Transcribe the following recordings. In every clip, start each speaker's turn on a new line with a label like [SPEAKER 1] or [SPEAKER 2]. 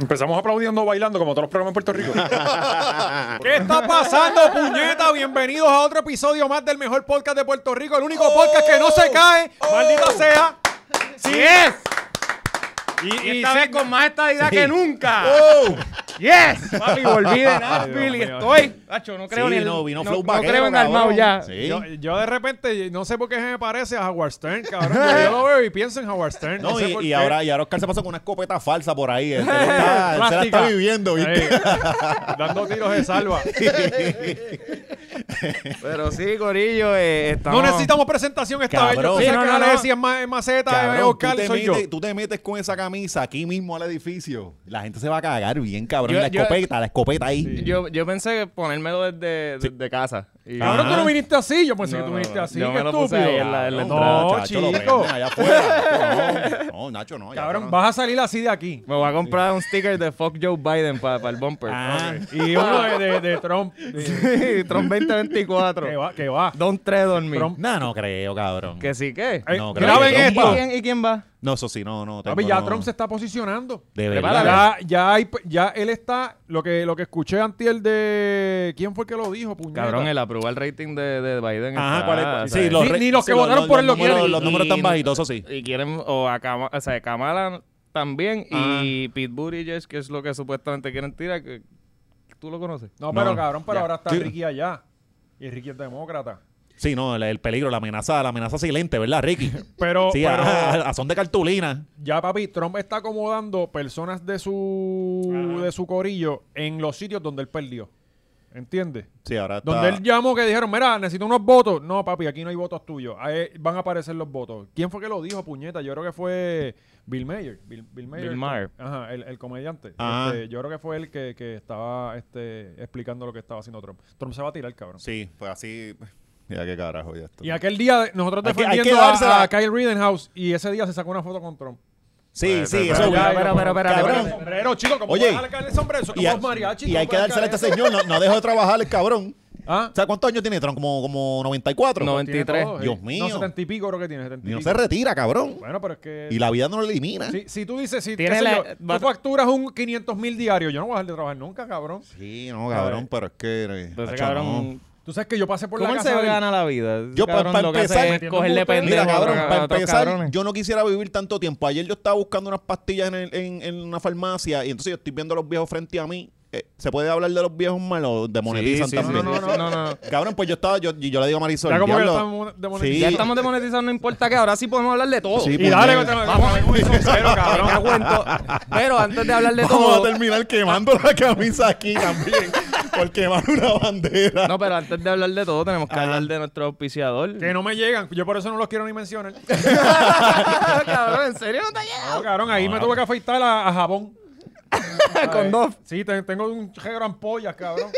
[SPEAKER 1] Empezamos aplaudiendo, bailando, como todos los programas en Puerto Rico. ¿Qué está pasando, puñeta? Bienvenidos a otro episodio más del mejor podcast de Puerto Rico, el único podcast que no se cae, maldita sea.
[SPEAKER 2] ¡Sí es!
[SPEAKER 1] Y,
[SPEAKER 2] Y
[SPEAKER 1] y
[SPEAKER 2] esta
[SPEAKER 1] sí, Oh,
[SPEAKER 2] vez con más estadidad que nunca. ¡Yes! Papi, volví de Nashville y
[SPEAKER 1] Dios mío.
[SPEAKER 2] estoy. Nacho, no creo
[SPEAKER 3] Sí,
[SPEAKER 2] en el.
[SPEAKER 3] no, vino
[SPEAKER 2] no,
[SPEAKER 3] flow
[SPEAKER 2] no
[SPEAKER 3] vaquero,
[SPEAKER 2] creo en
[SPEAKER 3] cabrón.
[SPEAKER 2] armado ya.
[SPEAKER 3] Sí.
[SPEAKER 1] yo, yo de repente, no sé por qué me parece a Howard Stern, cabrón. Yo, yo lo veo y pienso en Howard Stern.
[SPEAKER 3] No,
[SPEAKER 1] sé
[SPEAKER 3] y,
[SPEAKER 1] por
[SPEAKER 3] y
[SPEAKER 1] qué.
[SPEAKER 3] ahora, y ahora Oscar se pasó con una escopeta falsa por ahí. este, Él se la está, él se la
[SPEAKER 1] Plástica.
[SPEAKER 3] está viviendo, ¿viste?
[SPEAKER 1] Ahí, dando tiros de salva.
[SPEAKER 2] Pero sí, Corillo, eh, estamos.
[SPEAKER 1] No necesitamos presentación esta
[SPEAKER 3] Cabrón.
[SPEAKER 1] vez. Yo
[SPEAKER 2] Sí,
[SPEAKER 1] sé
[SPEAKER 2] no,
[SPEAKER 1] que
[SPEAKER 2] no, no.
[SPEAKER 1] Alexis es ma- es maceta, es
[SPEAKER 3] Cabrón,
[SPEAKER 1] Oscar,
[SPEAKER 3] tú, te
[SPEAKER 1] soy yo.
[SPEAKER 3] metes, tú te metes con esa camisa aquí mismo al edificio. La gente se va a cagar bien, cabrón.
[SPEAKER 2] Yo-
[SPEAKER 3] la
[SPEAKER 2] yo-
[SPEAKER 3] escopeta, la escopeta ahí.
[SPEAKER 2] Yo, yo pensé ponérmelo desde, desde casa. Y-
[SPEAKER 1] Cabrón, tú
[SPEAKER 3] Ajá.
[SPEAKER 1] no viniste así. Yo pensé
[SPEAKER 2] No,
[SPEAKER 1] que tú
[SPEAKER 2] no,
[SPEAKER 1] viniste
[SPEAKER 2] no.
[SPEAKER 1] así.
[SPEAKER 2] Yo
[SPEAKER 1] qué
[SPEAKER 2] me lo puse
[SPEAKER 1] estúpido.
[SPEAKER 2] ahí en la- en la
[SPEAKER 1] no,
[SPEAKER 3] entrada, chacho, lo
[SPEAKER 1] chico.
[SPEAKER 3] venden allá afuera. No, no, Nacho, no. allá
[SPEAKER 1] Cabrón,
[SPEAKER 3] afuera
[SPEAKER 1] vas a salir así de aquí.
[SPEAKER 2] Me voy a comprar un sticker de Fuck Joe Biden para el bumper.
[SPEAKER 3] no. Ah,
[SPEAKER 1] Y uno de, de- de Trump. de-
[SPEAKER 2] Sí, Trump 2024.
[SPEAKER 1] que va, que va.
[SPEAKER 2] Don't tread on me.
[SPEAKER 1] Trump.
[SPEAKER 3] no, no creo, cabrón.
[SPEAKER 2] Que sí, ¿qué?
[SPEAKER 1] Eh,
[SPEAKER 3] No, creo
[SPEAKER 1] graben
[SPEAKER 3] que
[SPEAKER 2] ¿Y,
[SPEAKER 3] Trump va.
[SPEAKER 1] esto.
[SPEAKER 2] quién, y quién va?
[SPEAKER 3] No, eso sí, no, no.
[SPEAKER 1] Papi,
[SPEAKER 3] tengo-
[SPEAKER 1] ya
[SPEAKER 3] no.
[SPEAKER 1] Trump se está posicionando.
[SPEAKER 3] De verdad.
[SPEAKER 1] Ya, ya, hay, ya él está, lo que, lo que escuché antier de... ¿Quién fue el que lo dijo, puñeta?
[SPEAKER 2] Cabrón, el aprobar rating de, de Biden.
[SPEAKER 3] Ajá,
[SPEAKER 2] está,
[SPEAKER 3] ¿cuál
[SPEAKER 2] o
[SPEAKER 3] es?
[SPEAKER 2] sea,
[SPEAKER 3] Sí, los
[SPEAKER 1] Ah, Ni-
[SPEAKER 3] re-
[SPEAKER 1] ni los que
[SPEAKER 3] sí,
[SPEAKER 1] votaron por él lo
[SPEAKER 3] números-
[SPEAKER 1] quieren.
[SPEAKER 3] Los números
[SPEAKER 2] Y-
[SPEAKER 3] están bajitos, eso sí.
[SPEAKER 2] Y quieren, o a, Kama- o sea, a Kamala también, y Pete Buttigieg, que es lo que supuestamente quieren tirar, que tú lo conoces.
[SPEAKER 1] No, pero
[SPEAKER 3] No.
[SPEAKER 1] cabrón, pero
[SPEAKER 2] Ya.
[SPEAKER 1] ahora está
[SPEAKER 3] Sí.
[SPEAKER 1] Ricky allá. Y Ricky es demócrata.
[SPEAKER 3] Sí, no, el, el peligro, la amenaza, la amenaza silente, ¿verdad, Ricky?
[SPEAKER 1] Pero,
[SPEAKER 3] Sí,
[SPEAKER 1] pero
[SPEAKER 2] ah,
[SPEAKER 3] a, a- a son de cartulina.
[SPEAKER 1] ya, papi, Trump está acomodando personas de su, de su corillo en los sitios donde él perdió. ¿Entiendes?
[SPEAKER 3] Sí, ahora está.
[SPEAKER 1] Donde él llamó que dijeron, mira, necesito unos votos. No, papi, aquí no hay votos tuyos. Ahí van a aparecer los votos. ¿Quién fue que lo dijo, puñeta? Yo creo que fue Bill Mayer. Bill, Mayer.
[SPEAKER 2] Bill Maher.
[SPEAKER 1] Ajá, el, el comediante.
[SPEAKER 3] Ajá.
[SPEAKER 1] Este, yo creo que fue él que, que estaba este, explicando lo que estaba haciendo Trump. Trump se va a tirar, cabrón.
[SPEAKER 3] Sí, pues así. Mira qué carajo ya esto.
[SPEAKER 1] Y aquel día de- nosotros
[SPEAKER 3] Hay que- hay que
[SPEAKER 1] defendiendo a- a,
[SPEAKER 3] dársela.
[SPEAKER 1] Kyle Rittenhouse y ese día se sacó una foto con Trump.
[SPEAKER 3] Sí, sí,
[SPEAKER 2] espera,
[SPEAKER 3] eso.
[SPEAKER 2] espera,
[SPEAKER 3] cabrón.
[SPEAKER 2] espera, espera, espera,
[SPEAKER 3] Cabrón.
[SPEAKER 1] El sombrero, chico, ¿cómo
[SPEAKER 3] Oye,
[SPEAKER 1] vas a dejarle caer el sombrero? Eso
[SPEAKER 3] Y,
[SPEAKER 1] como
[SPEAKER 3] hay-
[SPEAKER 1] es mariachi,
[SPEAKER 3] y
[SPEAKER 1] ¿cómo
[SPEAKER 3] hay que
[SPEAKER 1] vas a
[SPEAKER 3] dársela a este
[SPEAKER 1] dejar eso?
[SPEAKER 3] señor. No, no dejó de trabajar el cabrón.
[SPEAKER 1] ¿Ah?
[SPEAKER 3] O sea, ¿cuántos años tiene Trump? Como, como 94.
[SPEAKER 2] No,
[SPEAKER 1] Tiene
[SPEAKER 2] 23.
[SPEAKER 1] todo, eh.
[SPEAKER 3] Dios
[SPEAKER 1] No,
[SPEAKER 3] mío.
[SPEAKER 1] 70 y pico creo que tiene. 70
[SPEAKER 3] pues.
[SPEAKER 1] y
[SPEAKER 3] Y no
[SPEAKER 1] pico.
[SPEAKER 3] se retira, cabrón.
[SPEAKER 1] Bueno, pero es que...
[SPEAKER 3] Y la vida no lo elimina.
[SPEAKER 1] Si, si tú dices, si qué
[SPEAKER 2] Tiene
[SPEAKER 1] sé
[SPEAKER 2] la-
[SPEAKER 1] yo,
[SPEAKER 2] va-
[SPEAKER 1] tú facturas un 500 mil diarios, yo no voy a dejar de trabajar nunca, cabrón.
[SPEAKER 3] Sí, no, cabrón, pero es que. eh,
[SPEAKER 2] Entonces,
[SPEAKER 3] macho, no.
[SPEAKER 2] cabrón,
[SPEAKER 1] Tú sabes que yo pasé por
[SPEAKER 2] ¿cómo
[SPEAKER 1] la
[SPEAKER 2] él
[SPEAKER 1] casa
[SPEAKER 2] se
[SPEAKER 1] del-
[SPEAKER 2] gana la vida?
[SPEAKER 3] Yo, pa-
[SPEAKER 2] cabrón,
[SPEAKER 3] pa
[SPEAKER 2] lo que hace
[SPEAKER 3] empezar-
[SPEAKER 2] es cogerle pendejo
[SPEAKER 3] Mira, cabrón,
[SPEAKER 2] a- a
[SPEAKER 3] para
[SPEAKER 2] otros
[SPEAKER 3] empezar,
[SPEAKER 2] cabrones.
[SPEAKER 3] yo no quisiera vivir tanto tiempo. Ayer yo estaba buscando unas pastillas en, el- en- en una farmacia y entonces yo estoy viendo a los viejos frente a mí. Eh, ¿Se puede hablar de los viejos malos? Demonetizan
[SPEAKER 2] Sí, sí,
[SPEAKER 3] también.
[SPEAKER 2] sí, sí, sí, no, no.
[SPEAKER 3] Cabrón, pues yo estaba, yo, y yo le digo a Marisol.
[SPEAKER 1] Ya como que
[SPEAKER 3] "Diablo".
[SPEAKER 1] estamos
[SPEAKER 3] Sí.
[SPEAKER 1] demonetizados.
[SPEAKER 2] Ya estamos demonetizados, no importa que ahora sí podemos hablar de todo.
[SPEAKER 3] Sí,
[SPEAKER 1] Y
[SPEAKER 3] puñeta.
[SPEAKER 1] dale, contra- vamos, con el sombrero,
[SPEAKER 2] Me
[SPEAKER 1] cabrón.
[SPEAKER 2] cago en to- Pero antes de hablar de
[SPEAKER 3] Vamos a
[SPEAKER 2] todo.
[SPEAKER 3] terminar quemando la camisa aquí también por quemar una bandera.
[SPEAKER 2] No, pero antes de hablar de todo, tenemos que hablar de nuestro auspiciador.
[SPEAKER 1] Que no me llegan, yo por eso no los quiero ni mencionar.
[SPEAKER 2] Ah, cabrón, ¿en serio no te llega?
[SPEAKER 1] No, cabrón, ahí me tuve que afeitar a, a jabón.
[SPEAKER 2] Con dos.
[SPEAKER 1] Sí, te- tengo un reguero ampollas, cabrón.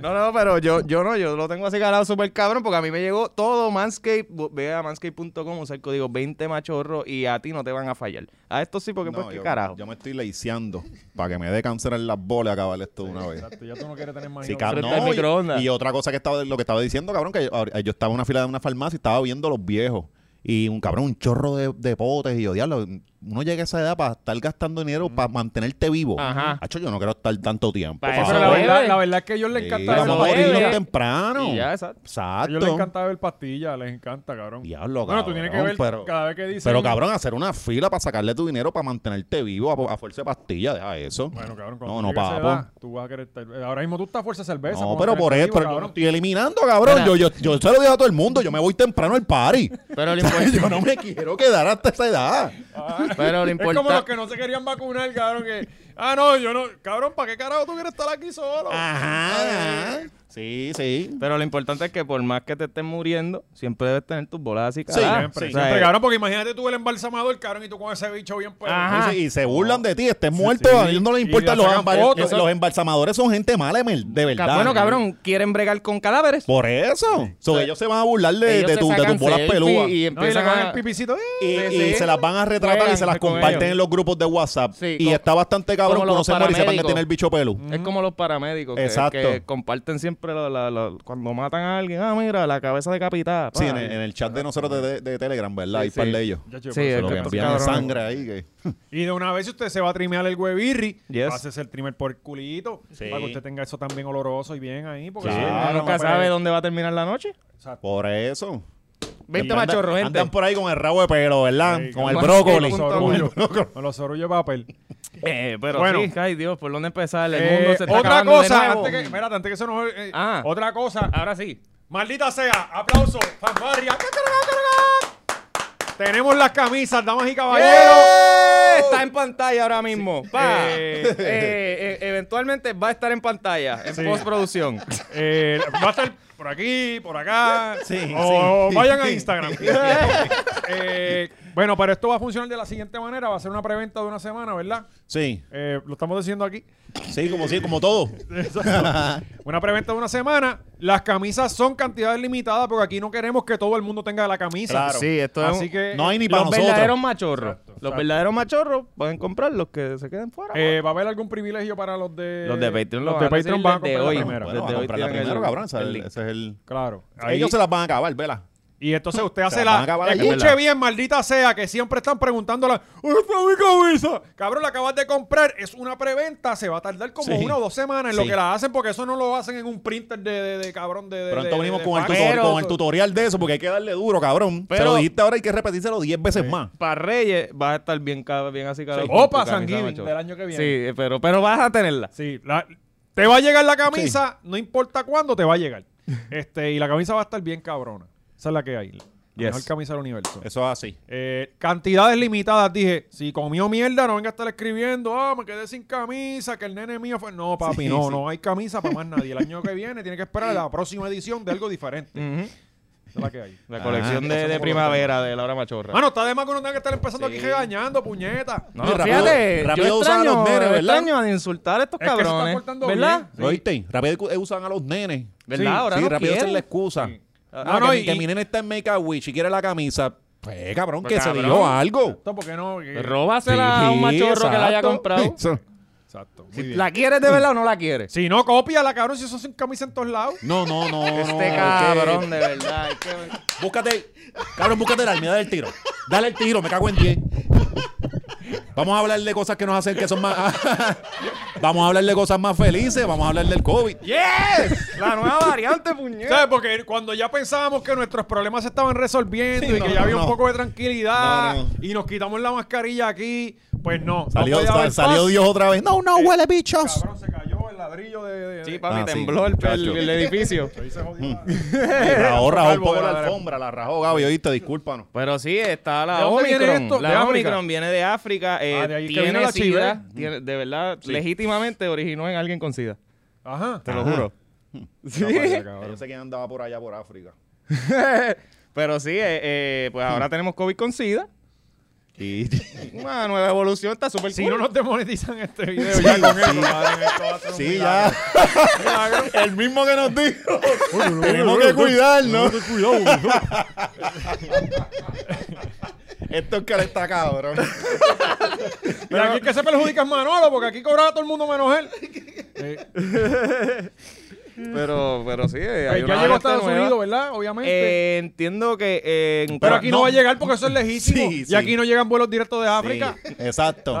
[SPEAKER 2] No, no, pero yo, yo no, yo lo tengo así ganado súper cabrón porque a mí me llegó todo Manscape. Bu- Ve a manscape.com, usa el código 20 machorro y a ti no te van a fallar. A esto sí, porque pues qué
[SPEAKER 3] yo,
[SPEAKER 2] carajo.
[SPEAKER 3] yo me estoy leiseando para que me dé cáncer en las bolas y acabar esto de una vez.
[SPEAKER 1] Exacto, ya tú no quieres tener más
[SPEAKER 3] Sí,
[SPEAKER 1] hijos.
[SPEAKER 3] cabrón.
[SPEAKER 2] Frente al
[SPEAKER 3] No, y-
[SPEAKER 2] microondas.
[SPEAKER 3] y, otra cosa que estaba, lo que estaba diciendo, cabrón, que yo, ahora- yo estaba en una fila de una farmacia y estaba viendo los viejos. Y un cabrón, un chorro de, de potes. Y yo, diablo, uno llega a esa edad para estar gastando dinero
[SPEAKER 1] Mm.
[SPEAKER 3] para mantenerte vivo.
[SPEAKER 2] Ajá.
[SPEAKER 3] Hacho, yo no quiero estar tanto tiempo.
[SPEAKER 2] Pa'
[SPEAKER 3] por
[SPEAKER 1] Sí,
[SPEAKER 2] eso
[SPEAKER 1] pero la
[SPEAKER 3] favor.
[SPEAKER 2] bebe.
[SPEAKER 1] verdad, la verdad es que a ellos les
[SPEAKER 3] Sí,
[SPEAKER 1] encanta
[SPEAKER 3] vamos a
[SPEAKER 2] eso,
[SPEAKER 3] morirnos
[SPEAKER 2] bebe.
[SPEAKER 3] temprano.
[SPEAKER 2] Y ya, exacto.
[SPEAKER 1] A ellos les
[SPEAKER 3] Exacto.
[SPEAKER 1] encanta ver pastillas, les encanta, cabrón. Bueno,
[SPEAKER 3] Diablo, cabrón.
[SPEAKER 1] tú tienes que ver
[SPEAKER 3] pero,
[SPEAKER 1] cada vez que dicen-
[SPEAKER 3] Pero, cabrón, hacer una fila para sacarle tu dinero para mantenerte vivo a, a fuerza de pastilla, deja eso.
[SPEAKER 1] Bueno, cabrón, cuando
[SPEAKER 3] No,
[SPEAKER 1] tú
[SPEAKER 3] no,
[SPEAKER 1] llegues a esa
[SPEAKER 3] papo.
[SPEAKER 1] edad, pues, tú vas a querer estar- Ahora mismo tú estás a fuerza de cerveza.
[SPEAKER 3] No,
[SPEAKER 1] por
[SPEAKER 3] pero por eso,
[SPEAKER 1] mantenerte vivo,
[SPEAKER 3] pero yo no
[SPEAKER 1] cabrón.
[SPEAKER 3] estoy eliminando, cabrón.
[SPEAKER 2] Mira.
[SPEAKER 3] Yo, yo, yo se lo digo a todo el mundo, yo me voy temprano al party.
[SPEAKER 2] Pero lo importante.
[SPEAKER 3] yo no me quiero quedar hasta esa edad.
[SPEAKER 1] Ah,
[SPEAKER 2] Pero lo
[SPEAKER 1] Es como los
[SPEAKER 2] importante.
[SPEAKER 1] que no se querían vacunar, cabrón, que... Ah, no, yo no... Cabrón, ¿para qué carajo tú quieres estar aquí solo?
[SPEAKER 3] Ajá. Sí, sí.
[SPEAKER 2] Pero lo importante es que por más que te estés muriendo, siempre debes tener tus bolas así,
[SPEAKER 3] Sí,
[SPEAKER 2] carajo.
[SPEAKER 1] Siempre,
[SPEAKER 2] O sea,
[SPEAKER 1] siempre, cabrón, porque imagínate tú el embalsamador, cabrón, y tú con ese bicho bien pedo.
[SPEAKER 2] Ajá.
[SPEAKER 3] Y, se- y se burlan de ti, estés muerto,
[SPEAKER 1] sí.
[SPEAKER 3] a ellos no les
[SPEAKER 1] Y
[SPEAKER 3] importan
[SPEAKER 1] le
[SPEAKER 3] los,
[SPEAKER 1] sacan
[SPEAKER 3] embal-
[SPEAKER 1] fotos,
[SPEAKER 3] los
[SPEAKER 1] eso-
[SPEAKER 3] embalsamadores, son gente mala, Emel, de
[SPEAKER 2] ca-
[SPEAKER 3] verdad.
[SPEAKER 2] Bueno, cabrón, quieren bregar con cadáveres.
[SPEAKER 3] Por eso. So, ellos se van a burlar de,
[SPEAKER 2] Ellos
[SPEAKER 3] de
[SPEAKER 2] se
[SPEAKER 3] tu- de
[SPEAKER 2] sacan
[SPEAKER 3] tus bolas
[SPEAKER 2] selfie
[SPEAKER 3] pelúas.
[SPEAKER 2] Y
[SPEAKER 3] Y,
[SPEAKER 1] No, y le
[SPEAKER 2] empiezan
[SPEAKER 1] cagan
[SPEAKER 2] a...
[SPEAKER 1] el pipicito. ¡eh!
[SPEAKER 3] y
[SPEAKER 2] sí.
[SPEAKER 3] se las van a retratar
[SPEAKER 2] Juegan
[SPEAKER 3] y se las
[SPEAKER 2] con
[SPEAKER 3] comparten
[SPEAKER 2] ellos.
[SPEAKER 3] en los grupos de WhatsApp.
[SPEAKER 2] Sí,
[SPEAKER 3] y
[SPEAKER 2] como-
[SPEAKER 3] está bastante cabrón
[SPEAKER 2] como
[SPEAKER 3] que uno
[SPEAKER 2] los
[SPEAKER 3] se muere y sepan que
[SPEAKER 2] paramédicos. Mm.
[SPEAKER 3] tiene el bicho pelu.
[SPEAKER 2] Es como los paramédicos que,
[SPEAKER 3] Exacto.
[SPEAKER 2] que comparten siempre siempre lo- la- la- cuando matan a alguien, ah, mira, la cabeza decapitada.
[SPEAKER 3] Sí,
[SPEAKER 2] pa.
[SPEAKER 3] en el, en el chat de nosotros de, de- de Telegram, ¿verdad?
[SPEAKER 2] Sí,
[SPEAKER 3] Hay par
[SPEAKER 2] sí.
[SPEAKER 3] de ellos.
[SPEAKER 1] Ya, che,
[SPEAKER 2] Sí,
[SPEAKER 1] pasa.
[SPEAKER 3] Se
[SPEAKER 2] el
[SPEAKER 3] lo que
[SPEAKER 2] estos
[SPEAKER 3] envían es
[SPEAKER 2] cabrones.
[SPEAKER 3] sangre ahí. Que...
[SPEAKER 1] Y de una vez usted se va a trimear el huevirri,
[SPEAKER 2] Yes.
[SPEAKER 1] haces el trimmer por el culito,
[SPEAKER 4] Sí.
[SPEAKER 1] para que usted tenga eso también oloroso y bien ahí. Porque
[SPEAKER 3] Sí.
[SPEAKER 1] si no,
[SPEAKER 2] Uno
[SPEAKER 1] no
[SPEAKER 3] Claro,
[SPEAKER 1] pues, va
[SPEAKER 2] nunca
[SPEAKER 1] a
[SPEAKER 2] sabe
[SPEAKER 1] perder.
[SPEAKER 2] dónde va a terminar la noche.
[SPEAKER 1] Exacto.
[SPEAKER 3] Por eso.
[SPEAKER 2] 20
[SPEAKER 3] Andan-
[SPEAKER 2] machorros, gente.
[SPEAKER 3] Andan por ahí con el rabo de pelo, ¿verdad?
[SPEAKER 1] Sí,
[SPEAKER 3] con el
[SPEAKER 2] con-
[SPEAKER 3] brócoli.
[SPEAKER 1] Con los
[SPEAKER 2] con todo
[SPEAKER 1] orullos. Con los orullos de papel.
[SPEAKER 2] Eh, pero
[SPEAKER 1] Bueno.
[SPEAKER 2] sí, ay Dios, ¿por dónde empezar? El
[SPEAKER 1] Eh,
[SPEAKER 2] mundo se
[SPEAKER 1] otra
[SPEAKER 2] está acabando de
[SPEAKER 1] cosa,
[SPEAKER 2] nuevo.
[SPEAKER 1] antes que, espérate, antes que se nos... eh,
[SPEAKER 2] Ah.
[SPEAKER 1] Otra cosa.
[SPEAKER 2] Ahora sí.
[SPEAKER 1] Maldita sea, aplauso, fanfarria. Tenemos las camisas, damas y caballeros.
[SPEAKER 2] ¡Eh! Está en pantalla ahora mismo. Pa. Eh, eh, eventualmente va a estar en pantalla, en
[SPEAKER 1] Sí.
[SPEAKER 2] postproducción.
[SPEAKER 1] Eh, va a estar por aquí, por acá.
[SPEAKER 3] Sí,
[SPEAKER 1] o
[SPEAKER 3] sí.
[SPEAKER 1] vayan a Instagram. Eh, bueno, pero esto va a funcionar de la siguiente manera. Va a ser una preventa de una semana, ¿verdad?
[SPEAKER 3] Sí,
[SPEAKER 1] Eh, lo estamos diciendo aquí.
[SPEAKER 3] sí, como, sí, como todo.
[SPEAKER 1] Una preventa de una semana. Las camisas son cantidades limitadas porque aquí no queremos que todo el mundo tenga la camisa.
[SPEAKER 3] Claro.
[SPEAKER 2] Sí, esto es
[SPEAKER 1] Así
[SPEAKER 2] un-
[SPEAKER 1] que eh,
[SPEAKER 3] No hay ni para
[SPEAKER 2] los verdaderos
[SPEAKER 3] nosotros.
[SPEAKER 2] machorros. los
[SPEAKER 1] exacto.
[SPEAKER 2] verdaderos machorros pueden comprar los que se queden fuera.
[SPEAKER 1] eh, va a haber algún privilegio para los de
[SPEAKER 2] Los de Patreon
[SPEAKER 1] Los
[SPEAKER 2] lo
[SPEAKER 1] de
[SPEAKER 2] van a
[SPEAKER 1] Patreon
[SPEAKER 2] recibir
[SPEAKER 1] van a
[SPEAKER 2] desde
[SPEAKER 1] comprar
[SPEAKER 2] hoy.
[SPEAKER 1] la primera.
[SPEAKER 3] Bueno,
[SPEAKER 2] Desde hoy
[SPEAKER 3] vamos a comprarla
[SPEAKER 2] tienen el-
[SPEAKER 3] primero, cabrón. ese es
[SPEAKER 2] el
[SPEAKER 3] el-
[SPEAKER 2] link.
[SPEAKER 3] ese es el...
[SPEAKER 1] Claro.
[SPEAKER 3] Ellos se las van a acabar, vela.
[SPEAKER 1] Y entonces usted
[SPEAKER 3] Se
[SPEAKER 1] hace
[SPEAKER 3] la van a
[SPEAKER 1] la.
[SPEAKER 3] acabar allí,
[SPEAKER 1] Escuche
[SPEAKER 3] ¿verdad?
[SPEAKER 1] bien, maldita sea, que siempre están preguntándola. ¿Dónde está mi camisa? Cabrón, la acabas de comprar. Es una preventa. Se va a tardar como
[SPEAKER 3] Sí.
[SPEAKER 1] una o dos semanas en lo
[SPEAKER 3] Sí.
[SPEAKER 1] que la hacen, porque eso no lo hacen en un printer de, de- de cabrón. De, de- de-
[SPEAKER 3] Pronto venimos
[SPEAKER 1] de
[SPEAKER 3] con el,
[SPEAKER 1] fax.
[SPEAKER 3] tutor-
[SPEAKER 2] Pero-
[SPEAKER 3] con el tutorial de eso porque hay que darle duro, cabrón. Se
[SPEAKER 2] Pero-
[SPEAKER 3] lo dijiste ahora, hay que repetírselo 10 veces más.
[SPEAKER 2] Para Reyes vas a estar bien, ca- bien así, cabrón.
[SPEAKER 1] Sí.
[SPEAKER 2] con
[SPEAKER 1] Opa,
[SPEAKER 2] tu camisa
[SPEAKER 1] San Giving,
[SPEAKER 2] machorra.
[SPEAKER 1] del año que viene.
[SPEAKER 2] Sí, eh, pero, pero vas a tenerla.
[SPEAKER 1] Sí, la- te va a llegar la camisa, no importa cuándo, te va a llegar. este Y la camisa va a estar bien cabrona. Esa es la que hay. La
[SPEAKER 2] Yes.
[SPEAKER 1] mejor camisa del universo.
[SPEAKER 3] Eso es así.
[SPEAKER 1] Eh, cantidades limitadas, dije. Si comió mierda, no venga a estar escribiendo. Ah, me quedé sin camisa, que el nene mío fue. No, papi,
[SPEAKER 3] Sí,
[SPEAKER 1] no,
[SPEAKER 3] sí.
[SPEAKER 1] no hay camisa para más nadie. El año que viene tiene que esperar a la próxima edición de algo diferente.
[SPEAKER 2] Ujú. Ah,
[SPEAKER 1] Esa es la que hay.
[SPEAKER 2] La colección de,
[SPEAKER 1] eso
[SPEAKER 2] de
[SPEAKER 1] no lo
[SPEAKER 2] primavera de Laura Machorra.
[SPEAKER 1] Mano, está de más que uno tenga que estar empezando aquí
[SPEAKER 2] Sí.
[SPEAKER 1] regañando, puñeta.
[SPEAKER 2] No,
[SPEAKER 3] Muy rápido-
[SPEAKER 2] fíjate,
[SPEAKER 3] rápido
[SPEAKER 2] yo
[SPEAKER 3] usan a
[SPEAKER 2] extraño,
[SPEAKER 3] los nenes,
[SPEAKER 2] yo
[SPEAKER 3] ¿verdad?
[SPEAKER 2] extraño a insultar a estos
[SPEAKER 1] Es que se están
[SPEAKER 2] cabrones,
[SPEAKER 1] portando
[SPEAKER 2] ¿verdad?
[SPEAKER 1] Sí.
[SPEAKER 3] ¿Oíste? Rápido que usan a los nenes.
[SPEAKER 2] ¿Verdad?
[SPEAKER 3] Sí,
[SPEAKER 2] Ahora
[SPEAKER 3] sí,
[SPEAKER 2] no
[SPEAKER 3] rápido esa es
[SPEAKER 2] quieren.
[SPEAKER 3] la excusa.
[SPEAKER 1] Sí.
[SPEAKER 3] Ah,
[SPEAKER 1] No,
[SPEAKER 3] que,
[SPEAKER 1] no,
[SPEAKER 3] mi-
[SPEAKER 1] y-
[SPEAKER 3] que mi nene está en Make a Wish y quiere la camisa. Pues, cabrón,
[SPEAKER 2] Pues,
[SPEAKER 3] que
[SPEAKER 2] cabrón.
[SPEAKER 3] se dio algo.
[SPEAKER 1] Esto porque no. que-
[SPEAKER 2] Eh, Róbasela a un machorro que la haya comprado.
[SPEAKER 1] Exacto. muy
[SPEAKER 2] Si
[SPEAKER 1] bien.
[SPEAKER 2] ¿La quieres de verdad o no la quieres?
[SPEAKER 1] Si no, copia la cabrón, si eso es en camisa en todos lados.
[SPEAKER 3] No, no, no. no,
[SPEAKER 2] Este
[SPEAKER 3] es que-
[SPEAKER 2] cabrón, de verdad. es que-
[SPEAKER 3] Búscate, cabrón, búscate la armada del tiro. Dale el tiro, me cago en 10. Vamos a hablar de cosas que nos hacen que son más. vamos a hablar de cosas más felices, vamos a hablar del COVID.
[SPEAKER 2] ¡Yes! La nueva variante, puñeta.
[SPEAKER 1] ¿Sabes? Porque cuando ya pensábamos que nuestros problemas se estaban resolviendo y
[SPEAKER 3] Sí,
[SPEAKER 1] que
[SPEAKER 3] no,
[SPEAKER 1] ya había un
[SPEAKER 3] no.
[SPEAKER 1] poco de tranquilidad
[SPEAKER 3] No, no.
[SPEAKER 1] y nos quitamos la mascarilla aquí, pues no. no
[SPEAKER 3] Salió,
[SPEAKER 1] podía
[SPEAKER 3] sal-
[SPEAKER 1] haber
[SPEAKER 3] salió
[SPEAKER 1] paz.
[SPEAKER 3] Dios otra vez. No, no, huele bichos.
[SPEAKER 1] Cabrón, se cayó el ladrillo de. de-
[SPEAKER 2] Sí,
[SPEAKER 1] de-
[SPEAKER 2] papi,
[SPEAKER 3] Ah, sí,
[SPEAKER 2] tembló el,
[SPEAKER 3] muchacho.
[SPEAKER 2] el- el edificio.
[SPEAKER 1] Ahí se jodió la-
[SPEAKER 3] Mm. La ahorra un
[SPEAKER 1] Calvo,
[SPEAKER 3] poco la
[SPEAKER 1] verdadero.
[SPEAKER 3] alfombra, la rajó Gaby, oíste, discúlpanos.
[SPEAKER 2] Pero sí, está
[SPEAKER 1] ¿De
[SPEAKER 2] la
[SPEAKER 1] dónde viene
[SPEAKER 2] Omicron.
[SPEAKER 1] esto?
[SPEAKER 2] La
[SPEAKER 1] ¿De África?
[SPEAKER 2] Omicron viene de África. eh,
[SPEAKER 1] Ah, de ahí que
[SPEAKER 2] tiene
[SPEAKER 1] vino la
[SPEAKER 2] SIDA.
[SPEAKER 1] chive.
[SPEAKER 2] tiene- de verdad, legítimamente originó en alguien con SIDA.
[SPEAKER 1] Ajá.
[SPEAKER 2] Te lo juro. Sí.
[SPEAKER 3] No, para allá, cabrón. Yo sé quién andaba por allá, por África.
[SPEAKER 2] Pero sí, eh, eh, pues ahora tenemos COVID con SIDA.
[SPEAKER 3] Y
[SPEAKER 2] Mano, la evolución está súper
[SPEAKER 1] Si
[SPEAKER 2] cool.
[SPEAKER 1] no nos demonetizan este video ya con eso, madre, esto va a ser un
[SPEAKER 3] sí, ya.
[SPEAKER 1] milagro.
[SPEAKER 3] El mismo que nos dijo. Tenemos que cuidarnos. Esto es que le está cabrón.
[SPEAKER 1] Y aquí es que se perjudica es Manolo, porque aquí cobraba todo el mundo menos él. Eh,
[SPEAKER 2] Pero, pero sí, eh, hay
[SPEAKER 1] pues ya llegó
[SPEAKER 2] una
[SPEAKER 1] a
[SPEAKER 2] variante
[SPEAKER 1] Estados
[SPEAKER 2] nueva.
[SPEAKER 1] Unidos, ¿verdad? Obviamente.
[SPEAKER 2] Eh, entiendo que eh, en
[SPEAKER 1] pero
[SPEAKER 2] Cor-
[SPEAKER 1] aquí no.
[SPEAKER 3] no.
[SPEAKER 1] va a llegar porque eso es lejísimo.
[SPEAKER 3] Sí,
[SPEAKER 1] y
[SPEAKER 3] sí.
[SPEAKER 1] aquí no llegan vuelos directos de África.
[SPEAKER 3] Sí, exacto.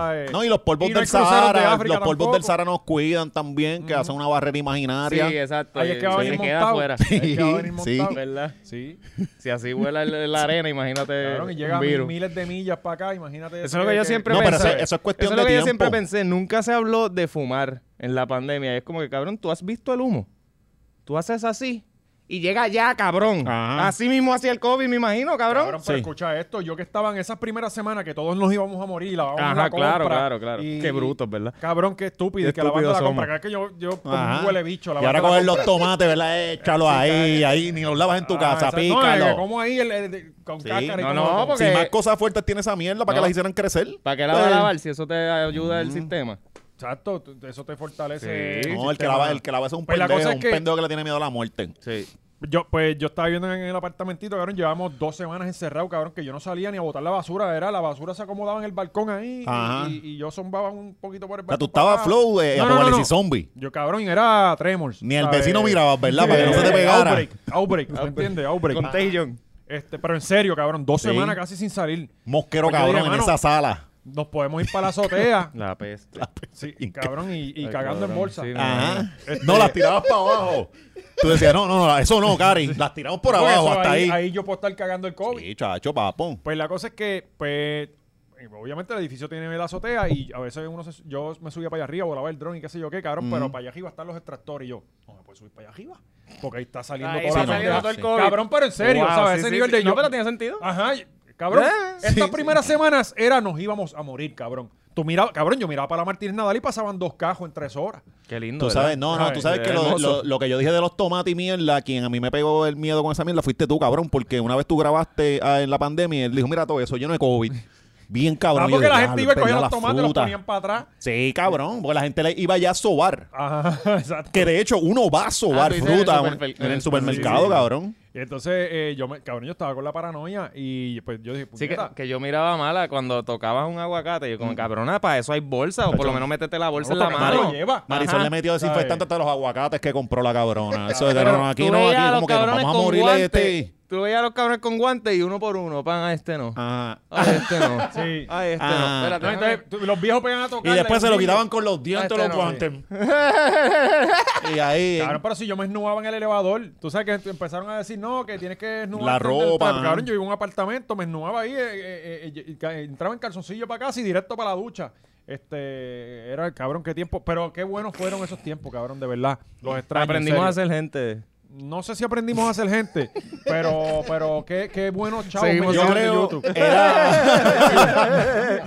[SPEAKER 1] Ay.
[SPEAKER 3] No, y los polvos
[SPEAKER 1] Y no hay
[SPEAKER 3] del
[SPEAKER 1] cruceros de
[SPEAKER 3] Sahara,
[SPEAKER 1] África
[SPEAKER 3] los polvos
[SPEAKER 1] tampoco.
[SPEAKER 3] del Sahara nos cuidan también, que hacen una barrera
[SPEAKER 2] Sí,
[SPEAKER 3] imaginaria.
[SPEAKER 2] exacto.
[SPEAKER 1] Ahí es que va a
[SPEAKER 2] se
[SPEAKER 1] venir
[SPEAKER 2] queda
[SPEAKER 1] montado.
[SPEAKER 2] afuera.
[SPEAKER 1] Ahí es que va a venir
[SPEAKER 3] Sí,
[SPEAKER 1] montado.
[SPEAKER 2] ¿Verdad?
[SPEAKER 1] Sí.
[SPEAKER 2] Si así vuela el- la arena, imagínate
[SPEAKER 1] Cabrón, y
[SPEAKER 2] Eh, un
[SPEAKER 1] llega a mil-
[SPEAKER 2] virus.
[SPEAKER 1] miles de millas para acá, imagínate.
[SPEAKER 2] Eso es lo que yo siempre
[SPEAKER 3] No, pero
[SPEAKER 2] pensé.
[SPEAKER 3] eso- eso es cuestión
[SPEAKER 2] Eso es lo
[SPEAKER 3] de
[SPEAKER 2] que yo
[SPEAKER 3] tiempo.
[SPEAKER 2] siempre pensé. Nunca se habló de fumar en la pandemia. Y es como que, cabrón, tú has visto el humo. Tú haces así y llega ya, cabrón.
[SPEAKER 3] Ajá.
[SPEAKER 2] Así mismo hacia el COVID, me imagino, cabrón.
[SPEAKER 1] Cabrón, pero
[SPEAKER 3] Sí.
[SPEAKER 1] escucha esto, yo que estaba en esas primeras semanas que todos nos íbamos a morir, la
[SPEAKER 2] Ajá,
[SPEAKER 1] la compra,
[SPEAKER 2] claro, claro, claro.
[SPEAKER 1] y-
[SPEAKER 2] Qué brutos, ¿verdad?
[SPEAKER 1] Cabrón, qué estúpido,
[SPEAKER 2] Qué
[SPEAKER 1] y que la banda
[SPEAKER 2] estúpidos
[SPEAKER 1] la compra,
[SPEAKER 2] somos.
[SPEAKER 1] que yo, yo como
[SPEAKER 3] Ajá.
[SPEAKER 1] un huele bicho, la
[SPEAKER 3] y ahora
[SPEAKER 1] banda
[SPEAKER 3] coger
[SPEAKER 1] la
[SPEAKER 3] los tomates, ¿verdad? Échalos ahí, ahí, ni los lavas en tu
[SPEAKER 1] compra.
[SPEAKER 3] casa,
[SPEAKER 1] Ah, exacto. No, eh,
[SPEAKER 3] pícalo.
[SPEAKER 1] como ahí el, el de- con
[SPEAKER 3] Sí.
[SPEAKER 1] cáscara y
[SPEAKER 2] No,
[SPEAKER 1] como-
[SPEAKER 2] no, porque-
[SPEAKER 3] Si más cosas fuertes tiene esa mierda, ¿para que
[SPEAKER 2] No.
[SPEAKER 3] las hicieran crecer?
[SPEAKER 2] ¿Para qué la va a
[SPEAKER 3] Eh,
[SPEAKER 2] lavar si eso te ayuda el sistema?
[SPEAKER 1] Exacto, tú- eso te fortalece.
[SPEAKER 2] Sí.
[SPEAKER 3] No, el que,
[SPEAKER 1] sistema.
[SPEAKER 3] lava, el que lava es un
[SPEAKER 1] Pues la
[SPEAKER 3] pendejo,
[SPEAKER 1] cosa es
[SPEAKER 3] un
[SPEAKER 1] que-
[SPEAKER 3] pendejo que le tiene miedo a la muerte.
[SPEAKER 2] Sí.
[SPEAKER 1] Yo, pues yo estaba viviendo en el apartamentito, cabrón. Llevábamos dos semanas encerrados, cabrón, que yo no salía ni a botar la basura. Era la basura se acomodaba en el balcón ahí
[SPEAKER 3] Ajá.
[SPEAKER 1] y, y yo zombaba un poquito por el
[SPEAKER 3] O sea, tú
[SPEAKER 1] balcón.
[SPEAKER 3] estabas
[SPEAKER 1] para-
[SPEAKER 3] flow de
[SPEAKER 1] Ah. No, no, no,
[SPEAKER 3] apocalipsis
[SPEAKER 1] no.
[SPEAKER 3] zombie.
[SPEAKER 1] Yo, cabrón, era Tremors.
[SPEAKER 3] Ni el
[SPEAKER 1] ¿sabes?
[SPEAKER 3] vecino miraba, ¿verdad? Para que no se te
[SPEAKER 1] Eh,
[SPEAKER 3] pegara.
[SPEAKER 1] Outbreak, outbreak, ¿me entiendes? Outbreak.
[SPEAKER 2] Contagion.
[SPEAKER 1] Este, pero en serio, cabrón, dos
[SPEAKER 3] Sí.
[SPEAKER 1] semanas casi sin salir.
[SPEAKER 3] Mosquero
[SPEAKER 1] Porque yo
[SPEAKER 3] cabrón
[SPEAKER 1] dije,
[SPEAKER 3] en
[SPEAKER 1] mano,
[SPEAKER 3] esa sala.
[SPEAKER 1] Nos podemos ir para la azotea.
[SPEAKER 2] La peste.
[SPEAKER 1] sí, cabrón, y, y
[SPEAKER 2] Ay,
[SPEAKER 1] cagando en
[SPEAKER 2] cabrón,
[SPEAKER 1] bolsa.
[SPEAKER 2] sí,
[SPEAKER 3] Ajá. Eh, No, las tirabas para abajo. Tú decías, no, no, no, eso no, Karen. Las tiramos por
[SPEAKER 1] Porque
[SPEAKER 3] abajo,
[SPEAKER 1] Pues eso,
[SPEAKER 3] hasta ahí.
[SPEAKER 1] Ahí yo puedo estar cagando el COVID.
[SPEAKER 3] Sí, chacho, papón.
[SPEAKER 1] Pues la cosa es que, pues, eh, obviamente el edificio tiene la azotea y a veces uno se- yo me subía para allá arriba, volaba el dron y qué sé yo qué, cabrón, pero para allá arriba están los extractores y yo, no me puedo subir para allá arriba. Porque ahí está saliendo toda
[SPEAKER 2] Ahí está
[SPEAKER 1] la pendeja.
[SPEAKER 2] saliendo todo el COVID.
[SPEAKER 1] Cabrón, pero en serio,
[SPEAKER 2] Wow,
[SPEAKER 1] ¿sabes?
[SPEAKER 2] sí,
[SPEAKER 1] Ese
[SPEAKER 2] sí,
[SPEAKER 1] nivel
[SPEAKER 2] sí.
[SPEAKER 1] de yo.
[SPEAKER 2] No, pero tiene sentido.
[SPEAKER 1] Ajá, y- cabrón.
[SPEAKER 2] Eh,
[SPEAKER 1] Estas
[SPEAKER 2] sí.
[SPEAKER 1] primeras semanas era nos íbamos a morir, cabrón. Tú mirabas, cabrón, yo miraba para Martínez Nadal y pasaban dos cajos en tres horas.
[SPEAKER 2] Qué lindo.
[SPEAKER 3] Tú sabes, no, no,
[SPEAKER 1] Ay,
[SPEAKER 3] tú sabes que lo,
[SPEAKER 2] hermoso.
[SPEAKER 3] lo- lo que yo dije de los tomates y mierda, quien a mí me pegó el miedo con esa mierda fuiste tú, cabrón, porque una vez tú grabaste ah, en la pandemia y él dijo, mira todo eso lleno de COVID. Bien cabrón.
[SPEAKER 1] Ah,
[SPEAKER 3] Y yo,
[SPEAKER 1] porque la
[SPEAKER 3] "Diablo,
[SPEAKER 1] gente iba a
[SPEAKER 3] es
[SPEAKER 1] coger
[SPEAKER 3] verdad,
[SPEAKER 1] los
[SPEAKER 3] la
[SPEAKER 1] tomates, los
[SPEAKER 3] fruta".
[SPEAKER 1] ponían para atrás.
[SPEAKER 3] Sí, cabrón, porque la gente le iba ya a sobar.
[SPEAKER 1] Ajá, exacto.
[SPEAKER 3] Que de hecho uno va a sobar
[SPEAKER 1] Ah,
[SPEAKER 2] tú dices en el
[SPEAKER 3] fruta un- en el,
[SPEAKER 2] supermer- en el-
[SPEAKER 3] supermercado,
[SPEAKER 1] sí, sí.
[SPEAKER 3] cabrón.
[SPEAKER 1] Y entonces, eh, yo me, cabrón, yo estaba con la paranoia y pues yo dije,
[SPEAKER 2] Sí, que,
[SPEAKER 1] puñeta, Mm.
[SPEAKER 2] que yo miraba mala cuando tocabas un aguacate. Yo, como cabrona, para eso hay bolsa. O por lo menos métete la bolsa en la
[SPEAKER 1] Cabrón,
[SPEAKER 2] mano.
[SPEAKER 1] lo lleva.
[SPEAKER 3] Marisol
[SPEAKER 2] Ajá.
[SPEAKER 3] le metió desinfectante hasta los aguacates que compró la cabrona. Eso de
[SPEAKER 2] Pero
[SPEAKER 3] no, aquí
[SPEAKER 2] tú
[SPEAKER 3] no,
[SPEAKER 2] veías a
[SPEAKER 3] aquí
[SPEAKER 2] los
[SPEAKER 3] como que nos
[SPEAKER 2] cabrones
[SPEAKER 3] vamos a
[SPEAKER 2] con
[SPEAKER 3] morir de
[SPEAKER 2] guantes.
[SPEAKER 3] este.
[SPEAKER 2] Tú veías a los cabrones con guantes y uno por uno. Pan, a este no.
[SPEAKER 3] Ajá.
[SPEAKER 2] A este no.
[SPEAKER 1] Sí.
[SPEAKER 2] A este
[SPEAKER 3] Ah.
[SPEAKER 2] no. Espérate,
[SPEAKER 1] No, entonces, tú- los viejos pegan a
[SPEAKER 3] Y
[SPEAKER 1] tocar.
[SPEAKER 3] después se lo quitaban con los dientes
[SPEAKER 2] Este
[SPEAKER 3] los
[SPEAKER 2] no,
[SPEAKER 3] guantes. y ahí.
[SPEAKER 1] Claro, pero si yo me esnubaba en el elevador, tú sabes que ent- empezaron a decir, no, que tienes que esnubar.
[SPEAKER 3] La ropa.
[SPEAKER 1] Cabrón, yo iba a un apartamento, me esnubaba ahí, eh, eh, eh, y- y ca- entraba en calzoncillo para casa y directo para la ducha. Este, era cabrón, qué tiempo. Pero qué buenos fueron esos tiempos, cabrón, de verdad. Los extraños.
[SPEAKER 2] Aprendimos a ser gente.
[SPEAKER 1] No sé si aprendimos a ser gente, pero, pero qué, qué buenos chavos
[SPEAKER 2] Seguimos
[SPEAKER 1] me
[SPEAKER 3] yo
[SPEAKER 1] llegaron de
[SPEAKER 3] creo
[SPEAKER 1] YouTube.
[SPEAKER 3] era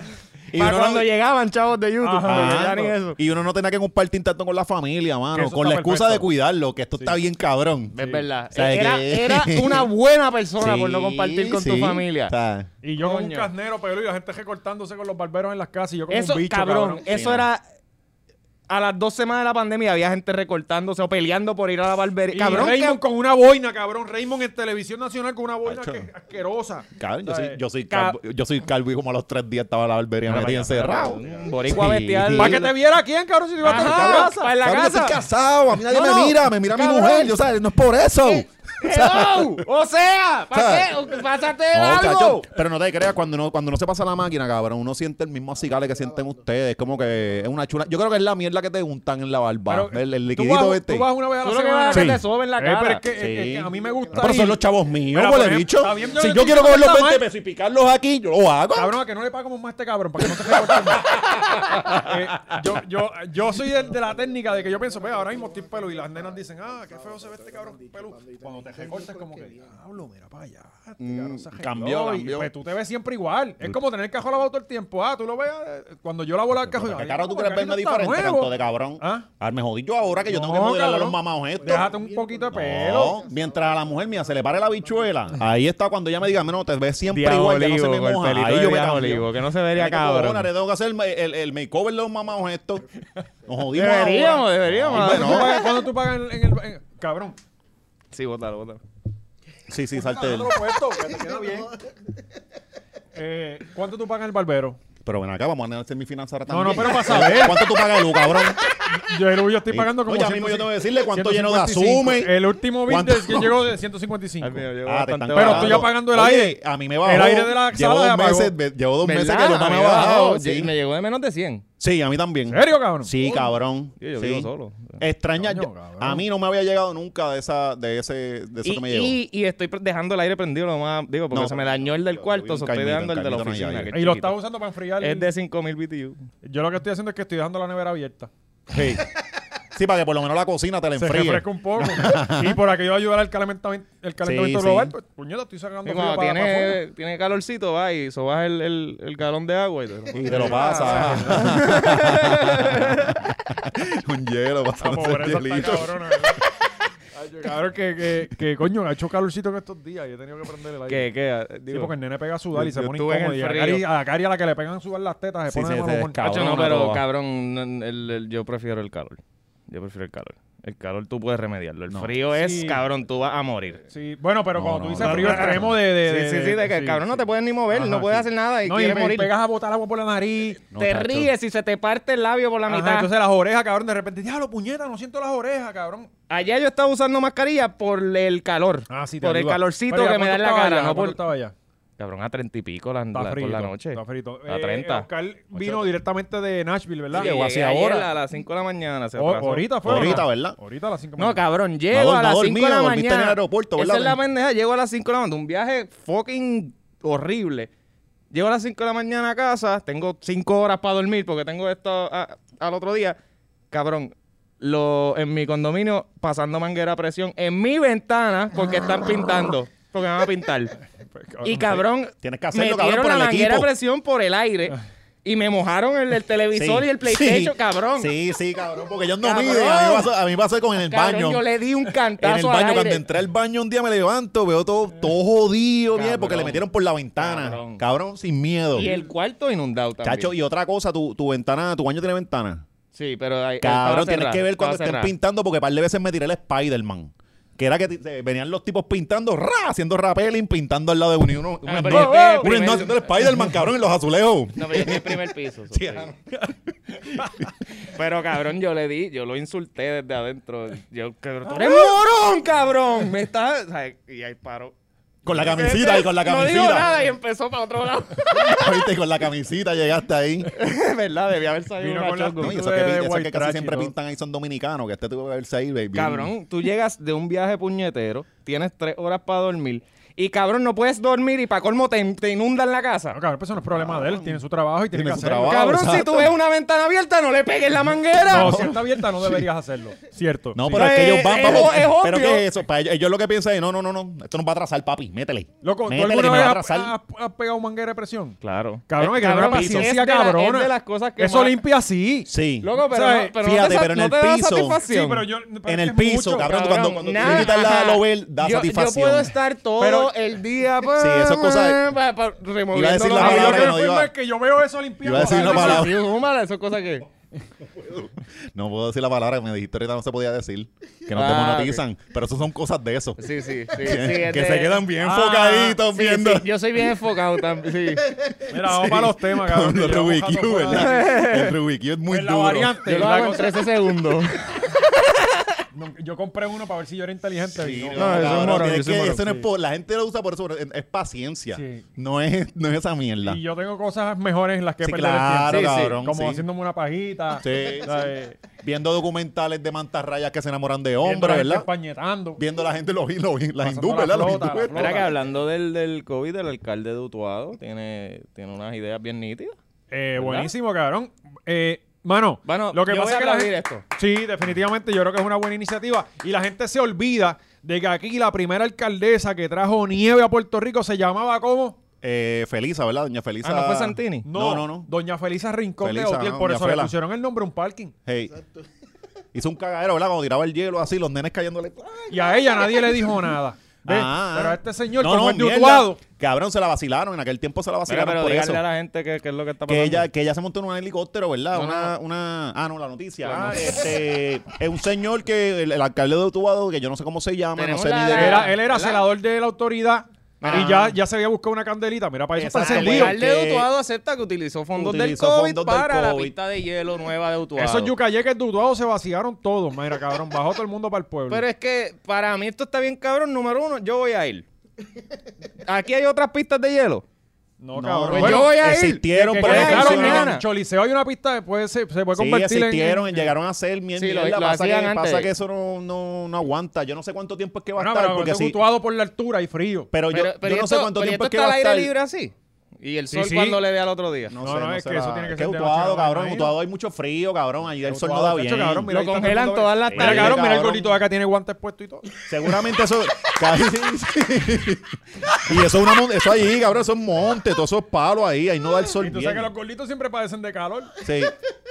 [SPEAKER 3] y,
[SPEAKER 2] Para
[SPEAKER 3] uno
[SPEAKER 2] cuando
[SPEAKER 3] no,
[SPEAKER 2] llegaban, chavos de YouTube.
[SPEAKER 1] Ajá.
[SPEAKER 2] porque ya
[SPEAKER 3] Ajá,
[SPEAKER 2] ni eso.
[SPEAKER 3] y uno no tenía que compartir tanto con la familia,
[SPEAKER 1] Que
[SPEAKER 3] mano,
[SPEAKER 1] eso
[SPEAKER 3] con
[SPEAKER 1] está
[SPEAKER 3] la excusa
[SPEAKER 1] perfecto.
[SPEAKER 3] de cuidarlo, que esto está bien cabrón.
[SPEAKER 2] Es verdad.
[SPEAKER 3] O sea,
[SPEAKER 2] era,
[SPEAKER 3] que-
[SPEAKER 2] era una buena persona por no
[SPEAKER 3] Sí,
[SPEAKER 2] compartir con tu
[SPEAKER 3] sí.
[SPEAKER 2] familia.
[SPEAKER 3] O sea,
[SPEAKER 1] Y yo con un
[SPEAKER 2] Coño.
[SPEAKER 1] casnero, pero y la gente recortándose con los barberos en las casas y yo con
[SPEAKER 2] Eso,
[SPEAKER 1] un bicho,
[SPEAKER 2] cabrón,
[SPEAKER 1] cabrón.
[SPEAKER 2] eso
[SPEAKER 3] Sí,
[SPEAKER 2] era. A las dos semanas de la pandemia había gente recortándose o peleando por ir a la barbería.
[SPEAKER 1] Y
[SPEAKER 2] cabrón,
[SPEAKER 1] Raymond con una boina, cabrón. Raymond en televisión nacional con una boina
[SPEAKER 3] Acho.
[SPEAKER 1] que- asquerosa.
[SPEAKER 3] cabrón, yo
[SPEAKER 1] ¿Sabes?
[SPEAKER 3] soy, yo soy
[SPEAKER 2] Ca-
[SPEAKER 3] calvo, yo soy calvo y como a los tres días estaba en la barbería
[SPEAKER 2] Mira
[SPEAKER 3] metido
[SPEAKER 2] para allá,
[SPEAKER 3] encerrado.
[SPEAKER 2] mira, un boricua bestial.
[SPEAKER 1] Para que te viera quién, cabrón, si te iba a
[SPEAKER 2] Ajá,
[SPEAKER 1] estar en tu casa.
[SPEAKER 2] para la
[SPEAKER 3] Cabrón, yo
[SPEAKER 2] casa.
[SPEAKER 3] estoy casado, a mí nadie
[SPEAKER 2] No,
[SPEAKER 3] me
[SPEAKER 2] no,
[SPEAKER 3] mira, me mira mi
[SPEAKER 2] cabrón. Eh,
[SPEAKER 3] mujer, yo sabes, no es por eso.
[SPEAKER 2] ¡Hello! O sea,
[SPEAKER 3] ¿Sabes?
[SPEAKER 2] ¿para qué? Pásate
[SPEAKER 3] No,
[SPEAKER 2] algo.
[SPEAKER 3] cacho, pero no te creas, cuando no, cuando no se pasa la máquina, cabrón, uno siente el mismo acicale que sienten ustedes. Como que es una chula. Yo creo que es la mierda que te untan en la barba.
[SPEAKER 1] Pero
[SPEAKER 3] el, el
[SPEAKER 1] tú
[SPEAKER 3] liquidito
[SPEAKER 1] vas-
[SPEAKER 3] este.
[SPEAKER 1] Tú vas una vez a
[SPEAKER 2] Tú
[SPEAKER 1] la
[SPEAKER 2] lo que vas a
[SPEAKER 1] semana.
[SPEAKER 2] hacer
[SPEAKER 3] Sí.
[SPEAKER 2] es te sobe en la
[SPEAKER 1] Eh, pero
[SPEAKER 2] cara.
[SPEAKER 1] es que, es que-
[SPEAKER 3] Sí.
[SPEAKER 1] es que a mí me gusta
[SPEAKER 3] No, pero
[SPEAKER 1] ir-
[SPEAKER 3] son los chavos míos,
[SPEAKER 1] Mira, por
[SPEAKER 3] huele
[SPEAKER 1] ejemplo,
[SPEAKER 3] bicho.
[SPEAKER 1] está bien, yo
[SPEAKER 3] Si
[SPEAKER 1] le
[SPEAKER 3] yo
[SPEAKER 1] estoy
[SPEAKER 3] quiero coger los
[SPEAKER 1] dando
[SPEAKER 3] 20
[SPEAKER 1] mal.
[SPEAKER 3] pesos y picarlos aquí, yo lo hago.
[SPEAKER 1] Cabrón, a que no le pagamos más a este cabrón para que no te recorten más. Eh, yo, yo, yo soy del- de, la técnica de que yo pienso, ve, ahora mismo estoy pelo y las nenas dicen, ah, qué feo se ve este cabrón pelo. Cuando te recortas como que, diablo, mira para allá. Este cabrón se arregló".
[SPEAKER 3] Mm, cambió,
[SPEAKER 1] Y,
[SPEAKER 3] cambió.
[SPEAKER 1] pues, tú te ves siempre igual. Es como tener el cajón lavado todo el tiempo. Ah, tú lo ves eh, cuando yo lavo el cajón.
[SPEAKER 3] Pero,
[SPEAKER 1] ay,
[SPEAKER 3] Caro, tú
[SPEAKER 1] como
[SPEAKER 3] quieres
[SPEAKER 1] que aquí
[SPEAKER 3] verme
[SPEAKER 1] no está
[SPEAKER 3] diferente,
[SPEAKER 1] nuevo.
[SPEAKER 3] canto de cabrón.
[SPEAKER 1] ¿Ah?
[SPEAKER 3] A ver, me jodí yo ahora que yo tengo que
[SPEAKER 1] No,
[SPEAKER 3] modelar a los
[SPEAKER 1] cabrón.
[SPEAKER 3] mamados estos.
[SPEAKER 1] Déjate un poquito de pelo.
[SPEAKER 3] No, mientras a la mujer mía se le pare la bichuela, ahí está cuando ella me diga, no, te ves siempre
[SPEAKER 2] Diablo
[SPEAKER 3] igual, ya no se me
[SPEAKER 2] olivo, con el
[SPEAKER 3] moja.
[SPEAKER 2] pelito
[SPEAKER 3] Ahí
[SPEAKER 2] de
[SPEAKER 3] yo me
[SPEAKER 2] diablo
[SPEAKER 3] cambio.
[SPEAKER 2] olivo, que no se vería
[SPEAKER 3] Tiene que cojones,
[SPEAKER 2] cabrón.
[SPEAKER 3] Le tengo que hacer el, el, el makeover de los mamados estos. Nos jodimos
[SPEAKER 2] Deberíamos,
[SPEAKER 3] ahora.
[SPEAKER 2] deberíamos.
[SPEAKER 3] No, hombre,
[SPEAKER 1] ¿Cuándo tú
[SPEAKER 3] no.
[SPEAKER 1] pagas- ¿Cuándo tú pagas en, en el en- cabrón?
[SPEAKER 2] Sí, bótalo, bótalo.
[SPEAKER 3] Sí, sí, salte del...
[SPEAKER 1] Otro puesto, que te queda bien. Eh, ¿Cuánto tú pagas en el barbero?
[SPEAKER 3] Pero ven acá, vamos a hacer mi finanza ahora
[SPEAKER 1] No,
[SPEAKER 3] también.
[SPEAKER 1] no, pero para saber.
[SPEAKER 3] ¿Cuánto tú pagas, Lu, cabrón?
[SPEAKER 1] Yo, el- yo estoy pagando
[SPEAKER 3] No,
[SPEAKER 1] como.
[SPEAKER 3] ya mismo yo
[SPEAKER 1] 150
[SPEAKER 3] te voy a decirle cuánto lleno de
[SPEAKER 1] 155.
[SPEAKER 3] asume.
[SPEAKER 1] El último bill
[SPEAKER 3] ¿Cuánto?
[SPEAKER 1] de- que llegó de 155.
[SPEAKER 3] Ah, te
[SPEAKER 1] Pero
[SPEAKER 3] están
[SPEAKER 1] tú
[SPEAKER 3] pagando.
[SPEAKER 1] ya pagando el
[SPEAKER 3] Oye,
[SPEAKER 1] aire.
[SPEAKER 3] A mí me bajó.
[SPEAKER 1] El aire de la sala
[SPEAKER 3] llevo dos
[SPEAKER 1] se
[SPEAKER 3] meses,
[SPEAKER 1] apagó.
[SPEAKER 3] me- Llevo dos meses
[SPEAKER 2] ¿Verdad?
[SPEAKER 3] que no me
[SPEAKER 2] A mí
[SPEAKER 3] ha
[SPEAKER 2] me
[SPEAKER 3] bajado.
[SPEAKER 2] bajó,
[SPEAKER 3] Sí.
[SPEAKER 2] y me llegó de menos de 100.
[SPEAKER 3] Sí, a mí también.
[SPEAKER 1] ¿En serio, cabrón?
[SPEAKER 3] Sí, cabrón.
[SPEAKER 2] Yo- yo
[SPEAKER 3] sí.
[SPEAKER 2] vivo solo.
[SPEAKER 3] Extraña.
[SPEAKER 1] Coño,
[SPEAKER 3] yo-
[SPEAKER 1] cabrón.
[SPEAKER 3] a mí no me había llegado nunca de esa, de ese, de eso
[SPEAKER 2] Y,
[SPEAKER 3] que me llegó.
[SPEAKER 2] y- y estoy pre- dejando el aire prendido lo más, digo, porque
[SPEAKER 3] No,
[SPEAKER 2] se me dañó el del
[SPEAKER 3] yo- yo vi
[SPEAKER 2] cuarto,
[SPEAKER 3] un
[SPEAKER 2] so estoy
[SPEAKER 3] caimito,
[SPEAKER 2] dejando
[SPEAKER 3] un
[SPEAKER 2] el de la
[SPEAKER 3] caimito no hay
[SPEAKER 2] oficina.
[SPEAKER 3] aire.
[SPEAKER 2] que
[SPEAKER 1] Y lo
[SPEAKER 2] chiquito.
[SPEAKER 1] estaba usando para enfriar.
[SPEAKER 2] Es de 5000 BTU.
[SPEAKER 1] Yo lo que estoy haciendo es que estoy dejando la nevera abierta.
[SPEAKER 3] Sí. Sí, para que por lo menos la cocina te la
[SPEAKER 1] Se
[SPEAKER 3] enfríe.
[SPEAKER 1] refresca un poco. y por aquello de ayudar al calentamiento, el calentamiento
[SPEAKER 3] Sí,
[SPEAKER 1] global,
[SPEAKER 3] sí.
[SPEAKER 1] pues, puñeta, estoy sacando
[SPEAKER 2] Y
[SPEAKER 1] frío
[SPEAKER 2] cuando
[SPEAKER 1] para, para afuera.
[SPEAKER 2] tiene, tiene calorcito, va y sobas el, el, el galón de agua y te lo-
[SPEAKER 3] Y te lo pasa. un hielo,
[SPEAKER 1] Ah,
[SPEAKER 3] pasando
[SPEAKER 1] pobreza
[SPEAKER 3] el
[SPEAKER 1] está
[SPEAKER 3] hielito.
[SPEAKER 1] cabrona, ¿verdad? Ay, yo, Cabrón, que, que, que coño, ha hecho calorcito que estos días. Yo he tenido que prender el aire.
[SPEAKER 2] que queda.
[SPEAKER 1] Sí,
[SPEAKER 2] Ah, Digo,
[SPEAKER 1] porque el nene pega a sudar y
[SPEAKER 2] yo-
[SPEAKER 1] se
[SPEAKER 2] yo
[SPEAKER 1] pone
[SPEAKER 2] estuve en
[SPEAKER 1] incómodo.
[SPEAKER 2] el
[SPEAKER 1] Y a
[SPEAKER 2] frío.
[SPEAKER 1] Cari, a Cari a la que le pegan sudar las tetas se
[SPEAKER 3] Sí,
[SPEAKER 1] pone
[SPEAKER 3] se-
[SPEAKER 1] de mal
[SPEAKER 3] se
[SPEAKER 1] humor.
[SPEAKER 3] descabra.
[SPEAKER 2] Hacho,
[SPEAKER 3] cabrón,
[SPEAKER 2] no, pero
[SPEAKER 3] no.
[SPEAKER 2] cabrón, no, el, el- yo prefiero el calor. Yo prefiero el calor. El calor tú puedes remediarlo. El
[SPEAKER 3] No.
[SPEAKER 2] frío es,
[SPEAKER 1] Sí.
[SPEAKER 2] cabrón, tú vas a morir.
[SPEAKER 1] Sí, bueno, pero
[SPEAKER 3] No,
[SPEAKER 1] cuando
[SPEAKER 3] no,
[SPEAKER 1] tú dices
[SPEAKER 3] no,
[SPEAKER 1] frío
[SPEAKER 3] no,
[SPEAKER 1] extremo
[SPEAKER 3] no.
[SPEAKER 1] de, de,
[SPEAKER 2] Sí,
[SPEAKER 1] de-
[SPEAKER 2] sí, sí, de que
[SPEAKER 1] sí,
[SPEAKER 2] cabrón no
[SPEAKER 1] sí.
[SPEAKER 2] te puedes ni mover,
[SPEAKER 1] Ajá,
[SPEAKER 2] no puedes
[SPEAKER 1] sí.
[SPEAKER 2] hacer nada y
[SPEAKER 1] No, y
[SPEAKER 2] quieres
[SPEAKER 1] me
[SPEAKER 2] morir.
[SPEAKER 1] pegas a botar agua por la nariz.
[SPEAKER 3] No,
[SPEAKER 2] te
[SPEAKER 3] chacho.
[SPEAKER 2] ríes y se te parte el labio por la
[SPEAKER 1] Ajá,
[SPEAKER 2] mitad.
[SPEAKER 1] entonces las orejas, cabrón, de repente, diablo, puñeta, no siento las orejas, cabrón.
[SPEAKER 2] Allá yo estaba usando mascarilla por el calor.
[SPEAKER 1] Ah,
[SPEAKER 2] por el calorcito que me da en la cara. no por-
[SPEAKER 1] estaba allá?
[SPEAKER 2] Cabrón, a treinta y pico la,
[SPEAKER 1] Está
[SPEAKER 2] la-
[SPEAKER 1] frito.
[SPEAKER 2] por la noche.
[SPEAKER 1] Está frito.
[SPEAKER 2] A
[SPEAKER 1] Eh,
[SPEAKER 2] 30.
[SPEAKER 1] Oscar vino directamente de Nashville, ¿verdad?
[SPEAKER 2] Llegué
[SPEAKER 3] Llegó así
[SPEAKER 2] ayer
[SPEAKER 3] ahora.
[SPEAKER 2] A las 5 de la mañana. se
[SPEAKER 1] O-
[SPEAKER 2] atrasó.
[SPEAKER 1] ahorita fue.
[SPEAKER 3] Ahorita,
[SPEAKER 1] ¿no?
[SPEAKER 3] ¿verdad?
[SPEAKER 1] Ahorita a las 5
[SPEAKER 2] No, cabrón, llego
[SPEAKER 3] No,
[SPEAKER 2] a las
[SPEAKER 3] no
[SPEAKER 2] 5 de la
[SPEAKER 3] dormí, dormiste
[SPEAKER 2] mañana.
[SPEAKER 3] en el aeropuerto, ¿verdad?
[SPEAKER 2] Esa es la pendeja. Llego a las 5 de la mañana. Un viaje fucking horrible. Llego a las 5 de la mañana a casa. Tengo 5 horas para dormir porque tengo esto a- al otro día. Cabrón, lo, en mi condominio pasando manguera a presión en mi ventana porque están pintando. Porque me van a pintar. Y cabrón,
[SPEAKER 3] Pues, Tienes que hacerlo,
[SPEAKER 2] metieron
[SPEAKER 3] cabrón, por
[SPEAKER 2] la
[SPEAKER 3] el
[SPEAKER 2] manguera a
[SPEAKER 3] equipo.
[SPEAKER 2] presión por el aire. Y me mojaron el, el televisor y el PlayStation,
[SPEAKER 3] sí.
[SPEAKER 2] cabrón.
[SPEAKER 3] Sí, sí, cabrón, porque ellos no
[SPEAKER 2] Cabrón.
[SPEAKER 3] miden. A mí me pasó- a mí me pasó con en el
[SPEAKER 2] Cabrón,
[SPEAKER 3] baño.
[SPEAKER 2] yo le di un
[SPEAKER 3] En
[SPEAKER 2] cantazo
[SPEAKER 3] el baño,
[SPEAKER 2] al
[SPEAKER 3] cuando
[SPEAKER 2] aire.
[SPEAKER 3] entré al baño un día me levanto, veo todo, todo jodido, bien, porque
[SPEAKER 2] Cabrón.
[SPEAKER 3] le metieron por la ventana.
[SPEAKER 2] Cabrón.
[SPEAKER 3] Cabrón, sin miedo.
[SPEAKER 2] Y el cuarto inundado también.
[SPEAKER 3] Chacho, y otra cosa, tu, tu ventana, tu baño tiene ventana.
[SPEAKER 2] Sí, pero... ahí-
[SPEAKER 3] Cabrón,
[SPEAKER 2] estaba
[SPEAKER 3] tienes
[SPEAKER 2] cerrada,
[SPEAKER 3] que ver cuando
[SPEAKER 2] estaba
[SPEAKER 3] estén
[SPEAKER 2] cerrada.
[SPEAKER 3] pintando, porque par de veces me tiré el Spider-Man. Que era que ti- se- venían los tipos pintando, ra, haciendo rappelling, pintando al lado de uno. y uno-
[SPEAKER 2] Ah,
[SPEAKER 3] uno-
[SPEAKER 2] pero
[SPEAKER 3] uno-
[SPEAKER 2] es que el
[SPEAKER 3] uno-
[SPEAKER 2] primer-
[SPEAKER 3] no, haciendo el Spider-Man, cabrón, en los azulejos.
[SPEAKER 2] No, pero yo estoy en el primer piso.
[SPEAKER 3] Sí,
[SPEAKER 2] supongo.
[SPEAKER 3] ah, no.
[SPEAKER 2] Pero cabrón, yo le di, yo lo insulté desde adentro. Yo, cabrón, tú
[SPEAKER 3] Ah,
[SPEAKER 2] eres morón, cabrón. Me estás... o sea, Y ahí paró. Eh,
[SPEAKER 3] Con la camisita y con la
[SPEAKER 2] No dijo nada
[SPEAKER 3] camisita.
[SPEAKER 2] y empezó para otro lado.
[SPEAKER 3] Oíste, con la camisita llegaste ahí.
[SPEAKER 2] Es verdad, debía haber salido
[SPEAKER 1] Vino
[SPEAKER 2] una
[SPEAKER 1] con la
[SPEAKER 2] chongo.
[SPEAKER 3] No, y
[SPEAKER 1] Tú
[SPEAKER 3] esos que,
[SPEAKER 1] eres
[SPEAKER 3] pin- esos
[SPEAKER 1] white
[SPEAKER 3] que
[SPEAKER 1] trash
[SPEAKER 3] casi
[SPEAKER 1] y
[SPEAKER 3] siempre
[SPEAKER 1] todo.
[SPEAKER 3] pintan ahí son dominicanos, que este tuvo que verse ahí, baby.
[SPEAKER 2] Cabrón, tú llegas de un viaje puñetero, tienes tres horas para dormir y cabrón, no puedes dormir y para colmo te, te inundan la
[SPEAKER 1] No,
[SPEAKER 2] casa.
[SPEAKER 1] cabrón, pues eso no es problema de él. Tiene su trabajo y tiene,
[SPEAKER 3] Tiene
[SPEAKER 1] que
[SPEAKER 3] su
[SPEAKER 1] hacerlo.
[SPEAKER 3] trabajo.
[SPEAKER 2] cabrón, si
[SPEAKER 3] Ah, exacto.
[SPEAKER 2] tú ves una ventana abierta, no le pegues la manguera.
[SPEAKER 1] No, si está abierta, no deberías hacerlo. Cierto.
[SPEAKER 3] No,
[SPEAKER 1] Sí.
[SPEAKER 3] pero
[SPEAKER 2] No,
[SPEAKER 3] es que
[SPEAKER 2] es-
[SPEAKER 3] ellos van,
[SPEAKER 2] es
[SPEAKER 3] vamos.
[SPEAKER 2] o- es obvio.
[SPEAKER 3] pero ¿qué es eso? Para ellos, ellos lo que piensan es, no, no, no, no, esto nos va a atrasar, papi, métele.
[SPEAKER 1] Loco, ¿tú
[SPEAKER 3] métele que
[SPEAKER 1] alguna
[SPEAKER 3] me
[SPEAKER 1] vez
[SPEAKER 3] va a
[SPEAKER 1] has
[SPEAKER 3] atrasar.
[SPEAKER 1] has pegado manguera de presión?
[SPEAKER 2] Claro.
[SPEAKER 1] Eh, Cabrón, hay que tener
[SPEAKER 2] Cabrón,
[SPEAKER 1] una paciencia
[SPEAKER 2] es de la- es
[SPEAKER 1] cabrona.
[SPEAKER 2] de las cosas que
[SPEAKER 1] Eso
[SPEAKER 2] más-
[SPEAKER 1] limpia así.
[SPEAKER 3] Sí.
[SPEAKER 2] Loco, pero,
[SPEAKER 1] ¿Sabes?
[SPEAKER 2] no, pero
[SPEAKER 3] Fíjate,
[SPEAKER 2] no te,
[SPEAKER 3] pero en
[SPEAKER 2] no
[SPEAKER 3] el
[SPEAKER 2] te da
[SPEAKER 3] piso-
[SPEAKER 2] satisfacción.
[SPEAKER 1] Sí, pero yo... pero
[SPEAKER 3] en
[SPEAKER 1] es
[SPEAKER 3] el
[SPEAKER 1] que es
[SPEAKER 3] piso,
[SPEAKER 1] mucho.
[SPEAKER 3] cabrón, tú cuando, cuando tú le
[SPEAKER 2] nada,
[SPEAKER 3] quitas la
[SPEAKER 2] ajá.
[SPEAKER 3] Lobel, da
[SPEAKER 2] yo,
[SPEAKER 3] satisfacción.
[SPEAKER 2] Yo puedo estar todo
[SPEAKER 1] Pero-
[SPEAKER 2] el día. pues,
[SPEAKER 3] Sí, eso es cosa-
[SPEAKER 2] pa- pa-
[SPEAKER 3] Iba a decir
[SPEAKER 2] Removiendo
[SPEAKER 3] la
[SPEAKER 1] A mí lo
[SPEAKER 3] palabra
[SPEAKER 1] que
[SPEAKER 3] no
[SPEAKER 1] me
[SPEAKER 3] iba.
[SPEAKER 1] es que yo veo eso limpiando.
[SPEAKER 3] Iba a decir
[SPEAKER 1] la
[SPEAKER 3] una
[SPEAKER 1] casa.
[SPEAKER 3] palabra.
[SPEAKER 2] Sí, súmala, eso es cosa que.
[SPEAKER 3] No puedo decir la palabra que me dijiste ahorita, no se podía decir. Que no te
[SPEAKER 2] Ah,
[SPEAKER 3] monetizan. Pero eso son cosas de eso.
[SPEAKER 2] Sí, sí, sí. sí,
[SPEAKER 3] que
[SPEAKER 2] es
[SPEAKER 3] que
[SPEAKER 2] de-
[SPEAKER 3] se quedan bien
[SPEAKER 1] Ah,
[SPEAKER 3] focaditos
[SPEAKER 2] Sí,
[SPEAKER 3] viendo.
[SPEAKER 2] sí, yo soy bien enfocado también. Sí.
[SPEAKER 1] Mira, vamos para los temas, cabrón.
[SPEAKER 3] Con
[SPEAKER 1] que
[SPEAKER 3] los
[SPEAKER 1] llevamos
[SPEAKER 3] Rubik
[SPEAKER 1] rato
[SPEAKER 3] Cube,
[SPEAKER 1] fuera de-
[SPEAKER 3] ¿verdad? El Rubik Cube es muy
[SPEAKER 1] En la
[SPEAKER 3] duro.
[SPEAKER 1] variante.
[SPEAKER 2] Yo lo
[SPEAKER 1] la
[SPEAKER 2] hago en
[SPEAKER 1] cosa-
[SPEAKER 2] 13 segundos.
[SPEAKER 1] No, yo compré uno para ver si yo era inteligente.
[SPEAKER 3] Sí,
[SPEAKER 1] y no.
[SPEAKER 2] no, eso es
[SPEAKER 3] cabrón,
[SPEAKER 2] morón,
[SPEAKER 3] tienes
[SPEAKER 2] eso es
[SPEAKER 3] que-
[SPEAKER 2] morón,
[SPEAKER 3] eso no es
[SPEAKER 1] sí.
[SPEAKER 3] por- la gente lo usa por eso, es, es paciencia.
[SPEAKER 1] Sí.
[SPEAKER 3] No, es, no es esa mierda.
[SPEAKER 1] Y yo tengo cosas mejores en las que
[SPEAKER 3] Sí,
[SPEAKER 1] perder
[SPEAKER 3] claro,
[SPEAKER 1] el tiempo.
[SPEAKER 3] cabrón,
[SPEAKER 1] Como
[SPEAKER 3] sí.
[SPEAKER 1] haciéndome una pajita.
[SPEAKER 3] Sí,
[SPEAKER 1] ¿sabes?
[SPEAKER 3] Viendo documentales de mantarrayas que se enamoran de
[SPEAKER 1] Viendo a la
[SPEAKER 3] hombres,
[SPEAKER 1] gente
[SPEAKER 3] ¿verdad?
[SPEAKER 1] Españetando.
[SPEAKER 3] Viendo la gente, los, los, las
[SPEAKER 1] Pasando
[SPEAKER 3] hindúes,
[SPEAKER 1] la
[SPEAKER 3] ¿verdad? Los
[SPEAKER 1] flota, la
[SPEAKER 3] hindúes.
[SPEAKER 1] flota. Mira que
[SPEAKER 2] hablando del, del COVID, el alcalde de Utuado tiene, tiene unas ideas bien nítidas.
[SPEAKER 1] Eh, buenísimo, cabrón. Eh, mano,
[SPEAKER 2] Bueno,
[SPEAKER 1] lo que
[SPEAKER 2] yo
[SPEAKER 1] pasa es
[SPEAKER 2] voy a
[SPEAKER 1] que la
[SPEAKER 2] aplaudir
[SPEAKER 1] gente,
[SPEAKER 2] esto.
[SPEAKER 1] Sí, definitivamente yo creo que es una buena iniciativa y la gente se olvida de que aquí la primera alcaldesa que trajo nieve a Puerto Rico se llamaba como
[SPEAKER 3] Eh, Felisa, ¿verdad? Doña Felisa.
[SPEAKER 2] Ah, ¿no fue Santini?
[SPEAKER 1] no,
[SPEAKER 3] No, no, no.
[SPEAKER 1] Doña Felisa Rincón
[SPEAKER 3] Felisa,
[SPEAKER 1] de Otiel,
[SPEAKER 3] no,
[SPEAKER 1] por
[SPEAKER 3] Doña
[SPEAKER 1] eso le
[SPEAKER 3] Fela.
[SPEAKER 1] pusieron el nombre a un parking.
[SPEAKER 3] Hey. Hizo un cagadero, ¿verdad? Cuando tiraba el hielo así, los nenes cayéndole.
[SPEAKER 1] Y a ella nadie le dijo nada. ¿Ves?
[SPEAKER 3] Ah.
[SPEAKER 1] Pero a este señor,
[SPEAKER 3] No,
[SPEAKER 1] como
[SPEAKER 3] no,
[SPEAKER 1] es de
[SPEAKER 3] mierda.
[SPEAKER 1] Utuado,
[SPEAKER 3] Cabrón, se la vacilaron. En aquel tiempo se la vacilaron
[SPEAKER 2] pero
[SPEAKER 3] por
[SPEAKER 2] díganle
[SPEAKER 3] eso.
[SPEAKER 2] a la gente qué qué es lo que está pasando.
[SPEAKER 3] Que ella, que ella se montó en un helicóptero, ¿verdad?
[SPEAKER 2] No,
[SPEAKER 3] una,
[SPEAKER 2] no,
[SPEAKER 3] una. Ah, no, la noticia.
[SPEAKER 2] La
[SPEAKER 3] Ah,
[SPEAKER 2] noticia.
[SPEAKER 3] este, es un señor que el, el alcalde de Utuado, que yo no sé cómo se llama, no
[SPEAKER 2] Tenemos
[SPEAKER 3] sé
[SPEAKER 2] la-
[SPEAKER 3] ni de qué.
[SPEAKER 1] era, él era
[SPEAKER 2] ¿Verdad?
[SPEAKER 1] celador de la autoridad
[SPEAKER 2] Ah.
[SPEAKER 1] y ya, ya se había buscado una candelita. Mira, para eso está
[SPEAKER 3] Exacto.
[SPEAKER 2] El
[SPEAKER 1] encendido.
[SPEAKER 2] alcalde de
[SPEAKER 3] que-
[SPEAKER 2] Utuado acepta que utilizó fondos
[SPEAKER 3] Utilizó
[SPEAKER 2] del COVID
[SPEAKER 3] fondos del
[SPEAKER 2] para la
[SPEAKER 3] COVID.
[SPEAKER 2] pista de hielo nueva de Utuado.
[SPEAKER 1] Esos yucayeques de Utuado se vaciaron todos. Mira, cabrón, bajó todo el mundo para el pueblo.
[SPEAKER 2] Pero es que para mí esto está bien cabrón. Número uno, yo voy a ir. Aquí hay otras pistas de hielo.
[SPEAKER 1] No,
[SPEAKER 3] No,
[SPEAKER 1] cabrón.
[SPEAKER 3] pues
[SPEAKER 2] yo voy a ir.
[SPEAKER 3] existieron,
[SPEAKER 1] que
[SPEAKER 2] pero
[SPEAKER 1] quede
[SPEAKER 2] no
[SPEAKER 1] claro,
[SPEAKER 2] funcionó.
[SPEAKER 1] en
[SPEAKER 2] mañana.
[SPEAKER 1] el Choliseo hay una pista que puede ser- se puede
[SPEAKER 3] Sí,
[SPEAKER 1] convertir en-
[SPEAKER 3] existieron,
[SPEAKER 1] en...
[SPEAKER 3] llegaron a ser bien.
[SPEAKER 2] Sí, lo-
[SPEAKER 3] mierda.
[SPEAKER 2] lo
[SPEAKER 3] pasa, que,
[SPEAKER 2] hacían
[SPEAKER 3] pasa
[SPEAKER 2] antes.
[SPEAKER 3] que eso no, no, no aguanta. Yo no sé cuánto tiempo es que va
[SPEAKER 1] Bueno,
[SPEAKER 3] a estar.
[SPEAKER 1] pero
[SPEAKER 3] porque
[SPEAKER 1] porque
[SPEAKER 3] si,
[SPEAKER 1] por la altura y frío.
[SPEAKER 3] pero, yo, yo no sé cuánto
[SPEAKER 2] pero
[SPEAKER 3] tiempo es
[SPEAKER 2] esto
[SPEAKER 3] que
[SPEAKER 2] está
[SPEAKER 3] va a
[SPEAKER 2] al aire
[SPEAKER 3] estar.
[SPEAKER 2] libre así. Y el
[SPEAKER 1] Sí,
[SPEAKER 2] sol
[SPEAKER 1] sí.
[SPEAKER 2] cuando le dé al otro día.
[SPEAKER 1] No, no, es que eso tiene que ser de noche,
[SPEAKER 3] Utuado,
[SPEAKER 1] no,
[SPEAKER 3] cabrón.
[SPEAKER 1] me
[SPEAKER 3] en
[SPEAKER 1] imagino.
[SPEAKER 3] Utuado hay mucho frío, cabrón. Ahí el sol no
[SPEAKER 1] Utuado,
[SPEAKER 3] da
[SPEAKER 1] de
[SPEAKER 3] bien.
[SPEAKER 1] hecho, cabrón, mira,
[SPEAKER 2] Lo
[SPEAKER 1] ahí está todo el
[SPEAKER 2] congelan
[SPEAKER 1] mundo-
[SPEAKER 2] todas las
[SPEAKER 1] Mira,
[SPEAKER 3] tardes,
[SPEAKER 1] cabrón, mira el
[SPEAKER 3] cabrón.
[SPEAKER 1] gordito de acá tiene guantes puestos y todo.
[SPEAKER 3] Seguramente eso. Casi- y eso, es una, mon- eso ahí, cabrón, esos montes, todos esos palos ahí. Ahí no da el sol
[SPEAKER 1] Y tú
[SPEAKER 3] bien.
[SPEAKER 1] sabes que los gorditos siempre padecen de calor.
[SPEAKER 3] Sí.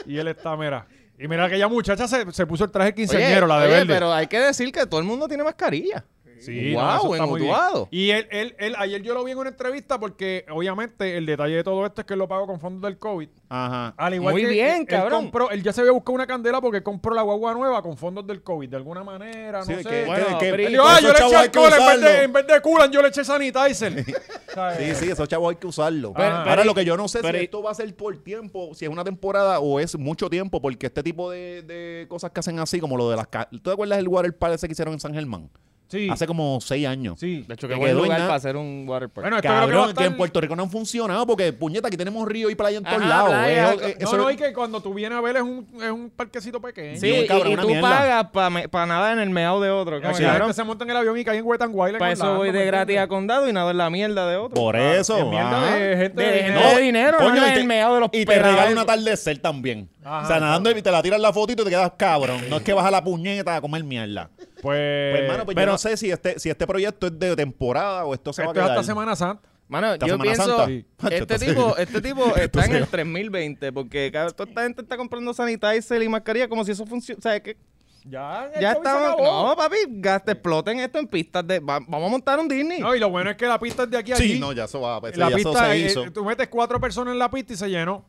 [SPEAKER 1] Y él está, mira. Y mira aquella muchacha se, se puso el traje
[SPEAKER 2] Oye,
[SPEAKER 1] quinceañero, la de
[SPEAKER 2] oye,
[SPEAKER 1] verde.
[SPEAKER 2] pero hay que decir que todo el mundo tiene mascarilla.
[SPEAKER 1] Sí, eso
[SPEAKER 2] Wow,
[SPEAKER 1] está
[SPEAKER 2] en
[SPEAKER 1] muy bien.
[SPEAKER 2] Utuado.
[SPEAKER 1] Y él, él, él, ayer yo lo vi en una entrevista porque obviamente el detalle de todo esto es que él lo pagó con fondos del COVID.
[SPEAKER 3] Ajá.
[SPEAKER 1] Al igual
[SPEAKER 2] Muy
[SPEAKER 1] que
[SPEAKER 2] bien,
[SPEAKER 1] él- él
[SPEAKER 2] cabrón.
[SPEAKER 1] compró- él ya se había buscado una candela porque compró la guagua nueva con fondos del COVID, de alguna manera,
[SPEAKER 3] Sí,
[SPEAKER 1] no
[SPEAKER 3] que-
[SPEAKER 1] sé.
[SPEAKER 3] que-
[SPEAKER 2] Bueno,
[SPEAKER 3] que-
[SPEAKER 2] pero-
[SPEAKER 1] Él
[SPEAKER 3] que
[SPEAKER 1] dijo,
[SPEAKER 3] esos
[SPEAKER 1] ah, yo le
[SPEAKER 3] chavos
[SPEAKER 1] eché
[SPEAKER 3] hay que
[SPEAKER 1] alcohol en vez, de,
[SPEAKER 3] usarlos.
[SPEAKER 1] en vez de culan, yo le eché sanitizer. ¿Sabes?
[SPEAKER 3] Sí, sí, esos chavos hay que usarlo.
[SPEAKER 1] Eh, Pero-
[SPEAKER 3] Ahora
[SPEAKER 2] pero-
[SPEAKER 3] lo que yo no sé
[SPEAKER 2] pero-
[SPEAKER 3] si esto va a ser por tiempo, si es una temporada o es mucho tiempo, porque este tipo de, de cosas que hacen así, como lo de las... ca- ¿Tú te acuerdas del water park ese que hicieron en San Germán?
[SPEAKER 1] Sí.
[SPEAKER 3] Hace como seis años.
[SPEAKER 1] Sí.
[SPEAKER 2] De hecho, que
[SPEAKER 3] Que
[SPEAKER 2] buen
[SPEAKER 3] quedó en
[SPEAKER 2] lugar
[SPEAKER 3] nada.
[SPEAKER 2] para hacer un water park.
[SPEAKER 1] Bueno, esto creo que va a
[SPEAKER 3] Cabrón,
[SPEAKER 1] estar-
[SPEAKER 3] que en Puerto Rico no han funcionado porque, puñeta, aquí tenemos río y playa en todos
[SPEAKER 2] Ajá,
[SPEAKER 3] lados.
[SPEAKER 2] playa.
[SPEAKER 3] eh, eh,
[SPEAKER 1] No,
[SPEAKER 3] eso-
[SPEAKER 1] no, y que cuando tú vienes a ver es un, es un parquecito pequeño.
[SPEAKER 2] sí,
[SPEAKER 3] y un
[SPEAKER 2] y,
[SPEAKER 3] cabrón,
[SPEAKER 2] y
[SPEAKER 3] una
[SPEAKER 2] tú
[SPEAKER 3] mierda.
[SPEAKER 2] pagas para nadar en el meado de otro.
[SPEAKER 1] Como
[SPEAKER 2] cabrón.
[SPEAKER 1] que la gente se monta en el avión y cae en Wet n Wild.
[SPEAKER 2] Para eso voy de gratis a condado y nado en la mierda de otro.
[SPEAKER 3] Por eso.
[SPEAKER 1] En Ah, mierda
[SPEAKER 3] ajá.
[SPEAKER 1] de gente.
[SPEAKER 2] De-
[SPEAKER 1] de-
[SPEAKER 2] no, de dinero, no en el meado de los
[SPEAKER 3] y te
[SPEAKER 2] pelados.
[SPEAKER 3] regalan un atardecer también.
[SPEAKER 1] Ajá,
[SPEAKER 3] o sea, nadando y te la tiran la fotito y te quedas cabrón. No es que vas a la puñeta a comer mierda.
[SPEAKER 1] Pues,
[SPEAKER 3] Pues, hermano, pues
[SPEAKER 2] pero-
[SPEAKER 3] yo no sé si este, si este proyecto es de temporada o esto se va
[SPEAKER 1] esto
[SPEAKER 3] a
[SPEAKER 1] es
[SPEAKER 3] quedar.
[SPEAKER 1] hasta Semana Santa.
[SPEAKER 2] Mano,
[SPEAKER 3] Esta
[SPEAKER 2] yo
[SPEAKER 3] Semana
[SPEAKER 2] pienso,
[SPEAKER 3] Santa. Sí.
[SPEAKER 2] este,
[SPEAKER 3] Entonces-
[SPEAKER 2] tipo, este tipo está en el
[SPEAKER 3] Entonces-
[SPEAKER 2] 3020 porque cabrón, toda esta gente está comprando sanitizer y mascarilla como si eso funciona. O sea, es que
[SPEAKER 1] Ya,
[SPEAKER 2] ya estamos... No, papi, gasta, exploten esto en pistas de... va- vamos a montar un Disney.
[SPEAKER 1] No, y lo bueno es que la pista es de aquí a allí.
[SPEAKER 3] Sí, no, ya eso va. pues,
[SPEAKER 1] la
[SPEAKER 3] ya eso
[SPEAKER 1] pista,
[SPEAKER 3] se
[SPEAKER 1] eh,
[SPEAKER 3] hizo.
[SPEAKER 1] eh, tú metes cuatro personas en la pista y se llenó.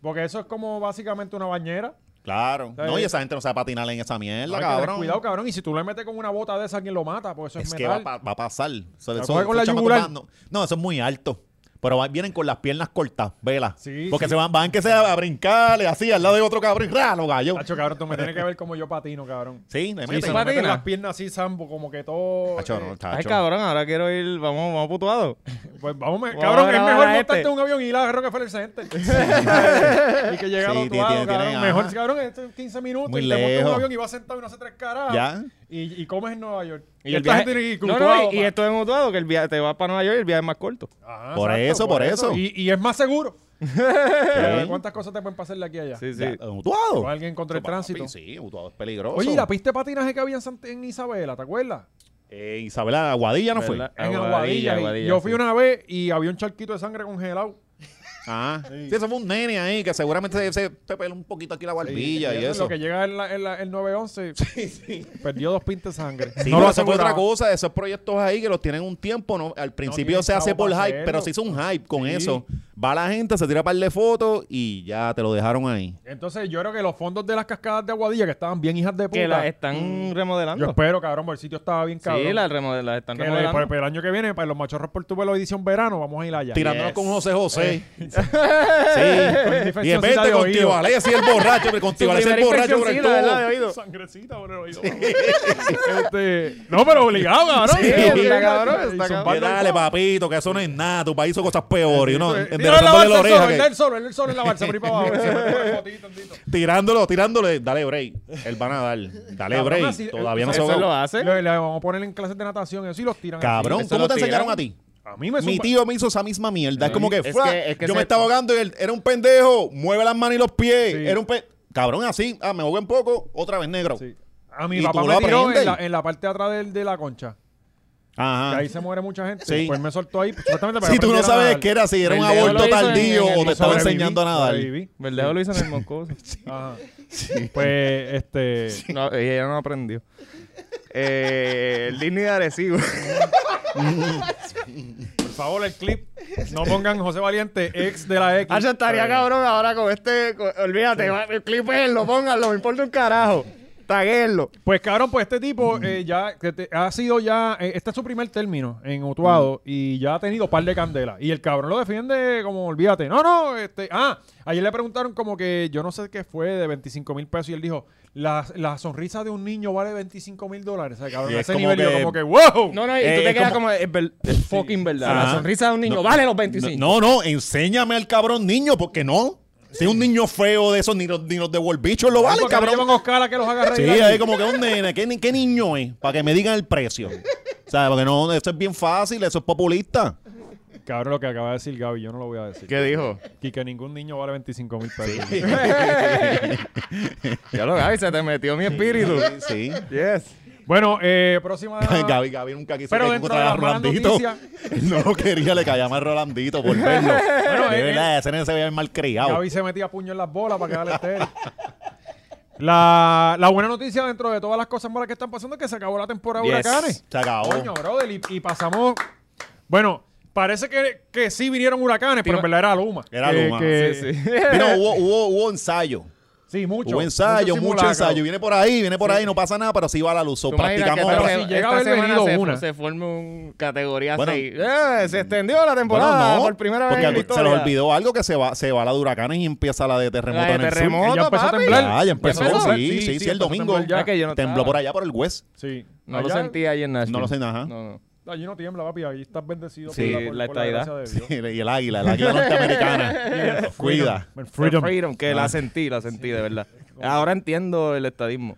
[SPEAKER 1] Porque eso es como básicamente una bañera.
[SPEAKER 3] Claro.
[SPEAKER 1] sea,
[SPEAKER 3] No, y
[SPEAKER 1] eh,
[SPEAKER 3] esa gente no se va a patinar en esa mierda,
[SPEAKER 1] Hay que tener
[SPEAKER 3] cabrón.
[SPEAKER 1] Cuidado, cabrón. Y si tú le metes con una bota de esa, ¿quién lo mata? Pues eso es,
[SPEAKER 3] Es que va,
[SPEAKER 1] metal.
[SPEAKER 3] pa- va a pasar. O sea,
[SPEAKER 1] La
[SPEAKER 3] eso-
[SPEAKER 1] coge con la
[SPEAKER 3] esos chamacos
[SPEAKER 1] yugular.
[SPEAKER 3] van- no, no, eso es muy alto. Pero va- vienen con las piernas cortas, vela.
[SPEAKER 1] Sí,
[SPEAKER 3] Porque
[SPEAKER 1] sí.
[SPEAKER 3] se van, van que sea a brincarle así al lado de otro cabrón. ¡Ralo, gallo!
[SPEAKER 1] Tacho, cabrón, tú me tienes que ver como yo patino, cabrón.
[SPEAKER 3] Sí, me
[SPEAKER 1] Sí,
[SPEAKER 3] meten.
[SPEAKER 1] se
[SPEAKER 2] ¿tú
[SPEAKER 1] me meten
[SPEAKER 2] patinas?
[SPEAKER 1] las piernas así, sambo, como que todo...
[SPEAKER 3] Tacho,
[SPEAKER 1] eh,
[SPEAKER 3] no, tacho.
[SPEAKER 2] Ay, cabrón, ahora quiero ir... Vamos, vamos putuado.
[SPEAKER 1] Pues vamos, me-
[SPEAKER 2] Wow,
[SPEAKER 1] cabrón, es
[SPEAKER 2] ahora
[SPEAKER 1] mejor
[SPEAKER 2] este.
[SPEAKER 1] montarte en un avión y ir a Rockefeller Center. y que llega
[SPEAKER 3] Sí,
[SPEAKER 1] al otro
[SPEAKER 3] tiene-
[SPEAKER 1] lado,
[SPEAKER 3] tiene-
[SPEAKER 1] cabrón.
[SPEAKER 3] tiene-
[SPEAKER 1] mejor,
[SPEAKER 3] ajá.
[SPEAKER 1] cabrón, esto es 15 minutos
[SPEAKER 3] Muy
[SPEAKER 1] y te montas en un
[SPEAKER 3] lejos.
[SPEAKER 1] avión y vas sentado y no hace tres caras.
[SPEAKER 3] Ya.
[SPEAKER 1] Y, y comes en Nueva York.
[SPEAKER 2] Y el
[SPEAKER 1] Esta
[SPEAKER 2] viaje...
[SPEAKER 1] gente tiene que ir
[SPEAKER 2] No, no,
[SPEAKER 1] cultuado,
[SPEAKER 2] y, y
[SPEAKER 1] pa. Ah,
[SPEAKER 2] esto es mutuado, que el viaje te vas para Nueva York y el viaje es más corto.
[SPEAKER 1] Ajá,
[SPEAKER 3] Por eso, por eso.
[SPEAKER 1] Y, y es más seguro. Pero,
[SPEAKER 3] Sí.
[SPEAKER 1] Eh, ¿Cuántas cosas te pueden pasar de aquí a allá?
[SPEAKER 2] Sí, sí.
[SPEAKER 3] Ya, eh, mutuado.
[SPEAKER 1] O alguien contra el
[SPEAKER 3] Papi,
[SPEAKER 1] tránsito.
[SPEAKER 3] Sí, mutuado es peligroso.
[SPEAKER 1] Oye, ¿y la pista de patinaje que había en, Sant- en Isabela, ¿te acuerdas?
[SPEAKER 3] Eh, Isabela Aguadilla no fue.
[SPEAKER 2] ¿Verdad?
[SPEAKER 1] En Aguadilla. y yo fui
[SPEAKER 2] sí.
[SPEAKER 1] una vez y había un charquito de sangre congelado.
[SPEAKER 3] Ah, sí. eso fue un nene ahí que seguramente se, se, se peló un poquito aquí la barbilla y eso.
[SPEAKER 1] Lo que llega en la- en la- el 911 perdió dos pintas de sangre.
[SPEAKER 3] Sí,
[SPEAKER 1] No
[SPEAKER 3] pero
[SPEAKER 1] lo
[SPEAKER 3] eso fue
[SPEAKER 1] aseguraba.
[SPEAKER 3] otra cosa, esos proyectos ahí que los tienen un tiempo, ¿no? Al principio
[SPEAKER 1] tienen
[SPEAKER 3] se hace
[SPEAKER 1] chavo
[SPEAKER 3] por hype,
[SPEAKER 1] para
[SPEAKER 3] pero
[SPEAKER 1] hacerlo.
[SPEAKER 3] se hizo un hype con
[SPEAKER 1] Sí.
[SPEAKER 3] eso. Va la gente, se tira un par de fotos y ya te lo dejaron ahí.
[SPEAKER 1] Entonces, yo creo que los fondos de las cascadas de Aguadilla, que estaban bien hijas de puta.
[SPEAKER 2] Que las están
[SPEAKER 1] Yo
[SPEAKER 2] remodelando.
[SPEAKER 1] espero, cabrón, porque el sitio estaba bien cabrón.
[SPEAKER 2] Sí, las remodel- las están
[SPEAKER 1] Que le-
[SPEAKER 2] remodelando.
[SPEAKER 1] para, para el año que viene, para los machorros por tu velo edición verano, vamos a ir allá.
[SPEAKER 3] Tirándonos
[SPEAKER 2] Yes.
[SPEAKER 3] con José José.
[SPEAKER 1] Con
[SPEAKER 3] sí. Y en vez
[SPEAKER 1] infeccioncita de
[SPEAKER 3] de
[SPEAKER 1] oído.
[SPEAKER 3] contigo, Alessi el borracho, pero
[SPEAKER 2] Su
[SPEAKER 3] contigo, Alessi el
[SPEAKER 2] primera
[SPEAKER 3] borracho por el
[SPEAKER 2] infeccioncita,
[SPEAKER 3] tubo.
[SPEAKER 2] ¿verdad? De oído.
[SPEAKER 1] Sangrecita por el oído. Este, no, pero obligado, cabrón.
[SPEAKER 2] Sí, está cabrón, está
[SPEAKER 1] Y
[SPEAKER 2] cabrón.
[SPEAKER 1] zumbando
[SPEAKER 3] Que
[SPEAKER 1] el
[SPEAKER 3] dale,
[SPEAKER 1] fuego.
[SPEAKER 3] papito, que eso no es nada. Tu país hizo cosas peores. ¿no?
[SPEAKER 1] Tíralo en
[SPEAKER 3] Enderezándole la
[SPEAKER 1] balsa, el
[SPEAKER 3] oreja.
[SPEAKER 1] sol, el
[SPEAKER 3] que-
[SPEAKER 1] del sol, el del sol en la balsa, por ahí para abajo. Siempre pone fotito, tantito.
[SPEAKER 3] tirándolo, tirándole. Dale, break. Él van a dar. Dale,
[SPEAKER 1] Cabrón,
[SPEAKER 3] break.
[SPEAKER 1] así-
[SPEAKER 3] Todavía no se
[SPEAKER 1] eso
[SPEAKER 2] Eso
[SPEAKER 3] ahogó.
[SPEAKER 2] lo hacen.
[SPEAKER 1] Le, le vamos a poner en clases de natación, eso y los tiran. así.
[SPEAKER 3] Cabrón,
[SPEAKER 2] Eso
[SPEAKER 3] ¿cómo
[SPEAKER 2] lo
[SPEAKER 3] te enseñaron
[SPEAKER 2] tiran.
[SPEAKER 3] a ti?
[SPEAKER 1] A mí me
[SPEAKER 3] Mi
[SPEAKER 1] zumba-
[SPEAKER 3] tío me hizo esa misma mierda. Es como que,
[SPEAKER 2] Es que-
[SPEAKER 3] fra,
[SPEAKER 2] es que
[SPEAKER 3] yo
[SPEAKER 2] se-
[SPEAKER 3] me estaba ahogando y él era un pendejo. Mueve las manos y los pies.
[SPEAKER 1] Sí.
[SPEAKER 3] Era un pe- Cabrón, así. Ah, me ahogo un poco. Otra vez negro.
[SPEAKER 1] Sí. A mi
[SPEAKER 3] Y
[SPEAKER 1] papá
[SPEAKER 3] tú
[SPEAKER 1] me
[SPEAKER 3] lo
[SPEAKER 1] tiró en la,
[SPEAKER 3] aprendes.
[SPEAKER 1] en la parte de atrás del- de la concha. Que
[SPEAKER 3] Ajá.
[SPEAKER 1] ahí se muere mucha gente.
[SPEAKER 3] Ah. Sí.
[SPEAKER 1] Después me soltó ahí. supuestamente para
[SPEAKER 3] Si tú no
[SPEAKER 1] aprender a
[SPEAKER 3] sabes
[SPEAKER 1] nadar.
[SPEAKER 3] qué era, si era un
[SPEAKER 2] El dedo lo
[SPEAKER 3] aborto
[SPEAKER 2] hizo en-
[SPEAKER 3] tardío
[SPEAKER 2] en el-
[SPEAKER 3] o te estaba
[SPEAKER 1] Sobreviví,
[SPEAKER 3] enseñando a nadar.
[SPEAKER 1] sobreviví.
[SPEAKER 2] ¿Verdad? Lo hizo en el Moncoso.
[SPEAKER 1] Ajá. Pues, este.
[SPEAKER 2] No, ella no aprendió. Eh, el Disney de Arecibo.
[SPEAKER 1] Por favor, el clip. No pongan José Valiente, ex de la X.
[SPEAKER 2] Ah, yo estaría cabrón ahora con este. con- olvídate, va, clipenlo, pónganlo, me importa un carajo. Taguenlo.
[SPEAKER 1] Pues cabrón, pues este tipo eh, ya que te- ha sido ya, eh, este es su primer término en Utuado y ya ha tenido par de candelas. Y el cabrón lo defiende como, olvídate, no, no, este, ah, ayer le preguntaron como que yo no sé qué fue de 25 mil pesos y él dijo, la, la sonrisa de un niño vale 25 mil dólares. O sea, cabrón,
[SPEAKER 3] Y
[SPEAKER 1] a
[SPEAKER 3] es
[SPEAKER 1] ese
[SPEAKER 3] como
[SPEAKER 1] nivel yo
[SPEAKER 3] que-
[SPEAKER 1] como que, wow.
[SPEAKER 2] No, no, y tú
[SPEAKER 3] Eh,
[SPEAKER 2] te quedas
[SPEAKER 3] como-
[SPEAKER 2] como. Es, ver- es fucking verdad. La
[SPEAKER 3] Ajá.
[SPEAKER 2] sonrisa de un niño
[SPEAKER 3] No.
[SPEAKER 2] vale
[SPEAKER 3] No,
[SPEAKER 2] los 25.
[SPEAKER 3] No, no, enséñame al cabrón niño, porque no. Si es un niño feo de esos, ni los, ni los de Warbichos lo valen,
[SPEAKER 1] Porque no
[SPEAKER 3] cabrón.
[SPEAKER 1] llevan Oscar a que los haga
[SPEAKER 3] Sí,
[SPEAKER 1] reír.
[SPEAKER 3] ahí como que un nene, ¿qué, ni- qué niño es? Para que me digan el precio. O sea, porque no, eso es bien fácil, eso es populista.
[SPEAKER 1] Cabrón, lo que acaba de decir Gaby, yo no lo voy a decir.
[SPEAKER 2] ¿Qué dijo?
[SPEAKER 1] Y que ningún niño vale 25 mil pesos.
[SPEAKER 2] Ya lo Gaby, se te metió mi espíritu.
[SPEAKER 3] Sí.
[SPEAKER 2] Yes.
[SPEAKER 1] Bueno, eh, próxima...
[SPEAKER 3] Gaby, Gaby nunca quiso
[SPEAKER 1] Pero
[SPEAKER 3] que
[SPEAKER 1] dentro
[SPEAKER 3] tú traigas
[SPEAKER 1] de las malas
[SPEAKER 3] Rolandito.
[SPEAKER 1] noticias-
[SPEAKER 3] Él No lo quería, le caía más Rolandito por verlo.
[SPEAKER 1] Bueno,
[SPEAKER 3] de
[SPEAKER 1] eh,
[SPEAKER 3] verdad, ese nene se veía mal criado.
[SPEAKER 1] Gaby se metía puño en las bolas para quedarle estéril. La, la buena noticia dentro de todas las cosas malas que están pasando es que se acabó la temporada de
[SPEAKER 3] Yes.
[SPEAKER 1] huracanes.
[SPEAKER 3] Se acabó.
[SPEAKER 1] Coño, brother, y, y pasamos. Bueno, parece que, que sí vinieron huracanes, pero en verdad era Luma.
[SPEAKER 3] Era
[SPEAKER 1] Que-
[SPEAKER 3] Luma.
[SPEAKER 1] que-
[SPEAKER 2] Sí, sí.
[SPEAKER 3] Mira, hubo, hubo, hubo ensayo.
[SPEAKER 1] Sí, mucho.
[SPEAKER 3] Hubo ensayo, mucho,
[SPEAKER 1] simulacro.
[SPEAKER 3] ensayo. Viene por ahí, viene por ahí, no pasa nada, pero sí va la luz. So,
[SPEAKER 2] Tú imaginas que
[SPEAKER 3] practicamos.
[SPEAKER 2] esta
[SPEAKER 1] pero
[SPEAKER 2] se-
[SPEAKER 1] si llega a haber
[SPEAKER 2] esta semana
[SPEAKER 1] venido
[SPEAKER 2] se,
[SPEAKER 1] una.
[SPEAKER 2] se forma un categoría
[SPEAKER 3] Bueno.
[SPEAKER 2] 6. Eh, se extendió la
[SPEAKER 3] Bueno,
[SPEAKER 2] temporada
[SPEAKER 3] no,
[SPEAKER 2] por primera vez
[SPEAKER 3] porque
[SPEAKER 2] en la
[SPEAKER 3] se
[SPEAKER 2] historia.
[SPEAKER 3] les olvidó algo que se va, se va la de huracanes y empieza la de terremoto
[SPEAKER 2] La de
[SPEAKER 3] en el sur.
[SPEAKER 2] terremoto,
[SPEAKER 1] Ya empezó a
[SPEAKER 2] papi.
[SPEAKER 1] temblar.
[SPEAKER 3] Ah, ya empezó,
[SPEAKER 2] ¿Ya empezó?
[SPEAKER 3] Sí, sí, sí, el
[SPEAKER 1] empezó a
[SPEAKER 3] domingo.
[SPEAKER 1] temblar ya.
[SPEAKER 2] Ah, que yo no
[SPEAKER 3] Tembló
[SPEAKER 2] estaba.
[SPEAKER 3] por allá por el West.
[SPEAKER 1] Sí.
[SPEAKER 2] No lo
[SPEAKER 1] Allá-
[SPEAKER 2] sentí allí en Nashville.
[SPEAKER 3] No lo sé, ajá.
[SPEAKER 2] No, no.
[SPEAKER 1] Allí no tiembla, papi. Ahí estás bendecido
[SPEAKER 2] Sí,
[SPEAKER 1] por
[SPEAKER 2] la
[SPEAKER 1] la, por, la
[SPEAKER 2] estadidad.
[SPEAKER 1] gracia de Dios.
[SPEAKER 3] Sí, y el águila, el águila norteamericana. Cuida.
[SPEAKER 1] Freedom.
[SPEAKER 2] Freedom. Ah.
[SPEAKER 1] Freedom.
[SPEAKER 2] que la sentí, la sentí, de verdad. Ahora entiendo el estadismo.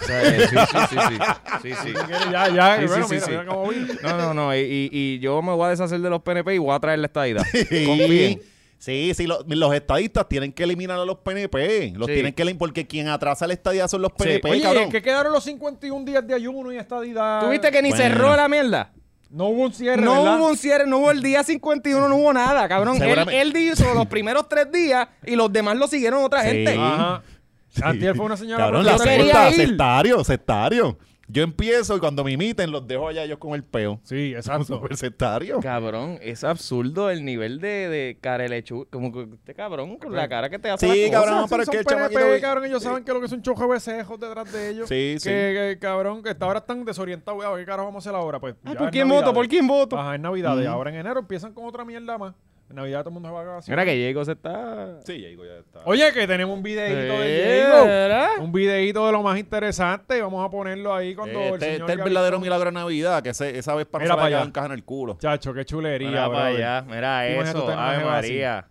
[SPEAKER 2] O sea, eh, sí, sí, sí, sí. Sí, sí.
[SPEAKER 1] Ya, ya,
[SPEAKER 2] Sí, sí,
[SPEAKER 1] bueno,
[SPEAKER 2] sí,
[SPEAKER 1] mira,
[SPEAKER 2] sí.
[SPEAKER 1] mira cómo vino.
[SPEAKER 2] No, no, no. Y, y- y yo me voy a deshacer de los PNP y voy a traer la estadidad. Confíen.
[SPEAKER 3] Sí, sí, sí, lo- los estadistas tienen que eliminar a los PNP. Los
[SPEAKER 2] Sí.
[SPEAKER 3] tienen que elim- porque quien atrasa la estadía son los PNP,
[SPEAKER 1] Oye,
[SPEAKER 3] Pues, cabrón.
[SPEAKER 1] ¿en qué quedaron los 51 días de ayuno y estadidad?
[SPEAKER 2] ¿Tuviste que ni
[SPEAKER 3] Bueno.
[SPEAKER 2] cerró la mierda?
[SPEAKER 1] No hubo un cierre,
[SPEAKER 2] No
[SPEAKER 1] ¿verdad?
[SPEAKER 2] hubo un cierre, no hubo el día 51, no hubo nada, cabrón. Él,
[SPEAKER 3] Seguramente-
[SPEAKER 2] él hizo los primeros tres días y los demás lo siguieron otra
[SPEAKER 3] Sí.
[SPEAKER 2] gente.
[SPEAKER 1] Ajá. Antier fue una señora
[SPEAKER 3] Cabrón, la
[SPEAKER 1] porque yo
[SPEAKER 2] quería
[SPEAKER 3] secta,
[SPEAKER 2] ir.
[SPEAKER 3] sectario, sectario. Yo empiezo y cuando me imiten los dejo allá ellos con el peo.
[SPEAKER 1] Sí, exacto.
[SPEAKER 3] Super sectario.
[SPEAKER 2] Cabrón, es absurdo el nivel de, de carelechu. Como que este cabrón con la cara que te hace.
[SPEAKER 3] Sí,
[SPEAKER 2] las cosas.
[SPEAKER 3] cabrón.
[SPEAKER 1] Son-
[SPEAKER 3] pero es
[SPEAKER 1] son
[SPEAKER 3] que el
[SPEAKER 1] PNP,
[SPEAKER 3] chamaquito-
[SPEAKER 1] cabrón, ellos saben que lo que es un chojo de becejos detrás de ellos.
[SPEAKER 3] Sí,
[SPEAKER 1] que,
[SPEAKER 3] sí.
[SPEAKER 1] que, cabrón, que hasta ahora están desorientados. "Ah, ¿Qué carajo vamos a hacer ahora? Pues,
[SPEAKER 3] Ah,
[SPEAKER 1] ya
[SPEAKER 2] Ay, Ah, ¿Por
[SPEAKER 1] es
[SPEAKER 2] quién voto?
[SPEAKER 1] Navidades.
[SPEAKER 2] ¿Por quién voto?
[SPEAKER 1] Ajá, en Navidad.
[SPEAKER 3] Ujú.
[SPEAKER 1] Ahora en enero empiezan con otra mierda más. En Navidad todo el mundo se va a vacaciones.
[SPEAKER 2] Mira que Diego se está.
[SPEAKER 3] Sí, ya digo, ya está.
[SPEAKER 1] Oye, que tenemos un videíto de Diego. Un videíto de lo más interesante. Vamos a ponerlo ahí cuando el
[SPEAKER 3] Este,
[SPEAKER 1] señor
[SPEAKER 3] este es el
[SPEAKER 1] Gavilán-
[SPEAKER 3] verdadero milagro de Navidad, que ese- esa vez para
[SPEAKER 1] Mira
[SPEAKER 3] nosotros
[SPEAKER 1] para
[SPEAKER 3] allá
[SPEAKER 1] allá.
[SPEAKER 3] en caja en el culo.
[SPEAKER 1] Chacho, qué chulería,
[SPEAKER 2] Mira este para
[SPEAKER 1] brother.
[SPEAKER 2] allá, mira
[SPEAKER 1] Imagínate tú
[SPEAKER 2] eso,
[SPEAKER 1] tener una
[SPEAKER 2] Ave
[SPEAKER 1] jeva así.
[SPEAKER 2] María.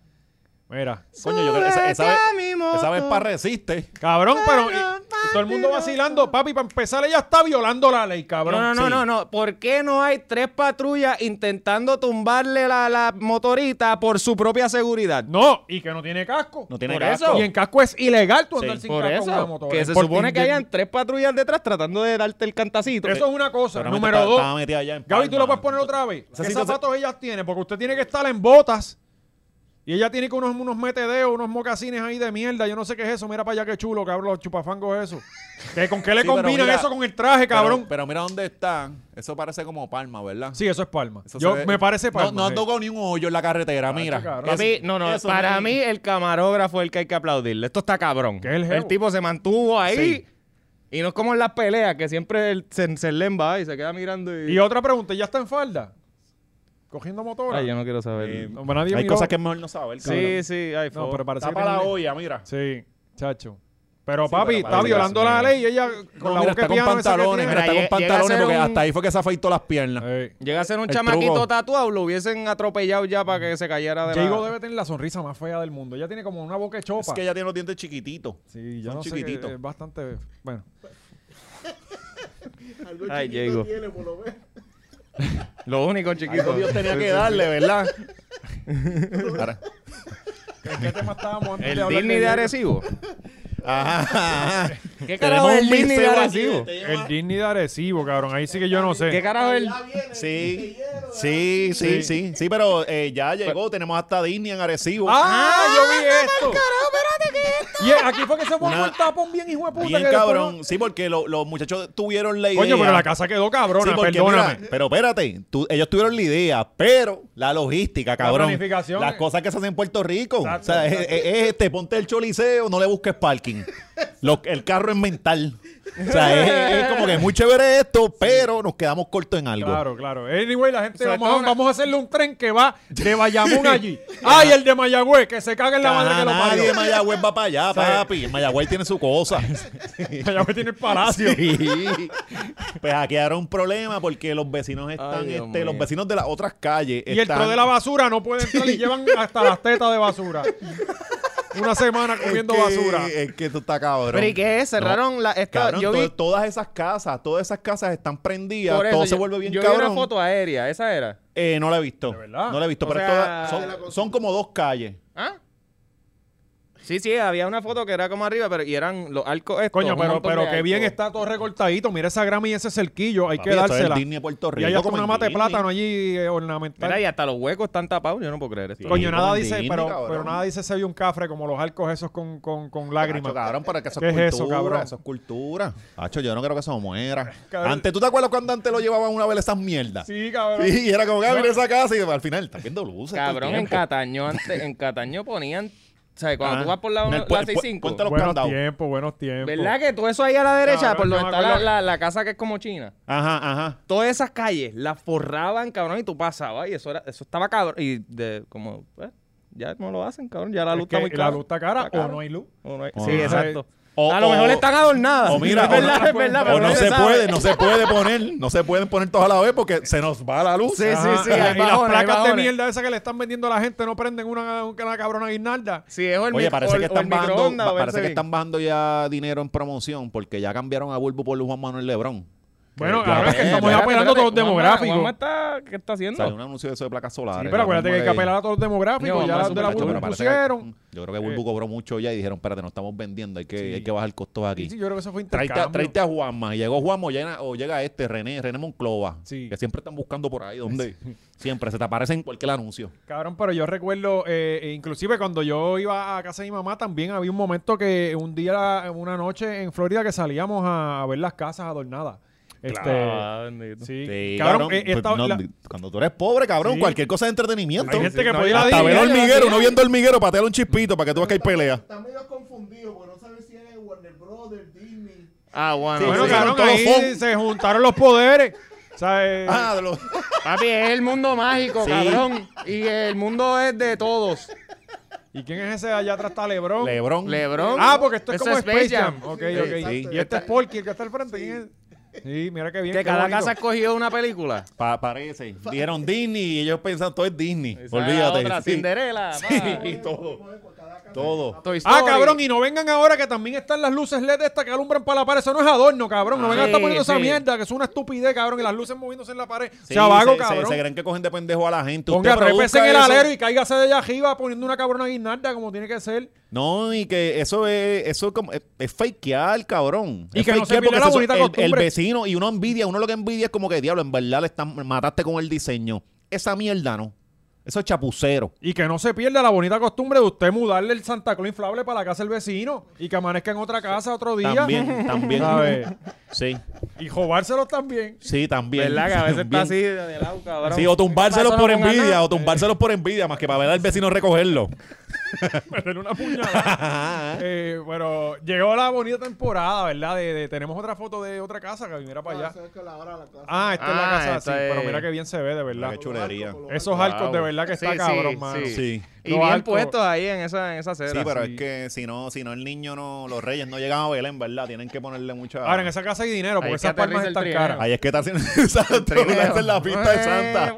[SPEAKER 1] Mira.
[SPEAKER 3] Coño, yo creo que esa, esa vez,
[SPEAKER 2] Súbete a mi moto.
[SPEAKER 3] esa vez para resiste.
[SPEAKER 1] Cabrón, pero y-
[SPEAKER 2] Bueno,
[SPEAKER 1] y todo el mundo
[SPEAKER 2] papi,
[SPEAKER 1] vacilando. Papi, para empezar, ella está violando la ley, cabrón.
[SPEAKER 2] no, no, no,
[SPEAKER 3] sí.
[SPEAKER 2] no, no. ¿Por qué no hay tres patrullas intentando tumbarle la, la motorita por su propia seguridad?
[SPEAKER 1] No, y que no tiene casco.
[SPEAKER 3] No tiene
[SPEAKER 2] Por
[SPEAKER 3] casco.
[SPEAKER 2] eso.
[SPEAKER 1] Y en casco es ilegal tú andar
[SPEAKER 3] Sí,
[SPEAKER 1] sin
[SPEAKER 2] Por
[SPEAKER 1] casco en una
[SPEAKER 2] eso,
[SPEAKER 1] moto.
[SPEAKER 2] que
[SPEAKER 1] Es
[SPEAKER 2] se
[SPEAKER 1] por-
[SPEAKER 2] supone que
[SPEAKER 1] de-
[SPEAKER 2] hayan tres patrullas detrás tratando de darte el cantacito.
[SPEAKER 1] Eso es una cosa.
[SPEAKER 3] Seguramente
[SPEAKER 1] Número
[SPEAKER 3] estaba-
[SPEAKER 1] dos.
[SPEAKER 3] estaba metida allá en
[SPEAKER 1] Gaby, tú
[SPEAKER 3] Palma.
[SPEAKER 1] lo puedes poner otra vez.
[SPEAKER 3] Esa
[SPEAKER 1] ¿Qué
[SPEAKER 3] situación-
[SPEAKER 1] zapatos ellas tienen? Porque usted tiene que estar en botas. Y ella tiene que unos, unos metedeos, unos mocasines ahí de mierda. Yo no sé qué es eso. Mira para allá qué chulo, cabrón, los chupafangos eso. ¿Que ¿Con qué le
[SPEAKER 3] Sí, pero
[SPEAKER 1] combinan
[SPEAKER 3] mira,
[SPEAKER 1] eso con el traje, cabrón?
[SPEAKER 3] Pero, pero mira dónde están. Eso parece como Palma, ¿verdad?
[SPEAKER 1] sí, eso es palma.
[SPEAKER 3] Eso
[SPEAKER 1] Yo,
[SPEAKER 3] se ve-
[SPEAKER 1] me parece palma.
[SPEAKER 3] No, no
[SPEAKER 1] sí.
[SPEAKER 3] han tocado ni un hoyo en la carretera, mira.
[SPEAKER 1] cabrón.
[SPEAKER 3] Eso-
[SPEAKER 2] Papi, no, no,
[SPEAKER 3] eso
[SPEAKER 2] para
[SPEAKER 3] es-
[SPEAKER 2] mí el camarógrafo es el que hay que aplaudirle. Esto está cabrón.
[SPEAKER 1] Que es el jevo.
[SPEAKER 2] tipo se mantuvo ahí
[SPEAKER 3] Sí.
[SPEAKER 2] y no es como en las peleas que siempre el- se, se lemba y se queda mirando y...
[SPEAKER 1] Y otra pregunta, ¿ya está en falda? Cogiendo motora.
[SPEAKER 2] Ay, yo no quiero saber.
[SPEAKER 3] Eh,
[SPEAKER 1] No, pero nadie
[SPEAKER 3] Hay
[SPEAKER 1] miró.
[SPEAKER 3] cosas que es mejor no saber,
[SPEAKER 2] sí,
[SPEAKER 3] cabrón.
[SPEAKER 2] sí, ay,
[SPEAKER 1] No,
[SPEAKER 2] fo-
[SPEAKER 1] pero parece
[SPEAKER 3] Está
[SPEAKER 1] que
[SPEAKER 3] para la
[SPEAKER 1] tiene-
[SPEAKER 3] olla, mira.
[SPEAKER 1] Sí, chacho. Pero papi,
[SPEAKER 3] pero
[SPEAKER 1] está
[SPEAKER 3] parece-
[SPEAKER 1] violando
[SPEAKER 2] Dios
[SPEAKER 1] la
[SPEAKER 2] mío.
[SPEAKER 1] ley y ella
[SPEAKER 3] No,
[SPEAKER 1] con la
[SPEAKER 3] mira,
[SPEAKER 1] boca de
[SPEAKER 3] está
[SPEAKER 1] piano
[SPEAKER 3] con
[SPEAKER 1] esa que
[SPEAKER 3] pantalones,
[SPEAKER 1] tiene. Eh,
[SPEAKER 3] mira, está
[SPEAKER 2] Llega-
[SPEAKER 3] con
[SPEAKER 2] llega a
[SPEAKER 3] pantalones
[SPEAKER 2] ser
[SPEAKER 3] porque
[SPEAKER 2] un-
[SPEAKER 3] hasta ahí fue que se afeitó las piernas.
[SPEAKER 1] Ey.
[SPEAKER 2] Llega a ser un
[SPEAKER 3] El
[SPEAKER 2] chamaquito
[SPEAKER 3] truco.
[SPEAKER 2] tatuado, lo hubiesen atropellado ya para que se cayera de la...
[SPEAKER 1] Diego debe tener la sonrisa más fea del mundo. Ella tiene como una boca de chopa.
[SPEAKER 3] Es que ella tiene los dientes chiquititos.
[SPEAKER 1] Sí, yo
[SPEAKER 3] Son
[SPEAKER 1] no sé,
[SPEAKER 3] chiquititos.
[SPEAKER 1] es bastante... Bueno.
[SPEAKER 4] Algo
[SPEAKER 2] Ay,
[SPEAKER 4] chiquito
[SPEAKER 2] Diego.
[SPEAKER 4] tiene, por lo menos.
[SPEAKER 2] Lo único, chiquito.
[SPEAKER 3] Algo Dios tenía que darle, ¿verdad? Ahora-
[SPEAKER 1] ¿En qué tema estábamos antes de
[SPEAKER 2] El
[SPEAKER 1] hablar
[SPEAKER 2] Disney de
[SPEAKER 1] Diego?
[SPEAKER 2] Arecibo.
[SPEAKER 3] Ajá, ajá.
[SPEAKER 2] ¿Qué
[SPEAKER 3] Tenemos
[SPEAKER 2] carajo es el
[SPEAKER 3] un
[SPEAKER 2] Disney de
[SPEAKER 3] mixeo aquí,
[SPEAKER 2] Arecibo?
[SPEAKER 3] te
[SPEAKER 1] El
[SPEAKER 3] lleva-
[SPEAKER 1] Disney de Arecibo, cabrón. Ahí sí que yo no
[SPEAKER 2] ¿Qué
[SPEAKER 1] sé.
[SPEAKER 2] carajo es el...?
[SPEAKER 4] Ya viene,
[SPEAKER 3] Sí,
[SPEAKER 4] te quiero,
[SPEAKER 3] sí, sí, sí, sí, pero eh, ya llegó, tenemos hasta Disney en Arecibo.
[SPEAKER 1] Pues ¡Ah! Yo vi esto. Y aquí fue que se formó
[SPEAKER 3] Una-
[SPEAKER 1] el tapón bien hijo de puta.
[SPEAKER 3] Bien
[SPEAKER 1] que después no-
[SPEAKER 3] cabrón, sí, porque lo- los muchachos tuvieron la idea.
[SPEAKER 1] Coño, pero la casa quedó
[SPEAKER 3] Sí,
[SPEAKER 1] cabrona,
[SPEAKER 3] porque,
[SPEAKER 1] perdóname.
[SPEAKER 3] mira, pero espérate, tú- ellos tuvieron la idea, pero la logística, cabrón.
[SPEAKER 1] planificación.
[SPEAKER 3] Las cosas que se hacen en Puerto Rico.
[SPEAKER 1] Exacto,
[SPEAKER 3] o sea, es, es- es este, ponte el choliseo, no le busques parking. Lo- el carro es mental. O sea, es, es como que es muy chévere esto, pero nos quedamos cortos en algo.
[SPEAKER 1] Claro, claro. Anyway, la gente,
[SPEAKER 2] Sobre
[SPEAKER 1] vamos,
[SPEAKER 2] todo
[SPEAKER 1] a-
[SPEAKER 2] una-
[SPEAKER 1] vamos a hacerle un tren que va de Bayamón allí. ¡Ay, el de Mayagüez! Que se caga en la
[SPEAKER 3] Ajá,
[SPEAKER 1] madre que lo
[SPEAKER 3] nadie
[SPEAKER 1] parió.
[SPEAKER 3] en Mayagüez va para allá, papi. En Mayagüez tiene su cosa.
[SPEAKER 1] Mayagüez tiene el palacio.
[SPEAKER 3] Sí. Pues aquí habrá un problema porque los vecinos están,
[SPEAKER 2] Ay, Dios
[SPEAKER 3] este,
[SPEAKER 2] mío.
[SPEAKER 3] los vecinos de las otras calles
[SPEAKER 1] Y el
[SPEAKER 3] están-
[SPEAKER 1] tro de la basura no puede entrar y llevan hasta las tetas de basura. Una semana
[SPEAKER 3] Es
[SPEAKER 1] comiendo
[SPEAKER 3] que-
[SPEAKER 1] basura.
[SPEAKER 3] Es que tú estás cabrón.
[SPEAKER 2] ¿Pero y qué es? Cerraron la... esta-
[SPEAKER 3] Cabrón,
[SPEAKER 2] yo
[SPEAKER 3] to-
[SPEAKER 2] vi...
[SPEAKER 3] todas esas casas, todas esas casas están prendidas,
[SPEAKER 2] Por eso,
[SPEAKER 3] todo se
[SPEAKER 2] yo-
[SPEAKER 3] vuelve bien
[SPEAKER 2] yo vi
[SPEAKER 3] cabrón.
[SPEAKER 2] una foto aérea, esa era.
[SPEAKER 3] Eh, no la he visto.
[SPEAKER 1] verdad?
[SPEAKER 3] No la he visto,
[SPEAKER 2] O
[SPEAKER 3] pero
[SPEAKER 2] sea,
[SPEAKER 3] todas- son, son como dos calles.
[SPEAKER 2] ¿Ah? Sí, sí, había una foto que era como arriba, pero y eran los arcos estos.
[SPEAKER 1] Coño,
[SPEAKER 2] un
[SPEAKER 1] pero,
[SPEAKER 2] montón
[SPEAKER 1] pero
[SPEAKER 2] de
[SPEAKER 1] qué bien
[SPEAKER 2] arcos.
[SPEAKER 1] está todo recortadito. Mira esa grama y ese cerquillo. Hay
[SPEAKER 3] Papi,
[SPEAKER 1] que
[SPEAKER 3] esto es el
[SPEAKER 1] dársela.
[SPEAKER 3] Disney de Puerto
[SPEAKER 1] y
[SPEAKER 3] Rico,
[SPEAKER 1] hay hasta
[SPEAKER 3] como
[SPEAKER 1] una
[SPEAKER 3] en
[SPEAKER 1] mata de
[SPEAKER 3] Disney.
[SPEAKER 1] plátano allí eh, ornamental.
[SPEAKER 2] Mira, y hasta los huecos están tapados, yo no puedo creer esto.
[SPEAKER 3] Sí.
[SPEAKER 1] Coño, nada
[SPEAKER 3] como en
[SPEAKER 1] dice,
[SPEAKER 3] Disney,
[SPEAKER 1] pero,
[SPEAKER 3] cabrón.
[SPEAKER 1] pero nada dice se vio un cafre como los arcos esos con, con, con lágrimas.
[SPEAKER 3] Hacho, cabrón, pero que eso
[SPEAKER 1] ¿Qué
[SPEAKER 3] es
[SPEAKER 1] es
[SPEAKER 3] cultura.
[SPEAKER 1] eso, cabrón?
[SPEAKER 3] Eso es cultura. Hacho, yo no creo que eso muera.
[SPEAKER 1] Cabrón.
[SPEAKER 3] Antes, ¿tú te acuerdas cuando antes lo llevaban una vez esas mierdas?
[SPEAKER 1] Sí, cabrón.
[SPEAKER 3] Sí, y era como que ah, mira esa casa y al final estás viendo luces.
[SPEAKER 2] Cabrón, en Cataño, antes, en Cataño ponían, ¿sabes? Cuando
[SPEAKER 3] Ah,
[SPEAKER 2] tú vas por la,
[SPEAKER 3] en el
[SPEAKER 2] la
[SPEAKER 3] pu- pu-
[SPEAKER 2] 65.
[SPEAKER 3] puente los
[SPEAKER 1] buenos
[SPEAKER 3] candados.
[SPEAKER 1] tiempos, buenos tiempos.
[SPEAKER 2] ¿Verdad que todo eso ahí a la derecha,
[SPEAKER 1] Cabrón,
[SPEAKER 2] por
[SPEAKER 1] yo
[SPEAKER 2] donde
[SPEAKER 1] me
[SPEAKER 2] está la,
[SPEAKER 1] acuerdo-
[SPEAKER 2] la- la casa que es como China?
[SPEAKER 3] Ajá, ajá.
[SPEAKER 2] Todas esas calles las forraban, cabrón, y tú pasabas, y eso era, eso estaba cabrón. Y de como, pues, ya no lo hacen, cabrón. Ya la
[SPEAKER 1] Es
[SPEAKER 2] luz está
[SPEAKER 1] que
[SPEAKER 2] muy
[SPEAKER 1] La
[SPEAKER 2] cara.
[SPEAKER 1] luz está cara
[SPEAKER 2] cara.
[SPEAKER 1] o no hay luz.
[SPEAKER 2] O no hay-
[SPEAKER 3] O
[SPEAKER 2] sí,
[SPEAKER 3] no hay-
[SPEAKER 2] exacto.
[SPEAKER 3] o-
[SPEAKER 2] a lo
[SPEAKER 3] o-
[SPEAKER 2] mejor están adornadas.
[SPEAKER 3] O mira,
[SPEAKER 2] es
[SPEAKER 3] o
[SPEAKER 2] verdad,
[SPEAKER 1] no-
[SPEAKER 2] es verdad,
[SPEAKER 1] o
[SPEAKER 2] pero
[SPEAKER 3] O no se
[SPEAKER 2] sabe.
[SPEAKER 3] puede, no se puede poner, no se pueden poner todas a la vez porque se nos va la luz.
[SPEAKER 2] Sí, sí,
[SPEAKER 1] Ajá,
[SPEAKER 2] sí,
[SPEAKER 1] y-
[SPEAKER 2] hay
[SPEAKER 1] y las
[SPEAKER 2] bajones, hay
[SPEAKER 1] placas de
[SPEAKER 2] bajones.
[SPEAKER 1] mierda esas que le están vendiendo a la gente no prenden una, una cabrona guirnalda.
[SPEAKER 2] Sí, es o el
[SPEAKER 3] Oye,
[SPEAKER 2] mic-
[SPEAKER 3] parece
[SPEAKER 2] o
[SPEAKER 3] que
[SPEAKER 2] el- o
[SPEAKER 3] están
[SPEAKER 2] el
[SPEAKER 3] bajando,
[SPEAKER 2] microondas, o
[SPEAKER 3] pa-
[SPEAKER 2] el
[SPEAKER 3] parece que
[SPEAKER 2] Seven.
[SPEAKER 3] están bajando ya dinero en promoción porque ya cambiaron a Bulbo por Juan Manuel Lebrón.
[SPEAKER 1] Bueno,
[SPEAKER 3] claro,
[SPEAKER 1] ahora es que
[SPEAKER 3] eh,
[SPEAKER 1] estamos
[SPEAKER 3] espérate,
[SPEAKER 1] apelando a todos los
[SPEAKER 2] Juanma-
[SPEAKER 1] demográficos.
[SPEAKER 2] Juanma está, ¿qué está haciendo?
[SPEAKER 3] Salió un anuncio de eso de placas solares.
[SPEAKER 1] Sí, pero acuérdate que hay que
[SPEAKER 3] Como
[SPEAKER 1] apelar a todos los demográficos.
[SPEAKER 2] No,
[SPEAKER 1] ya
[SPEAKER 2] más
[SPEAKER 1] las de la
[SPEAKER 2] superachos,
[SPEAKER 1] Bulbu
[SPEAKER 3] Pero parece que-
[SPEAKER 1] pusieron.
[SPEAKER 3] yo creo que Bulbu
[SPEAKER 1] Eh.
[SPEAKER 3] cobró mucho ya y dijeron, espérate, no estamos vendiendo, hay que, hay que bajar costos
[SPEAKER 1] Sí,
[SPEAKER 3] aquí.
[SPEAKER 1] sí, yo creo que eso fue
[SPEAKER 3] Traite a,
[SPEAKER 1] intercambio.
[SPEAKER 3] tráete a Juanma. Y llegó Juanma o llega, o llega este, René, René Monclova.
[SPEAKER 1] Sí.
[SPEAKER 3] Que siempre están buscando por ahí, donde siempre se te aparece en cualquier anuncio.
[SPEAKER 1] Cabrón, pero yo recuerdo, eh, eh, inclusive cuando yo iba a casa de mi mamá, también había un momento que un día, una noche en Florida, que salíamos a ver las casas adornadas. Este,
[SPEAKER 2] Ah, bendito.
[SPEAKER 1] sí.
[SPEAKER 3] Sí,
[SPEAKER 1] Cabrón, eh,
[SPEAKER 3] pues,
[SPEAKER 1] esta-
[SPEAKER 3] no,
[SPEAKER 1] la-
[SPEAKER 3] di- cuando tú eres pobre, cabrón,
[SPEAKER 1] Sí.
[SPEAKER 3] cualquier cosa de entretenimiento.
[SPEAKER 1] Hay gente que
[SPEAKER 2] no,
[SPEAKER 1] puede ir a
[SPEAKER 3] Hasta
[SPEAKER 1] Disney.
[SPEAKER 3] ver
[SPEAKER 2] ya,
[SPEAKER 3] hormiguero,
[SPEAKER 2] ya.
[SPEAKER 3] no viendo hormiguero, patear un chispito para que tú veas que hay pelea.
[SPEAKER 4] Está medio confundido porque no sabe si es Warner Brothers, Disney.
[SPEAKER 2] Ah, bueno.
[SPEAKER 3] Sí,
[SPEAKER 1] Bueno,
[SPEAKER 2] sí.
[SPEAKER 1] cabrón,
[SPEAKER 3] todos
[SPEAKER 1] ahí
[SPEAKER 3] son-
[SPEAKER 1] se juntaron los poderes. O sea, eh,
[SPEAKER 3] Ah, de los-
[SPEAKER 2] Papi, es el mundo mágico,
[SPEAKER 3] Sí.
[SPEAKER 2] cabrón. Y el mundo es de todos.
[SPEAKER 1] ¿Y quién es ese allá atrás? Está Lebron.
[SPEAKER 3] Lebrón.
[SPEAKER 2] Lebron.
[SPEAKER 1] Ah, porque esto es
[SPEAKER 2] Eso
[SPEAKER 1] como Space Jam. Ok,
[SPEAKER 4] Sí,
[SPEAKER 1] ok.
[SPEAKER 3] sí.
[SPEAKER 1] Y este es Porky, el que está al frente. ¿Quién es? Sí, mira qué bien.
[SPEAKER 2] Que
[SPEAKER 1] qué
[SPEAKER 2] cada
[SPEAKER 1] bonito.
[SPEAKER 2] casa ha escogido una película.
[SPEAKER 3] Pa- parece. Dijeron Disney y ellos pensan todo es Disney.
[SPEAKER 2] Esa
[SPEAKER 3] Olvídate.
[SPEAKER 2] Otra,
[SPEAKER 3] sí.
[SPEAKER 2] Cinderella.
[SPEAKER 3] Sí,
[SPEAKER 2] pa.
[SPEAKER 3] y todo. Todo.
[SPEAKER 2] Toy
[SPEAKER 1] Ah,
[SPEAKER 2] Story.
[SPEAKER 1] cabrón, y no vengan ahora que también están las luces LED estas que alumbran para la pared. Eso no es adorno, cabrón. No vengan a estar
[SPEAKER 2] Sí,
[SPEAKER 1] poniendo esa
[SPEAKER 2] sí.
[SPEAKER 1] mierda, que es una estupidez, cabrón. Y las luces moviéndose en la pared.
[SPEAKER 3] Sí,
[SPEAKER 1] o sea, vago,
[SPEAKER 3] se- se-
[SPEAKER 1] cabrón.
[SPEAKER 3] Se, creen que cogen de pendejo a la gente. Usted
[SPEAKER 1] Ponga tres
[SPEAKER 3] produzca
[SPEAKER 1] veces en el
[SPEAKER 3] eso.
[SPEAKER 1] alero y cáigase de allá arriba poniendo una cabrona guinarda como tiene que ser.
[SPEAKER 3] No, y que eso es, eso es, como, es, es fakear, cabrón.
[SPEAKER 1] Y
[SPEAKER 3] Es
[SPEAKER 1] que no se
[SPEAKER 3] fakear
[SPEAKER 1] pierda
[SPEAKER 3] porque
[SPEAKER 1] la
[SPEAKER 3] eso-
[SPEAKER 1] bonita
[SPEAKER 3] el- el,
[SPEAKER 1] costumbre.
[SPEAKER 3] vecino y uno envidia, uno lo que envidia es como que diablo, en verdad le están, mataste con el diseño. Esa mierda no. Eso es chapucero.
[SPEAKER 1] Y que no se pierda la bonita costumbre de usted mudarle el Santa Claus inflable para la casa del vecino y que amanezca en otra casa otro día.
[SPEAKER 3] También, también.
[SPEAKER 1] ¿Sabes?
[SPEAKER 3] Sí,
[SPEAKER 1] Y jobárselos también.
[SPEAKER 3] sí, también.
[SPEAKER 2] ¿Verdad? Que a veces está
[SPEAKER 3] También.
[SPEAKER 2] así de lado, cabrón.
[SPEAKER 3] Sí, o tumbárselos
[SPEAKER 2] Eso no
[SPEAKER 3] por
[SPEAKER 2] pongan
[SPEAKER 3] envidia,
[SPEAKER 2] nada.
[SPEAKER 3] o tumbárselos por envidia, más que para ver al vecino recogerlo.
[SPEAKER 1] Pero una puñalada. Eh, pero llegó la bonita temporada, ¿verdad? De, de- tenemos otra foto de otra casa que mira para allá.
[SPEAKER 4] Sabes Ah, que la hora de la clase.
[SPEAKER 1] Ah, esta es la
[SPEAKER 2] Ah,
[SPEAKER 1] casa, sí.
[SPEAKER 2] esta es-
[SPEAKER 1] Pero mira que bien se ve, de verdad.
[SPEAKER 3] Qué chulería.
[SPEAKER 1] Esos
[SPEAKER 2] Wow.
[SPEAKER 1] arcos de verdad que está
[SPEAKER 2] Sí,
[SPEAKER 1] cabrón,
[SPEAKER 2] sí,
[SPEAKER 1] mano.
[SPEAKER 2] sí.
[SPEAKER 3] Sí.
[SPEAKER 2] Y
[SPEAKER 1] Los
[SPEAKER 2] bien
[SPEAKER 1] arcos.
[SPEAKER 2] puestos ahí en esa, en esa acera.
[SPEAKER 3] Sí, pero
[SPEAKER 1] sí.
[SPEAKER 3] es que si no, si no el niño no, los reyes no llegan a Belén, ¿verdad? Tienen que ponerle mucha.
[SPEAKER 1] Ahora, en esa casa hay dinero, porque
[SPEAKER 2] Ahí es que
[SPEAKER 1] esas palmas
[SPEAKER 2] aterriza el
[SPEAKER 1] están
[SPEAKER 2] trineo.
[SPEAKER 1] caras.
[SPEAKER 3] Ahí es que está haciendo exacto, esa es la pista de Santa.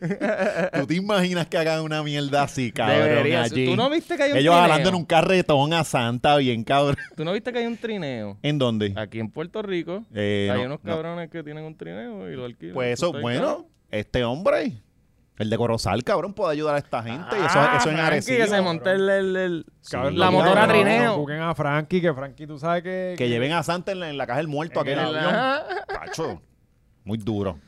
[SPEAKER 2] Eh,
[SPEAKER 3] ¿Tú te imaginas que hagan una mierda así, cabrón?
[SPEAKER 2] Debería ser.
[SPEAKER 3] allí?
[SPEAKER 2] ¿Tú no viste que hay un
[SPEAKER 3] Ellos
[SPEAKER 2] trineo?
[SPEAKER 3] hablando en un carretón a Santa, bien cabrón.
[SPEAKER 2] ¿Tú no viste que hay un trineo?
[SPEAKER 3] ¿En dónde?
[SPEAKER 2] Aquí en Puerto Rico
[SPEAKER 3] Eh,
[SPEAKER 2] hay
[SPEAKER 3] no,
[SPEAKER 2] unos
[SPEAKER 3] no.
[SPEAKER 2] cabrones que tienen un trineo y lo alquilan.
[SPEAKER 3] Pues eso,
[SPEAKER 2] está ahí,
[SPEAKER 3] bueno,
[SPEAKER 2] cabrón.
[SPEAKER 3] este hombre, el de Corozal, cabrón, puede ayudar a esta gente. y eso,
[SPEAKER 2] Ah,
[SPEAKER 3] eso en
[SPEAKER 2] Frankie, que se
[SPEAKER 3] Arecibo.
[SPEAKER 2] monte el, el- el-
[SPEAKER 1] Cabrón,
[SPEAKER 2] la
[SPEAKER 1] no,
[SPEAKER 2] motora
[SPEAKER 1] no,
[SPEAKER 2] trineo.
[SPEAKER 1] No, busquen a Frankie, que Frankie, tú sabes que.
[SPEAKER 3] Que lleven a Santa en la, en la caja del muerto, aquel
[SPEAKER 2] el-
[SPEAKER 3] avión.
[SPEAKER 2] ajá.
[SPEAKER 3] Pacho, muy duro.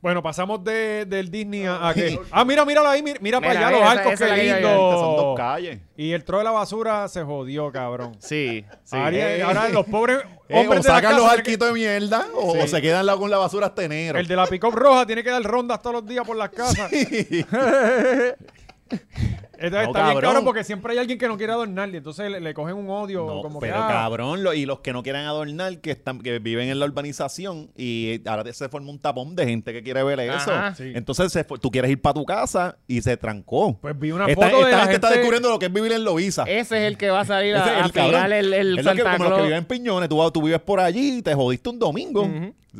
[SPEAKER 1] Bueno, pasamos de, del Disney a, a que. Ah, mira, míralo ahí, mira, mira para
[SPEAKER 2] Mira,
[SPEAKER 1] allá los
[SPEAKER 2] esa-
[SPEAKER 1] arcos,
[SPEAKER 2] esa es la
[SPEAKER 1] qué
[SPEAKER 2] que yo
[SPEAKER 1] lindo.
[SPEAKER 2] había
[SPEAKER 3] Estas son dos calles.
[SPEAKER 1] Y el tro de la basura se jodió, cabrón.
[SPEAKER 2] Sí, sí.
[SPEAKER 1] Ahora-
[SPEAKER 3] eh.
[SPEAKER 1] Ahora los pobres
[SPEAKER 3] Eh,
[SPEAKER 1] hombres
[SPEAKER 3] o
[SPEAKER 1] de la
[SPEAKER 3] sacan los
[SPEAKER 1] casa tienen que-
[SPEAKER 3] arquitos de mierda o, o se quedan la- con la basura hasta enero.
[SPEAKER 1] El de la pick roja tiene que dar rondas todos los días por las casas. Entonces, está
[SPEAKER 3] No,
[SPEAKER 1] bien
[SPEAKER 3] cabrón.
[SPEAKER 1] cabrón porque siempre hay alguien que no quiere adornarle. Entonces le, le cogen un odio
[SPEAKER 3] No,
[SPEAKER 1] como
[SPEAKER 3] pero
[SPEAKER 1] que. ah,
[SPEAKER 3] cabrón, lo- y los que no quieran adornar, que están que viven en la urbanización y ahora se forma un tapón de gente que quiere ver eso.
[SPEAKER 2] Ajá.
[SPEAKER 1] Sí.
[SPEAKER 3] Entonces se fue- tú quieres ir para tu casa y se trancó.
[SPEAKER 1] Pues vi una
[SPEAKER 3] esta,
[SPEAKER 1] foto de
[SPEAKER 3] esta
[SPEAKER 1] la
[SPEAKER 3] gente está
[SPEAKER 1] gente-
[SPEAKER 3] descubriendo lo que es vivir en Loiza.
[SPEAKER 2] Ese es el que va a salir
[SPEAKER 3] Ese es
[SPEAKER 2] a, a
[SPEAKER 3] cabrón.
[SPEAKER 2] pegar el, el
[SPEAKER 3] Es lo que-
[SPEAKER 2] Santa
[SPEAKER 3] como los que
[SPEAKER 2] Claus.
[SPEAKER 3] viven en Piñones, tú, tú vives por allí y te jodiste un domingo.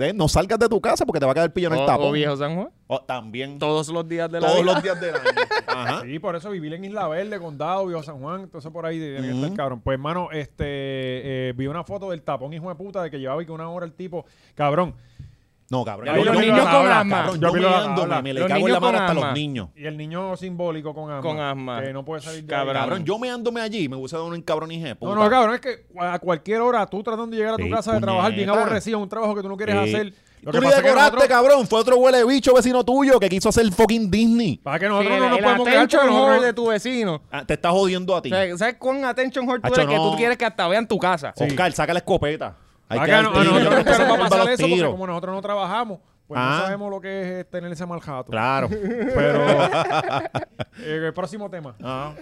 [SPEAKER 3] ¿Eh? No salgas de tu casa porque te va a caer pillón en el
[SPEAKER 2] o,
[SPEAKER 3] tapón.
[SPEAKER 2] o Oh, Viejo San Juan.
[SPEAKER 3] O también
[SPEAKER 2] Todos los días de la
[SPEAKER 3] todos
[SPEAKER 2] vida.
[SPEAKER 3] los días del año. Ajá.
[SPEAKER 1] Sí, por eso vivir en Isla Verde, Condado, Viejo San Juan, entonces por ahí tiene que estar cabrón. Pues, hermano, este, eh, vi una foto del tapón, hijo de puta, de que llevaba y que una hora el tipo. Cabrón,
[SPEAKER 3] No, cabrón.
[SPEAKER 1] Ya vi los
[SPEAKER 3] yo-
[SPEAKER 1] niños
[SPEAKER 3] cabrón,
[SPEAKER 1] con
[SPEAKER 2] asma.
[SPEAKER 3] cabrón,
[SPEAKER 1] Yo
[SPEAKER 3] Yo
[SPEAKER 1] vi los-
[SPEAKER 3] mirándome, me le
[SPEAKER 2] los
[SPEAKER 3] cago en la
[SPEAKER 2] niños
[SPEAKER 3] mano
[SPEAKER 2] con
[SPEAKER 3] hasta los
[SPEAKER 2] asma.
[SPEAKER 3] niños.
[SPEAKER 1] Y el niño simbólico con asma.
[SPEAKER 2] Con asma.
[SPEAKER 1] Que no puede salir de
[SPEAKER 2] Cabrón.
[SPEAKER 1] ahí.
[SPEAKER 3] Cabrón, yo meándome allí, me hubiese dado un encabrón hija.
[SPEAKER 1] No, no, cabrón, es que a cualquier hora tú tratando de llegar a tu
[SPEAKER 3] Sí,
[SPEAKER 1] casa de trabajar bien
[SPEAKER 3] puñeta.
[SPEAKER 1] aborrecido, un trabajo que tú no quieres
[SPEAKER 3] Sí.
[SPEAKER 1] hacer.
[SPEAKER 3] Tú ni decoraste, cabrón. Fue otro huele de bicho vecino tuyo que quiso hacer fucking Disney.
[SPEAKER 1] Para que
[SPEAKER 2] Sí,
[SPEAKER 1] nosotros
[SPEAKER 2] el-
[SPEAKER 1] no nos
[SPEAKER 2] el
[SPEAKER 1] podemos quedar
[SPEAKER 2] attention
[SPEAKER 1] porque
[SPEAKER 2] horror
[SPEAKER 1] nosotros-
[SPEAKER 2] de tu vecino.
[SPEAKER 3] Ah, te está jodiendo a ti.
[SPEAKER 2] O sea, ¿Sabes cuán attention horror tú
[SPEAKER 3] Hacho,
[SPEAKER 2] eres que
[SPEAKER 3] no.
[SPEAKER 2] tú quieres que hasta vean tu casa?
[SPEAKER 1] Sí.
[SPEAKER 3] Oscar, saca la escopeta. Hay
[SPEAKER 1] Para
[SPEAKER 3] que
[SPEAKER 1] que a
[SPEAKER 3] dar
[SPEAKER 1] no- a
[SPEAKER 3] tiro.
[SPEAKER 1] nosotros
[SPEAKER 3] Yo creo que
[SPEAKER 1] nunca nos va a
[SPEAKER 3] se
[SPEAKER 1] pasar
[SPEAKER 3] los
[SPEAKER 1] eso porque
[SPEAKER 3] tiros.
[SPEAKER 1] como nosotros no trabajamos, pues
[SPEAKER 3] Ah.
[SPEAKER 1] no sabemos lo que es eh, tener ese mal jato.
[SPEAKER 3] Claro.
[SPEAKER 1] Pero eh, el próximo tema.
[SPEAKER 3] Ah.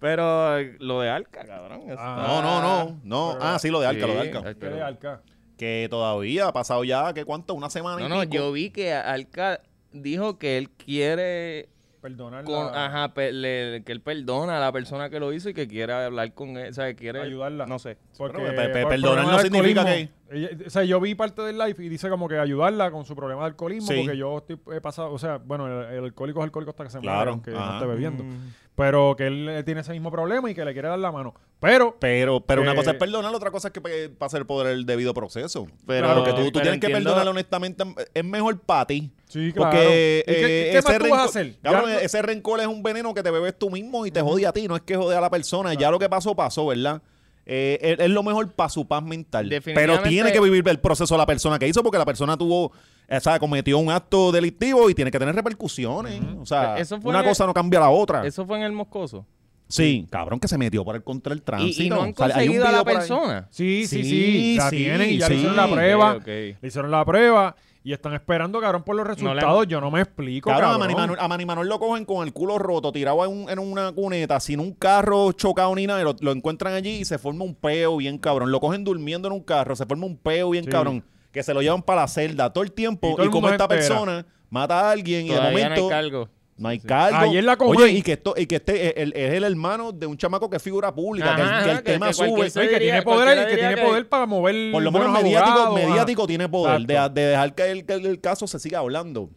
[SPEAKER 2] Pero eh, lo de Arca, cabrón. eso-
[SPEAKER 1] Ah,
[SPEAKER 3] No, no, no. no. Ah, sí, lo de Arca, lo de
[SPEAKER 2] Sí,
[SPEAKER 3] Arca.
[SPEAKER 2] ay,
[SPEAKER 1] ¿Qué
[SPEAKER 2] pero-
[SPEAKER 1] de Arca?
[SPEAKER 3] Que todavía ha pasado ya, ¿qué cuánto? Una semana
[SPEAKER 2] No,
[SPEAKER 3] y
[SPEAKER 2] no,
[SPEAKER 3] pico.
[SPEAKER 2] yo vi que Arca dijo que él quiere
[SPEAKER 1] Perdonar
[SPEAKER 2] con,
[SPEAKER 1] la-
[SPEAKER 2] ajá, pe- le- que él perdona a la persona que lo hizo y que quiere hablar con él, o sea, que quiere
[SPEAKER 1] Ayudarla.
[SPEAKER 2] No sé.
[SPEAKER 1] Porque
[SPEAKER 3] Pero, pe- pe-
[SPEAKER 1] por
[SPEAKER 3] perdonar
[SPEAKER 1] problema
[SPEAKER 3] no
[SPEAKER 1] de
[SPEAKER 3] significa
[SPEAKER 1] alcoholismo. Ella- o sea, yo vi parte del live y dice como que ayudarla con su problema de alcoholismo,
[SPEAKER 3] Sí.
[SPEAKER 1] porque yo estoy, he pasado, o sea, bueno, el, el alcohólico es alcohólico hasta que se
[SPEAKER 3] Claro,
[SPEAKER 1] muere, que no
[SPEAKER 3] ajá.
[SPEAKER 1] esté bebiendo.
[SPEAKER 2] Mm.
[SPEAKER 1] Pero que él eh, tiene ese mismo problema y que le quiere dar la mano. Pero,
[SPEAKER 3] Pero, pero una
[SPEAKER 1] Eh,
[SPEAKER 3] cosa es perdonar, otra cosa es que pe- pase por el debido proceso. Pero
[SPEAKER 2] Claro,
[SPEAKER 3] que tú, tú
[SPEAKER 2] pero
[SPEAKER 3] tienes que
[SPEAKER 2] entiendo-
[SPEAKER 3] perdonar honestamente, es mejor para ti.
[SPEAKER 1] sí, claro.
[SPEAKER 3] Porque
[SPEAKER 1] ¿Y qué,
[SPEAKER 3] eh,
[SPEAKER 1] qué más tú vas a
[SPEAKER 3] rencor-
[SPEAKER 1] hacer?
[SPEAKER 3] cabrón,
[SPEAKER 1] Ya-
[SPEAKER 3] ese rencor es un veneno que te bebes tú mismo y te jode a ti, no es que jode a la persona. Ya lo que pasó, pasó, ¿verdad? Eh, es, es lo mejor para su paz mental. Pero
[SPEAKER 2] Definitivamente-
[SPEAKER 3] tiene que vivir el proceso de la persona que hizo porque la persona tuvo, eh, o sea, cometió un acto delictivo y tiene que tener repercusiones. O sea,
[SPEAKER 2] Eso fue
[SPEAKER 3] una
[SPEAKER 2] en-
[SPEAKER 3] cosa no cambia la otra.
[SPEAKER 2] Eso fue en el Moscoso.
[SPEAKER 3] Sí, cabrón que se metió por el contra el tránsito.
[SPEAKER 2] Y, y no han
[SPEAKER 3] O sea, hay un
[SPEAKER 2] conseguido a la
[SPEAKER 3] video por ahí.
[SPEAKER 2] persona.
[SPEAKER 1] Sí, sí, sí,
[SPEAKER 3] Sí,
[SPEAKER 1] La
[SPEAKER 3] sí,
[SPEAKER 1] tienen y ya le
[SPEAKER 3] sí.
[SPEAKER 1] hicieron la
[SPEAKER 3] Ok,
[SPEAKER 1] prueba.
[SPEAKER 2] ok.
[SPEAKER 1] Le hicieron la prueba y están esperando, cabrón, por los
[SPEAKER 2] le han-
[SPEAKER 1] resultados. Yo no me explico,
[SPEAKER 3] Cabrón, a
[SPEAKER 1] cabrón.
[SPEAKER 3] Manny, Manuel, a Manny Manuel lo cogen con el culo roto, tirado en, un- en una cuneta, sin un carro chocado ni nada, y lo, lo encuentran allí y se forma un peo bien cabrón. Lo cogen durmiendo en un carro, se forma un peo bien
[SPEAKER 1] Sí.
[SPEAKER 3] cabrón, que se lo llevan para la celda todo el tiempo.
[SPEAKER 1] Y
[SPEAKER 3] Y,
[SPEAKER 1] todo el
[SPEAKER 3] como
[SPEAKER 1] mundo
[SPEAKER 3] esta
[SPEAKER 1] se entera.
[SPEAKER 3] persona mata a alguien
[SPEAKER 2] Todavía
[SPEAKER 3] y de
[SPEAKER 2] no hay
[SPEAKER 3] momento
[SPEAKER 2] cargo.
[SPEAKER 3] no hay cargo.
[SPEAKER 1] Ayer Ah, la cogen.
[SPEAKER 3] Oye, y que, esto, y que este es el, es el hermano de un chamaco que es figura pública, que el-
[SPEAKER 2] Ajá,
[SPEAKER 3] que, el
[SPEAKER 2] que-
[SPEAKER 3] tema
[SPEAKER 2] que
[SPEAKER 3] sube.
[SPEAKER 2] cualquier
[SPEAKER 1] Oye, que
[SPEAKER 2] Diría-
[SPEAKER 1] tiene poder,
[SPEAKER 2] cualquiera
[SPEAKER 1] que
[SPEAKER 2] diría
[SPEAKER 1] tiene
[SPEAKER 2] que-
[SPEAKER 1] poder para mover
[SPEAKER 3] Por lo menos
[SPEAKER 1] buenos
[SPEAKER 3] mediático,
[SPEAKER 1] abogados, ajá.
[SPEAKER 3] mediático tiene poder de,
[SPEAKER 1] Exacto.
[SPEAKER 3] de dejar que el, que el caso se siga hablando.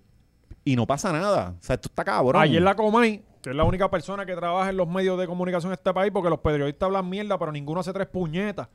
[SPEAKER 3] Y no pasa nada. O sea, esto está cabrón.
[SPEAKER 1] Ayer la Comay, que es la única persona que trabaja en los medios de comunicación de este país, porque los periodistas hablan mierda, pero ninguno hace tres puñetas.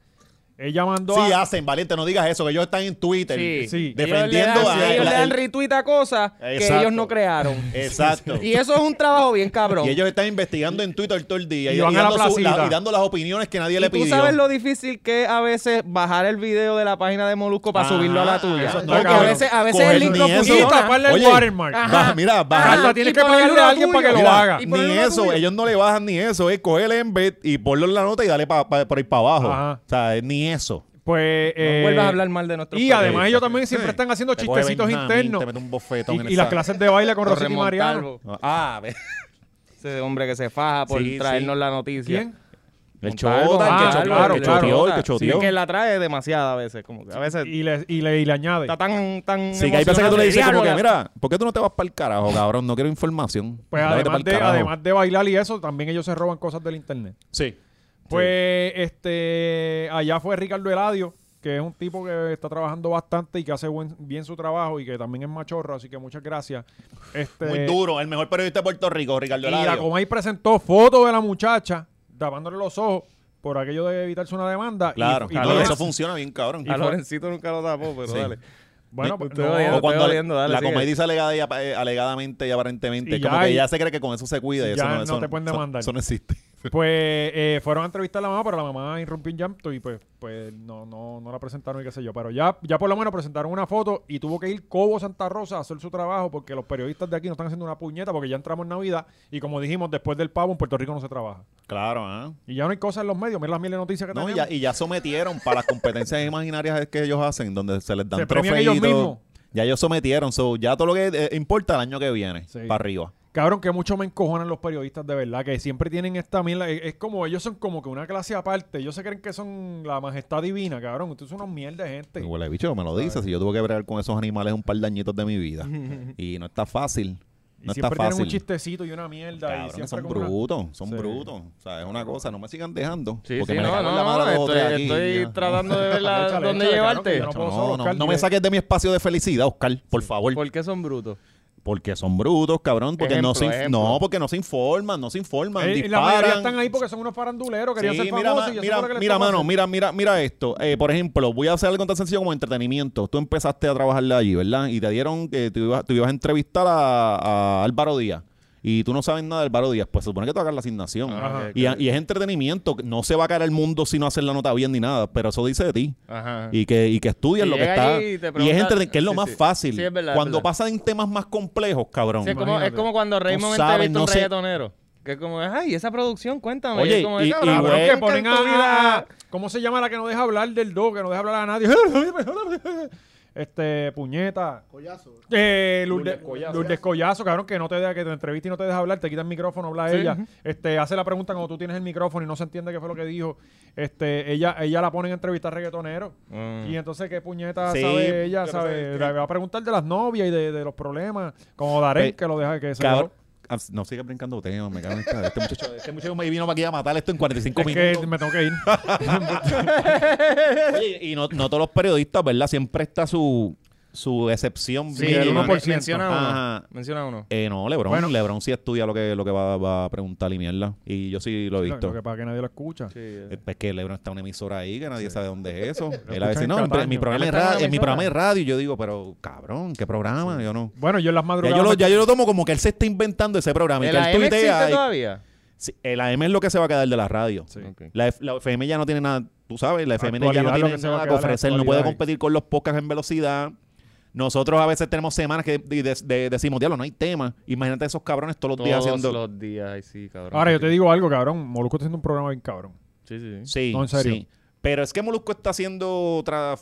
[SPEAKER 1] Ella mandó
[SPEAKER 3] Sí, ah,
[SPEAKER 1] a...
[SPEAKER 3] hacen, valiente, no digas eso, que ellos están en Twitter.
[SPEAKER 1] sí.
[SPEAKER 3] Defendiendo
[SPEAKER 2] ellos le dan,
[SPEAKER 3] a-
[SPEAKER 2] ellos
[SPEAKER 3] la-
[SPEAKER 2] le dan
[SPEAKER 3] el-
[SPEAKER 2] retweet a cosas que
[SPEAKER 3] Exacto.
[SPEAKER 2] ellos no crearon.
[SPEAKER 3] Exacto.
[SPEAKER 2] y eso es un trabajo bien cabrón.
[SPEAKER 3] Y ellos están investigando en Twitter todo el día
[SPEAKER 1] Y van a la
[SPEAKER 3] dando su-
[SPEAKER 1] placita.
[SPEAKER 3] y dando las opiniones que nadie
[SPEAKER 2] ¿Y
[SPEAKER 3] le
[SPEAKER 2] tú
[SPEAKER 3] pidió.
[SPEAKER 2] sabes lo difícil que es a veces bajar el video de la página de Molusco para
[SPEAKER 3] Ajá,
[SPEAKER 2] subirlo a la tuya.
[SPEAKER 3] Ah, eso está
[SPEAKER 2] Porque a
[SPEAKER 1] cabrón.
[SPEAKER 2] veces, a veces
[SPEAKER 3] Coger
[SPEAKER 2] el link no
[SPEAKER 3] ni eso.
[SPEAKER 1] Y
[SPEAKER 2] funciona.
[SPEAKER 1] taparle el
[SPEAKER 3] Oye,
[SPEAKER 1] watermark.
[SPEAKER 2] Ajá.
[SPEAKER 3] Baja- mira, bajar
[SPEAKER 1] Hasta tienes
[SPEAKER 2] Y
[SPEAKER 1] que
[SPEAKER 2] ponerlo
[SPEAKER 1] pagarle a
[SPEAKER 2] a
[SPEAKER 1] alguien
[SPEAKER 2] tuyo.
[SPEAKER 1] para que lo
[SPEAKER 3] Mira,
[SPEAKER 1] haga.
[SPEAKER 2] y
[SPEAKER 3] Ni
[SPEAKER 2] ponerlo en
[SPEAKER 3] eso,
[SPEAKER 2] tuyo.
[SPEAKER 3] ellos no le bajan ni eso, es coger el embed y ponlo en la nota y dale pa- pa- por ahí para abajo.
[SPEAKER 1] Ajá.
[SPEAKER 3] O sea, ni eso.
[SPEAKER 1] Pues... eh,
[SPEAKER 2] No vuelvas a hablar mal de nuestros
[SPEAKER 1] Y
[SPEAKER 2] padres.
[SPEAKER 1] además ellos también
[SPEAKER 3] Sí.
[SPEAKER 1] siempre están haciendo
[SPEAKER 3] Te coge
[SPEAKER 1] chistecitos
[SPEAKER 3] Benjamín,
[SPEAKER 1] internos.
[SPEAKER 3] Te mete un bofetón
[SPEAKER 1] Y, y
[SPEAKER 3] en el
[SPEAKER 1] las
[SPEAKER 3] saco.
[SPEAKER 1] clases de baile con
[SPEAKER 2] Por
[SPEAKER 1] Rosita y Mariano.
[SPEAKER 2] remontarlo.
[SPEAKER 3] Ah, ve.
[SPEAKER 2] Ese hombre que se faja por
[SPEAKER 3] Sí,
[SPEAKER 2] traernos la noticia.
[SPEAKER 1] ¿Quién?
[SPEAKER 3] el
[SPEAKER 2] Montalvo,
[SPEAKER 3] chota, el que
[SPEAKER 1] ah,
[SPEAKER 3] choteó,
[SPEAKER 1] claro,
[SPEAKER 3] el que
[SPEAKER 1] claro.
[SPEAKER 3] choteó, el que
[SPEAKER 2] Sí,
[SPEAKER 3] choteó.
[SPEAKER 2] que la trae demasiada a veces. Como que a veces
[SPEAKER 1] Y le, y le, y le añade.
[SPEAKER 2] está tan, tan
[SPEAKER 3] Sí, que hay veces que tú le
[SPEAKER 2] emocionante.
[SPEAKER 3] dices como que,
[SPEAKER 2] Diablo,
[SPEAKER 3] mira, ¿por qué tú no te vas para el carajo, cabrón? No quiero información.
[SPEAKER 1] Pues
[SPEAKER 3] Vete
[SPEAKER 1] además
[SPEAKER 3] pa'l
[SPEAKER 1] de,
[SPEAKER 3] carajo.
[SPEAKER 1] además de bailar y eso, también ellos se roban cosas del internet.
[SPEAKER 3] Sí.
[SPEAKER 1] Pues este allá fue Ricardo Eladio, que es un tipo que está trabajando bastante y que hace buen- bien su trabajo y que también es machorro, así que muchas gracias. Este,
[SPEAKER 3] Muy duro, el mejor periodista de Puerto Rico, Ricardo
[SPEAKER 1] Y la
[SPEAKER 3] Eladio.
[SPEAKER 1] Comay presentó fotos de la muchacha tapándole los ojos por aquello de evitarse una demanda. y-
[SPEAKER 3] Claro,
[SPEAKER 1] y
[SPEAKER 3] claro,
[SPEAKER 1] todo
[SPEAKER 3] eso
[SPEAKER 1] eso.
[SPEAKER 3] funciona bien, cabrón.
[SPEAKER 2] A Lorencito nunca lo tapó, pero
[SPEAKER 3] Sí.
[SPEAKER 2] dale.
[SPEAKER 1] Bueno, pues,
[SPEAKER 2] Te
[SPEAKER 1] no,
[SPEAKER 2] odio,
[SPEAKER 3] o
[SPEAKER 2] te-
[SPEAKER 1] ya,
[SPEAKER 3] cuando
[SPEAKER 2] doliendo, dale,
[SPEAKER 3] la
[SPEAKER 2] sigue.
[SPEAKER 3] comedia dice alegada y ap- eh, alegadamente y aparentemente,
[SPEAKER 1] Y
[SPEAKER 3] como
[SPEAKER 1] ya,
[SPEAKER 3] que
[SPEAKER 1] y-
[SPEAKER 3] ella se cree que con eso se cuida y
[SPEAKER 1] y
[SPEAKER 3] eso
[SPEAKER 1] ya
[SPEAKER 3] no,
[SPEAKER 1] no
[SPEAKER 3] eso-
[SPEAKER 1] te pueden
[SPEAKER 3] eso-
[SPEAKER 1] demandar.
[SPEAKER 3] Eso, no existe.
[SPEAKER 1] pues eh, fueron a entrevistar a la mamá, pero la mamá irrumpió en llanto y pues, pues no, no, no la presentaron y qué sé yo. Pero ya, ya por lo menos presentaron una foto y tuvo que ir Cobo Santa Rosa a hacer su trabajo porque los periodistas de aquí no están haciendo una puñeta porque ya entramos en Navidad y como dijimos, después del pavo en Puerto Rico no se trabaja.
[SPEAKER 3] Claro, ¿ah?
[SPEAKER 1] Y ya no hay cosas en los medios, mira las miles de noticias que
[SPEAKER 3] No, y,
[SPEAKER 1] tenemos.
[SPEAKER 3] ya, y ya sometieron para las competencias imaginarias que ellos hacen, donde se les dan
[SPEAKER 1] Se premian ellos mismos.
[SPEAKER 3] trofeitos. Ya ellos sometieron, so, ya todo lo que eh, importa el año que viene,
[SPEAKER 1] Sí.
[SPEAKER 3] para arriba.
[SPEAKER 1] Cabrón, que mucho me encojonan los periodistas de verdad, que siempre tienen esta mierda. Es es como, ellos son como que una clase aparte. Ellos se creen que son la majestad divina, cabrón. Ustedes son unos mierda de gente.
[SPEAKER 3] Me Huele bicho, me lo dices. Si yo tuve que bregar con esos animales un par de añitos de mi vida. y no está fácil.
[SPEAKER 1] Y
[SPEAKER 3] No está
[SPEAKER 1] siempre tienen un
[SPEAKER 3] fácil.
[SPEAKER 1] chistecito y una mierda. y
[SPEAKER 3] Cabrón, que
[SPEAKER 1] siempre
[SPEAKER 3] son
[SPEAKER 1] como una-
[SPEAKER 3] brutos, son
[SPEAKER 1] Sí.
[SPEAKER 3] brutos. O sea, es una cosa, no me sigan dejando.
[SPEAKER 2] Sí,
[SPEAKER 3] porque
[SPEAKER 2] sí,
[SPEAKER 3] me
[SPEAKER 2] no,
[SPEAKER 3] cago en
[SPEAKER 2] no,
[SPEAKER 3] la mano
[SPEAKER 2] no,
[SPEAKER 3] de
[SPEAKER 2] estoy,
[SPEAKER 3] otra aquí,
[SPEAKER 2] estoy
[SPEAKER 3] ya.
[SPEAKER 2] tratando de ver la-
[SPEAKER 1] Échale,
[SPEAKER 2] dónde
[SPEAKER 1] échale, cabrón, que
[SPEAKER 2] llevarte.
[SPEAKER 1] yo no puedo
[SPEAKER 3] No,
[SPEAKER 1] solo,
[SPEAKER 3] no,
[SPEAKER 1] Oscar,
[SPEAKER 3] no me
[SPEAKER 1] dile.
[SPEAKER 3] saques de mi espacio de felicidad, Oscar, por favor.
[SPEAKER 2] ¿Por qué son brutos?
[SPEAKER 3] Porque son brutos, cabrón. Porque no,
[SPEAKER 2] Ejemplo,
[SPEAKER 3] se, inf-
[SPEAKER 2] ejemplo.
[SPEAKER 3] no, porque no se informan, no se informan.
[SPEAKER 1] Eh, y la
[SPEAKER 3] disparan.
[SPEAKER 1] mayoría están ahí porque son unos faranduleros, querían
[SPEAKER 3] Sí,
[SPEAKER 1] ser
[SPEAKER 3] mira,
[SPEAKER 1] famosos.
[SPEAKER 3] ma-
[SPEAKER 1] y eso
[SPEAKER 3] mira,
[SPEAKER 1] fue lo que les
[SPEAKER 3] mira,
[SPEAKER 1] tocó
[SPEAKER 3] mano,
[SPEAKER 1] hacer.
[SPEAKER 3] mira, mira, mira esto. Eh, por ejemplo, voy a hacer algo tan sencillo como entretenimiento. Tú empezaste a trabajarle allí, ¿verdad? Y te dieron que tú ibas, tú ibas a entrevistar a, a Álvaro Díaz. Y tú no sabes nada de Álvaro Díaz. Pues se supone que te va a caer la asignación.
[SPEAKER 2] Ajá.
[SPEAKER 3] y, a- y es entretenimiento. No se va a caer el mundo si no haces la nota bien ni nada. Pero eso dice de ti.
[SPEAKER 2] Ajá.
[SPEAKER 3] Y que, y que estudies
[SPEAKER 2] Y
[SPEAKER 3] lo que
[SPEAKER 2] llega
[SPEAKER 3] está.
[SPEAKER 2] ahí
[SPEAKER 3] Y,
[SPEAKER 2] y te
[SPEAKER 3] es
[SPEAKER 2] pregunta-
[SPEAKER 3] entreten- que es lo
[SPEAKER 2] sí,
[SPEAKER 3] más
[SPEAKER 2] sí.
[SPEAKER 3] fácil.
[SPEAKER 2] Sí, es verdad, es
[SPEAKER 3] Cuando
[SPEAKER 2] verdad.
[SPEAKER 3] pasan en temas más complejos, cabrón.
[SPEAKER 2] Sí, es, como, es
[SPEAKER 1] Imagínate.
[SPEAKER 2] como cuando Raymond
[SPEAKER 3] sabes,
[SPEAKER 2] entrevista a
[SPEAKER 3] no
[SPEAKER 2] un
[SPEAKER 3] sé.
[SPEAKER 2] reggaetonero. Que es como, ay, esa producción, cuéntame.
[SPEAKER 3] Oye,
[SPEAKER 2] es como,
[SPEAKER 3] y-
[SPEAKER 2] cabrón,
[SPEAKER 3] y
[SPEAKER 2] pero
[SPEAKER 1] Cabrón,
[SPEAKER 3] güey,
[SPEAKER 2] ¿qué
[SPEAKER 1] que ponen
[SPEAKER 2] canto
[SPEAKER 1] a, a-
[SPEAKER 2] vida?
[SPEAKER 1] ¿Cómo se llama la que no deja hablar del do? Que no deja hablar a nadie. Este, puñeta.
[SPEAKER 4] Collazo.
[SPEAKER 1] Eh, Lourdes,
[SPEAKER 4] Lourdes Collazo.
[SPEAKER 1] Lourdes Collazo, cabrón, que no te deja que te entreviste y no te deja hablar, te quita el micrófono, habla
[SPEAKER 2] Sí,
[SPEAKER 1] ella.
[SPEAKER 2] ujú.
[SPEAKER 1] Este, hace la pregunta cuando tú tienes el micrófono y no se entiende qué fue lo que dijo. Este, ella, ella la ponen a entrevistar reggaetonero.
[SPEAKER 2] Mm.
[SPEAKER 1] Y entonces, ¿qué puñeta
[SPEAKER 3] Sí,
[SPEAKER 1] sabe ella?
[SPEAKER 3] pero
[SPEAKER 1] Sabe,
[SPEAKER 3] sabes
[SPEAKER 1] la-
[SPEAKER 3] que-
[SPEAKER 1] va a preguntar de las novias y de, de los problemas. Como Darén,
[SPEAKER 3] Pe-
[SPEAKER 1] que lo deja que se
[SPEAKER 3] Cabrón. Ah, No sigas brincando temas, me cago en esta- este muchacho, este muchacho me vino para aquí a matar esto en 45
[SPEAKER 1] Es
[SPEAKER 3] minutos.
[SPEAKER 1] que me tengo que ir.
[SPEAKER 3] Oye, y no, no todos los periodistas, ¿verdad? Siempre está su, su excepción.
[SPEAKER 2] Sí,
[SPEAKER 1] Ni el
[SPEAKER 2] men-
[SPEAKER 3] mínima.
[SPEAKER 1] 1%.
[SPEAKER 2] menciona uno.
[SPEAKER 3] Ajá.
[SPEAKER 2] Menciona uno.
[SPEAKER 3] Eh, no, Lebron.
[SPEAKER 1] Bueno.
[SPEAKER 3] Lebron sí estudia lo que, lo que va, va a preguntar y mierda. Y yo sí lo he
[SPEAKER 1] Lo
[SPEAKER 3] visto.
[SPEAKER 1] que pasa es que nadie lo escucha.
[SPEAKER 3] Eh, Es que Lebron está en una emisora ahí que nadie sabe dónde es eso. Él
[SPEAKER 1] escuchan
[SPEAKER 3] a veces,
[SPEAKER 1] en
[SPEAKER 3] no, en
[SPEAKER 1] Cataño.
[SPEAKER 3] mi programa
[SPEAKER 2] Él
[SPEAKER 3] es
[SPEAKER 2] está en
[SPEAKER 3] radio,
[SPEAKER 2] una
[SPEAKER 3] en mi programa es
[SPEAKER 2] emisora.
[SPEAKER 3] radio. Y yo digo, pero cabrón, ¿qué programa? Yo no.
[SPEAKER 1] Bueno, yo en las
[SPEAKER 3] Ya
[SPEAKER 1] madrugadas.
[SPEAKER 3] yo, lo-
[SPEAKER 1] me-
[SPEAKER 3] ya yo lo tomo como que él se está inventando ese programa. Y
[SPEAKER 2] ¿El
[SPEAKER 3] que él
[SPEAKER 2] AM existe
[SPEAKER 3] tuitea y-
[SPEAKER 2] todavía?
[SPEAKER 3] Sí, el AM es lo que se va a quedar de la radio.
[SPEAKER 2] Ok.
[SPEAKER 3] La, F- la FM ya no tiene nada, tú sabes, la FM ya
[SPEAKER 1] Actualidad,
[SPEAKER 3] no
[SPEAKER 1] lo
[SPEAKER 3] tiene
[SPEAKER 1] que se va a
[SPEAKER 3] nada que
[SPEAKER 1] quedar, la
[SPEAKER 3] ofrecer, no
[SPEAKER 1] actualidad.
[SPEAKER 3] puede competir con los podcasts en velocidad. Nosotros a veces tenemos semanas que de- de- de- decimos, diablo, no hay tema. Imagínate esos cabrones todos los
[SPEAKER 2] Todos
[SPEAKER 3] días haciendo.
[SPEAKER 2] los días, ay, sí, cabrón.
[SPEAKER 1] Ahora, yo te digo algo, cabrón. Molusco está haciendo un programa bien cabrón.
[SPEAKER 2] Sí, sí. sí.
[SPEAKER 3] Sí,
[SPEAKER 1] No, en serio.
[SPEAKER 3] sí. Pero es que Molusco está haciendo otra.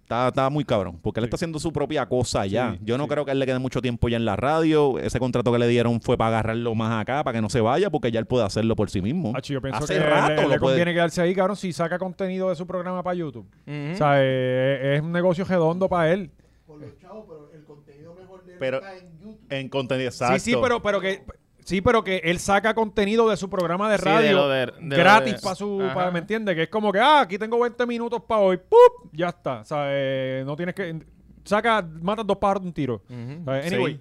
[SPEAKER 3] Está, está muy cabrón, porque él está haciendo su propia cosa ya. Yo no creo que él le quede mucho tiempo ya en la radio. Ese contrato que le dieron fue para agarrarlo más acá, para que no se vaya, porque ya él puede hacerlo por sí mismo.
[SPEAKER 1] Hacho, yo pienso
[SPEAKER 3] Hace
[SPEAKER 1] que le-
[SPEAKER 3] rato
[SPEAKER 1] le,
[SPEAKER 3] lo
[SPEAKER 1] le
[SPEAKER 3] puede-
[SPEAKER 1] conviene quedarse ahí, cabrón, si saca contenido de su programa para YouTube.
[SPEAKER 2] Ujú.
[SPEAKER 1] O sea, eh, es un negocio redondo para él.
[SPEAKER 4] Con los chavos, pero el contenido mejor de él
[SPEAKER 3] Pero-
[SPEAKER 4] está en YouTube.
[SPEAKER 3] En contenido,
[SPEAKER 1] Sí, sí,
[SPEAKER 3] exacto.
[SPEAKER 1] pero, pero que sí, pero que él saca contenido de su programa de
[SPEAKER 2] Sí,
[SPEAKER 1] radio
[SPEAKER 2] de lo de- de lo
[SPEAKER 1] gratis
[SPEAKER 2] de-
[SPEAKER 1] para su,
[SPEAKER 2] Ajá.
[SPEAKER 1] para- ¿me entiendes? Que es como que, ah, aquí tengo 20 minutos para hoy, ¡pup! Ya está. O sea, eh, no tienes que saca matas dos pájaros de un tiro.
[SPEAKER 2] Ujú.
[SPEAKER 1] O sea, anyway,
[SPEAKER 3] Sí.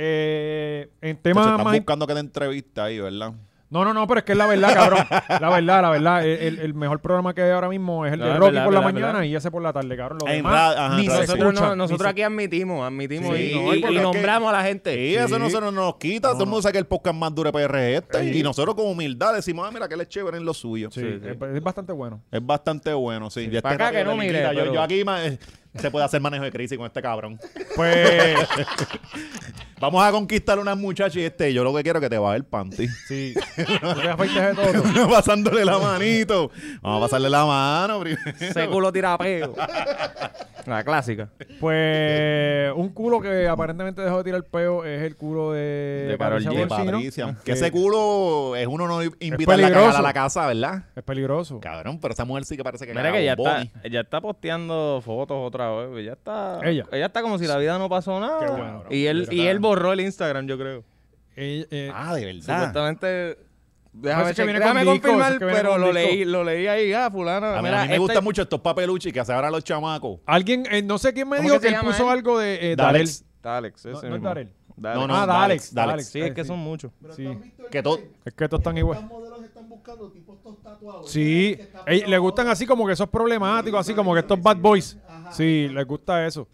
[SPEAKER 1] eh, en
[SPEAKER 3] Pues Se
[SPEAKER 1] temas
[SPEAKER 3] están
[SPEAKER 1] más
[SPEAKER 3] buscando que te entrevista ahí, ¿verdad?
[SPEAKER 1] No, no, no, pero es que es la verdad, cabrón. La verdad, la verdad. El, el- el mejor programa que hay ahora mismo es el
[SPEAKER 2] No,
[SPEAKER 1] de
[SPEAKER 2] es
[SPEAKER 1] Rocky
[SPEAKER 2] verdad,
[SPEAKER 1] por la
[SPEAKER 2] verdad,
[SPEAKER 1] mañana
[SPEAKER 2] verdad.
[SPEAKER 1] y ese por la tarde, cabrón. Lo
[SPEAKER 3] En
[SPEAKER 1] demás,
[SPEAKER 3] ra- ajá,
[SPEAKER 1] ni se
[SPEAKER 3] radio, sí.
[SPEAKER 1] Ah, escucha.
[SPEAKER 2] Nosotros, no-
[SPEAKER 1] ni
[SPEAKER 2] nosotros
[SPEAKER 1] se-
[SPEAKER 2] aquí admitimos, admitimos
[SPEAKER 1] Sí,
[SPEAKER 2] y,
[SPEAKER 1] no,
[SPEAKER 2] y-
[SPEAKER 1] y porque
[SPEAKER 2] y
[SPEAKER 1] es que-
[SPEAKER 2] nombramos a la gente.
[SPEAKER 3] Sí, eso no se nos, nos quita. Todo el mundo sabe que el podcast más duro PR es este. Y nosotros con humildad decimos, ah, mira, que él es chévere en lo suyo.
[SPEAKER 1] Sí,
[SPEAKER 2] Sí, sí.
[SPEAKER 1] Es, es bastante bueno.
[SPEAKER 3] Es bastante bueno, sí. Ya
[SPEAKER 2] Pa'
[SPEAKER 3] este
[SPEAKER 2] acá que
[SPEAKER 3] radio
[SPEAKER 2] no
[SPEAKER 3] le
[SPEAKER 2] mire,
[SPEAKER 3] quita. Yo,
[SPEAKER 2] pero-
[SPEAKER 3] yo aquí ma- eh, se puede hacer manejo de crisis con este cabrón.
[SPEAKER 1] Pues,
[SPEAKER 3] Vamos a conquistar a unas muchachas y este, yo lo que quiero es que te baje el panty.
[SPEAKER 1] sí. Tú te afeites de todo.
[SPEAKER 3] Pasándole la manito. Vamos a pasarle la mano primero.
[SPEAKER 2] Ese culo tira peo. la clásica.
[SPEAKER 1] Pues, un culo que aparentemente dejó de tirar peo es el culo de,
[SPEAKER 2] De Karol
[SPEAKER 1] Patricia
[SPEAKER 3] De
[SPEAKER 2] G.
[SPEAKER 1] Bolsino.
[SPEAKER 3] Patricia. Que
[SPEAKER 1] Eh,
[SPEAKER 3] ese culo es uno no invitarla a
[SPEAKER 1] peligroso.
[SPEAKER 3] cagar a la casa, ¿verdad?
[SPEAKER 1] Es peligroso.
[SPEAKER 3] Cabrón, pero esa mujer sí que parece que
[SPEAKER 2] Mira
[SPEAKER 3] caga
[SPEAKER 2] que ya está,
[SPEAKER 3] bombones.
[SPEAKER 2] ya está posteando fotos otra vez. Ya está,
[SPEAKER 1] Ella.
[SPEAKER 2] está como si la vida no pasó nada.
[SPEAKER 1] Qué bueno, bro.
[SPEAKER 2] y, él, y
[SPEAKER 1] Mira.
[SPEAKER 2] él borró el Instagram, yo creo.
[SPEAKER 1] Eh, eh,
[SPEAKER 3] Ah, de verdad.
[SPEAKER 2] Supuestamente.
[SPEAKER 1] Eso
[SPEAKER 2] Déjame,
[SPEAKER 1] es que
[SPEAKER 2] chequear,
[SPEAKER 1] viene
[SPEAKER 2] déjame
[SPEAKER 1] con disco,
[SPEAKER 2] confirmar,
[SPEAKER 1] eso es que viene
[SPEAKER 2] pero
[SPEAKER 1] con
[SPEAKER 2] lo
[SPEAKER 1] disco.
[SPEAKER 2] leí, lo leí ahí. Ah, fulano.
[SPEAKER 3] A mí,
[SPEAKER 2] mira,
[SPEAKER 3] a mí me
[SPEAKER 2] esta-
[SPEAKER 3] gustan mucho estos papeluchis que hacen ahora los chamacos.
[SPEAKER 1] Alguien, eh, no sé quién me
[SPEAKER 2] ¿Cómo
[SPEAKER 1] dijo
[SPEAKER 2] que se
[SPEAKER 1] que él
[SPEAKER 2] llama
[SPEAKER 1] puso
[SPEAKER 2] él?
[SPEAKER 1] algo de eh,
[SPEAKER 3] Dalex.
[SPEAKER 2] Dalex, ese
[SPEAKER 1] Darel. No, no es
[SPEAKER 2] mismo.
[SPEAKER 1] Darel.
[SPEAKER 2] Dalex.
[SPEAKER 3] No, no,
[SPEAKER 1] ah, Dalex,
[SPEAKER 3] Dalex, Dalex.
[SPEAKER 1] Dalex.
[SPEAKER 2] Sí, es que
[SPEAKER 1] sí.
[SPEAKER 2] son muchos.
[SPEAKER 4] Pero
[SPEAKER 1] sí.
[SPEAKER 4] tú has visto el
[SPEAKER 3] Que todo-
[SPEAKER 4] trend?
[SPEAKER 1] Es que estos están igual.
[SPEAKER 4] Los modelos están buscando tipos todos tatuados.
[SPEAKER 1] Sí,
[SPEAKER 4] Que están
[SPEAKER 1] ey, le
[SPEAKER 4] pegados.
[SPEAKER 1] gustan así como que esos problemáticos, así como que estos bad boys. Sí, les gusta eso.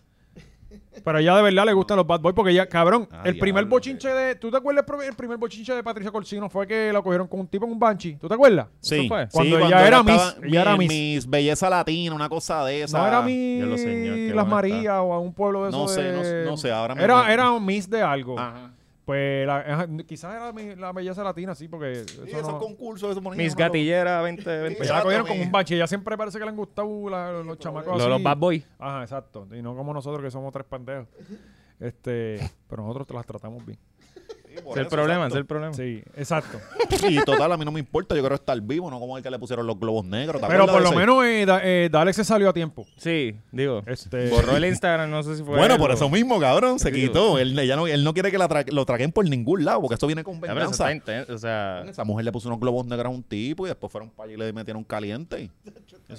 [SPEAKER 1] Pero ella de verdad le gustan los bad boys porque ella, cabrón,
[SPEAKER 3] Ah,
[SPEAKER 1] el primer
[SPEAKER 3] diablo,
[SPEAKER 1] bochinche de. ¿Tú te acuerdas el pro- el primer bochinche de Patricia Corsino? Fue que la cogieron con un tipo en un banshee. ¿Tú te acuerdas?
[SPEAKER 3] Sí,
[SPEAKER 2] fue?
[SPEAKER 3] sí,
[SPEAKER 1] Cuando ella era Miss, ella era Miss.
[SPEAKER 3] Belleza Latina, una cosa de esa.
[SPEAKER 1] No era mi
[SPEAKER 3] Yo lo sé, señor, qué
[SPEAKER 1] Las
[SPEAKER 3] bueno está.
[SPEAKER 1] Marías o a un pueblo de
[SPEAKER 3] No
[SPEAKER 1] esos
[SPEAKER 3] sé,
[SPEAKER 1] de-
[SPEAKER 3] no sé- no sé, ahora mismo-
[SPEAKER 1] Era, era un Miss de algo.
[SPEAKER 3] Ajá.
[SPEAKER 1] Pues la- ajá, quizás era mi- la belleza latina, sí, porque.
[SPEAKER 3] Sí,
[SPEAKER 1] eso
[SPEAKER 3] esos
[SPEAKER 1] no-
[SPEAKER 3] concursos, esos bonitos,
[SPEAKER 2] Mis
[SPEAKER 3] ¿no?
[SPEAKER 2] gatillera 20, 20.
[SPEAKER 1] Pues ya la cogieron con
[SPEAKER 3] Exacto,
[SPEAKER 1] un
[SPEAKER 3] mi-
[SPEAKER 1] banshee. Ella siempre parece que le han gustado la- los chamacos
[SPEAKER 2] Los,
[SPEAKER 1] así.
[SPEAKER 2] los bad boys.
[SPEAKER 1] Ajá, exacto. Y no como nosotros que somos tres pendejos. Este, pero nosotros te las tratamos bien.
[SPEAKER 3] Sí, por
[SPEAKER 2] Ese es el
[SPEAKER 3] eso,
[SPEAKER 2] problema, ese es
[SPEAKER 3] exacto.
[SPEAKER 2] el problema.
[SPEAKER 1] Sí, exacto.
[SPEAKER 3] Y total, a mí no me importa, yo quiero estar vivo, no como el que le pusieron los globos negros. ¿te
[SPEAKER 1] Pero
[SPEAKER 3] acuerdas
[SPEAKER 1] por
[SPEAKER 3] de
[SPEAKER 1] lo menos
[SPEAKER 3] ese?
[SPEAKER 1] eh, Da- eh, Dalex se salió a tiempo.
[SPEAKER 2] Sí, digo.
[SPEAKER 1] Este,
[SPEAKER 2] Borró el Instagram, no sé si fue.
[SPEAKER 3] Bueno,
[SPEAKER 2] él
[SPEAKER 3] por
[SPEAKER 2] o-
[SPEAKER 3] eso mismo, cabrón, se
[SPEAKER 2] Digo.
[SPEAKER 3] quitó. Él, ella no, él no quiere que la tra- lo traquen por ningún lado, porque esto viene con
[SPEAKER 2] Ya, pero eso
[SPEAKER 3] venganza.
[SPEAKER 2] Pues, está intenso, o sea,
[SPEAKER 3] Esa mujer le puso unos globos negros a un tipo y después fueron para allí y le metieron caliente.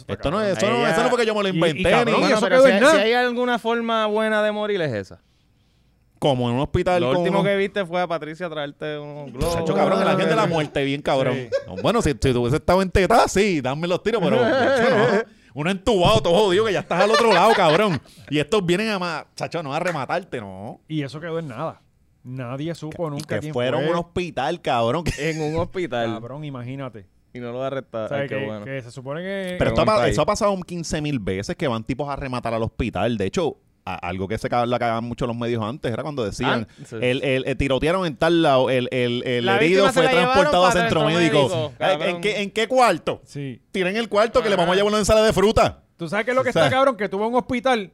[SPEAKER 3] Esto no, es, eso, no,
[SPEAKER 2] Ella-
[SPEAKER 3] eso no fue que yo me lo
[SPEAKER 1] Y- y
[SPEAKER 3] inventé.
[SPEAKER 1] cabrón,
[SPEAKER 3] ni-
[SPEAKER 1] Bueno, eso
[SPEAKER 2] pero
[SPEAKER 1] quedó
[SPEAKER 2] si,
[SPEAKER 1] en
[SPEAKER 2] hay-
[SPEAKER 1] nada.
[SPEAKER 2] si hay alguna forma buena de morir es esa.
[SPEAKER 3] como en un hospital.
[SPEAKER 2] Lo
[SPEAKER 3] con
[SPEAKER 2] último
[SPEAKER 3] unos-
[SPEAKER 2] que viste fue a Patricia traerte unos globos.
[SPEAKER 3] Chacho, cabrón, en la gente de la muerte, bien cabrón. No, Bueno, si, si tú hubiese estado en teta, sí, dame los tiros, pero chacho, no. uno entubado, todo jodido, que ya estás al otro lado, cabrón. Y estos vienen a ma- chacho, no a rematarte, no.
[SPEAKER 1] Y eso quedó en nada. Nadie supo nunca
[SPEAKER 3] Que
[SPEAKER 1] quién
[SPEAKER 3] fueron
[SPEAKER 1] fue.
[SPEAKER 3] a un hospital, cabrón. que-
[SPEAKER 2] En un hospital.
[SPEAKER 1] Cabrón, imagínate.
[SPEAKER 2] Y no lo arrestaron.
[SPEAKER 1] O sea,
[SPEAKER 2] Ay, qué
[SPEAKER 1] que,
[SPEAKER 2] bueno.
[SPEAKER 1] que se supone que...
[SPEAKER 3] Pero esto ha,
[SPEAKER 2] buen
[SPEAKER 3] pa-
[SPEAKER 2] país.
[SPEAKER 3] eso ha pasado 15 mil veces que van tipos a rematar al hospital. De hecho, a- algo que se ca- la cagaban mucho los medios antes era cuando decían:
[SPEAKER 2] Ah, sí.
[SPEAKER 3] el, el- el tirotearon en tal lado, el, el- el
[SPEAKER 2] La
[SPEAKER 3] herido
[SPEAKER 2] víctima se
[SPEAKER 3] fue
[SPEAKER 2] la llevaron
[SPEAKER 3] transportado a
[SPEAKER 2] para
[SPEAKER 3] centro
[SPEAKER 2] centro
[SPEAKER 3] médico.
[SPEAKER 2] médico,
[SPEAKER 3] Ay, ¿En
[SPEAKER 2] cabrón.
[SPEAKER 3] qué, ¿En qué cuarto?
[SPEAKER 1] Sí.
[SPEAKER 3] Tiren el cuarto que le vamos a llevar una ensalada de fruta.
[SPEAKER 1] ¿Tú sabes qué es lo que
[SPEAKER 3] O sea-
[SPEAKER 1] está cabrón? Que tú vas a un hospital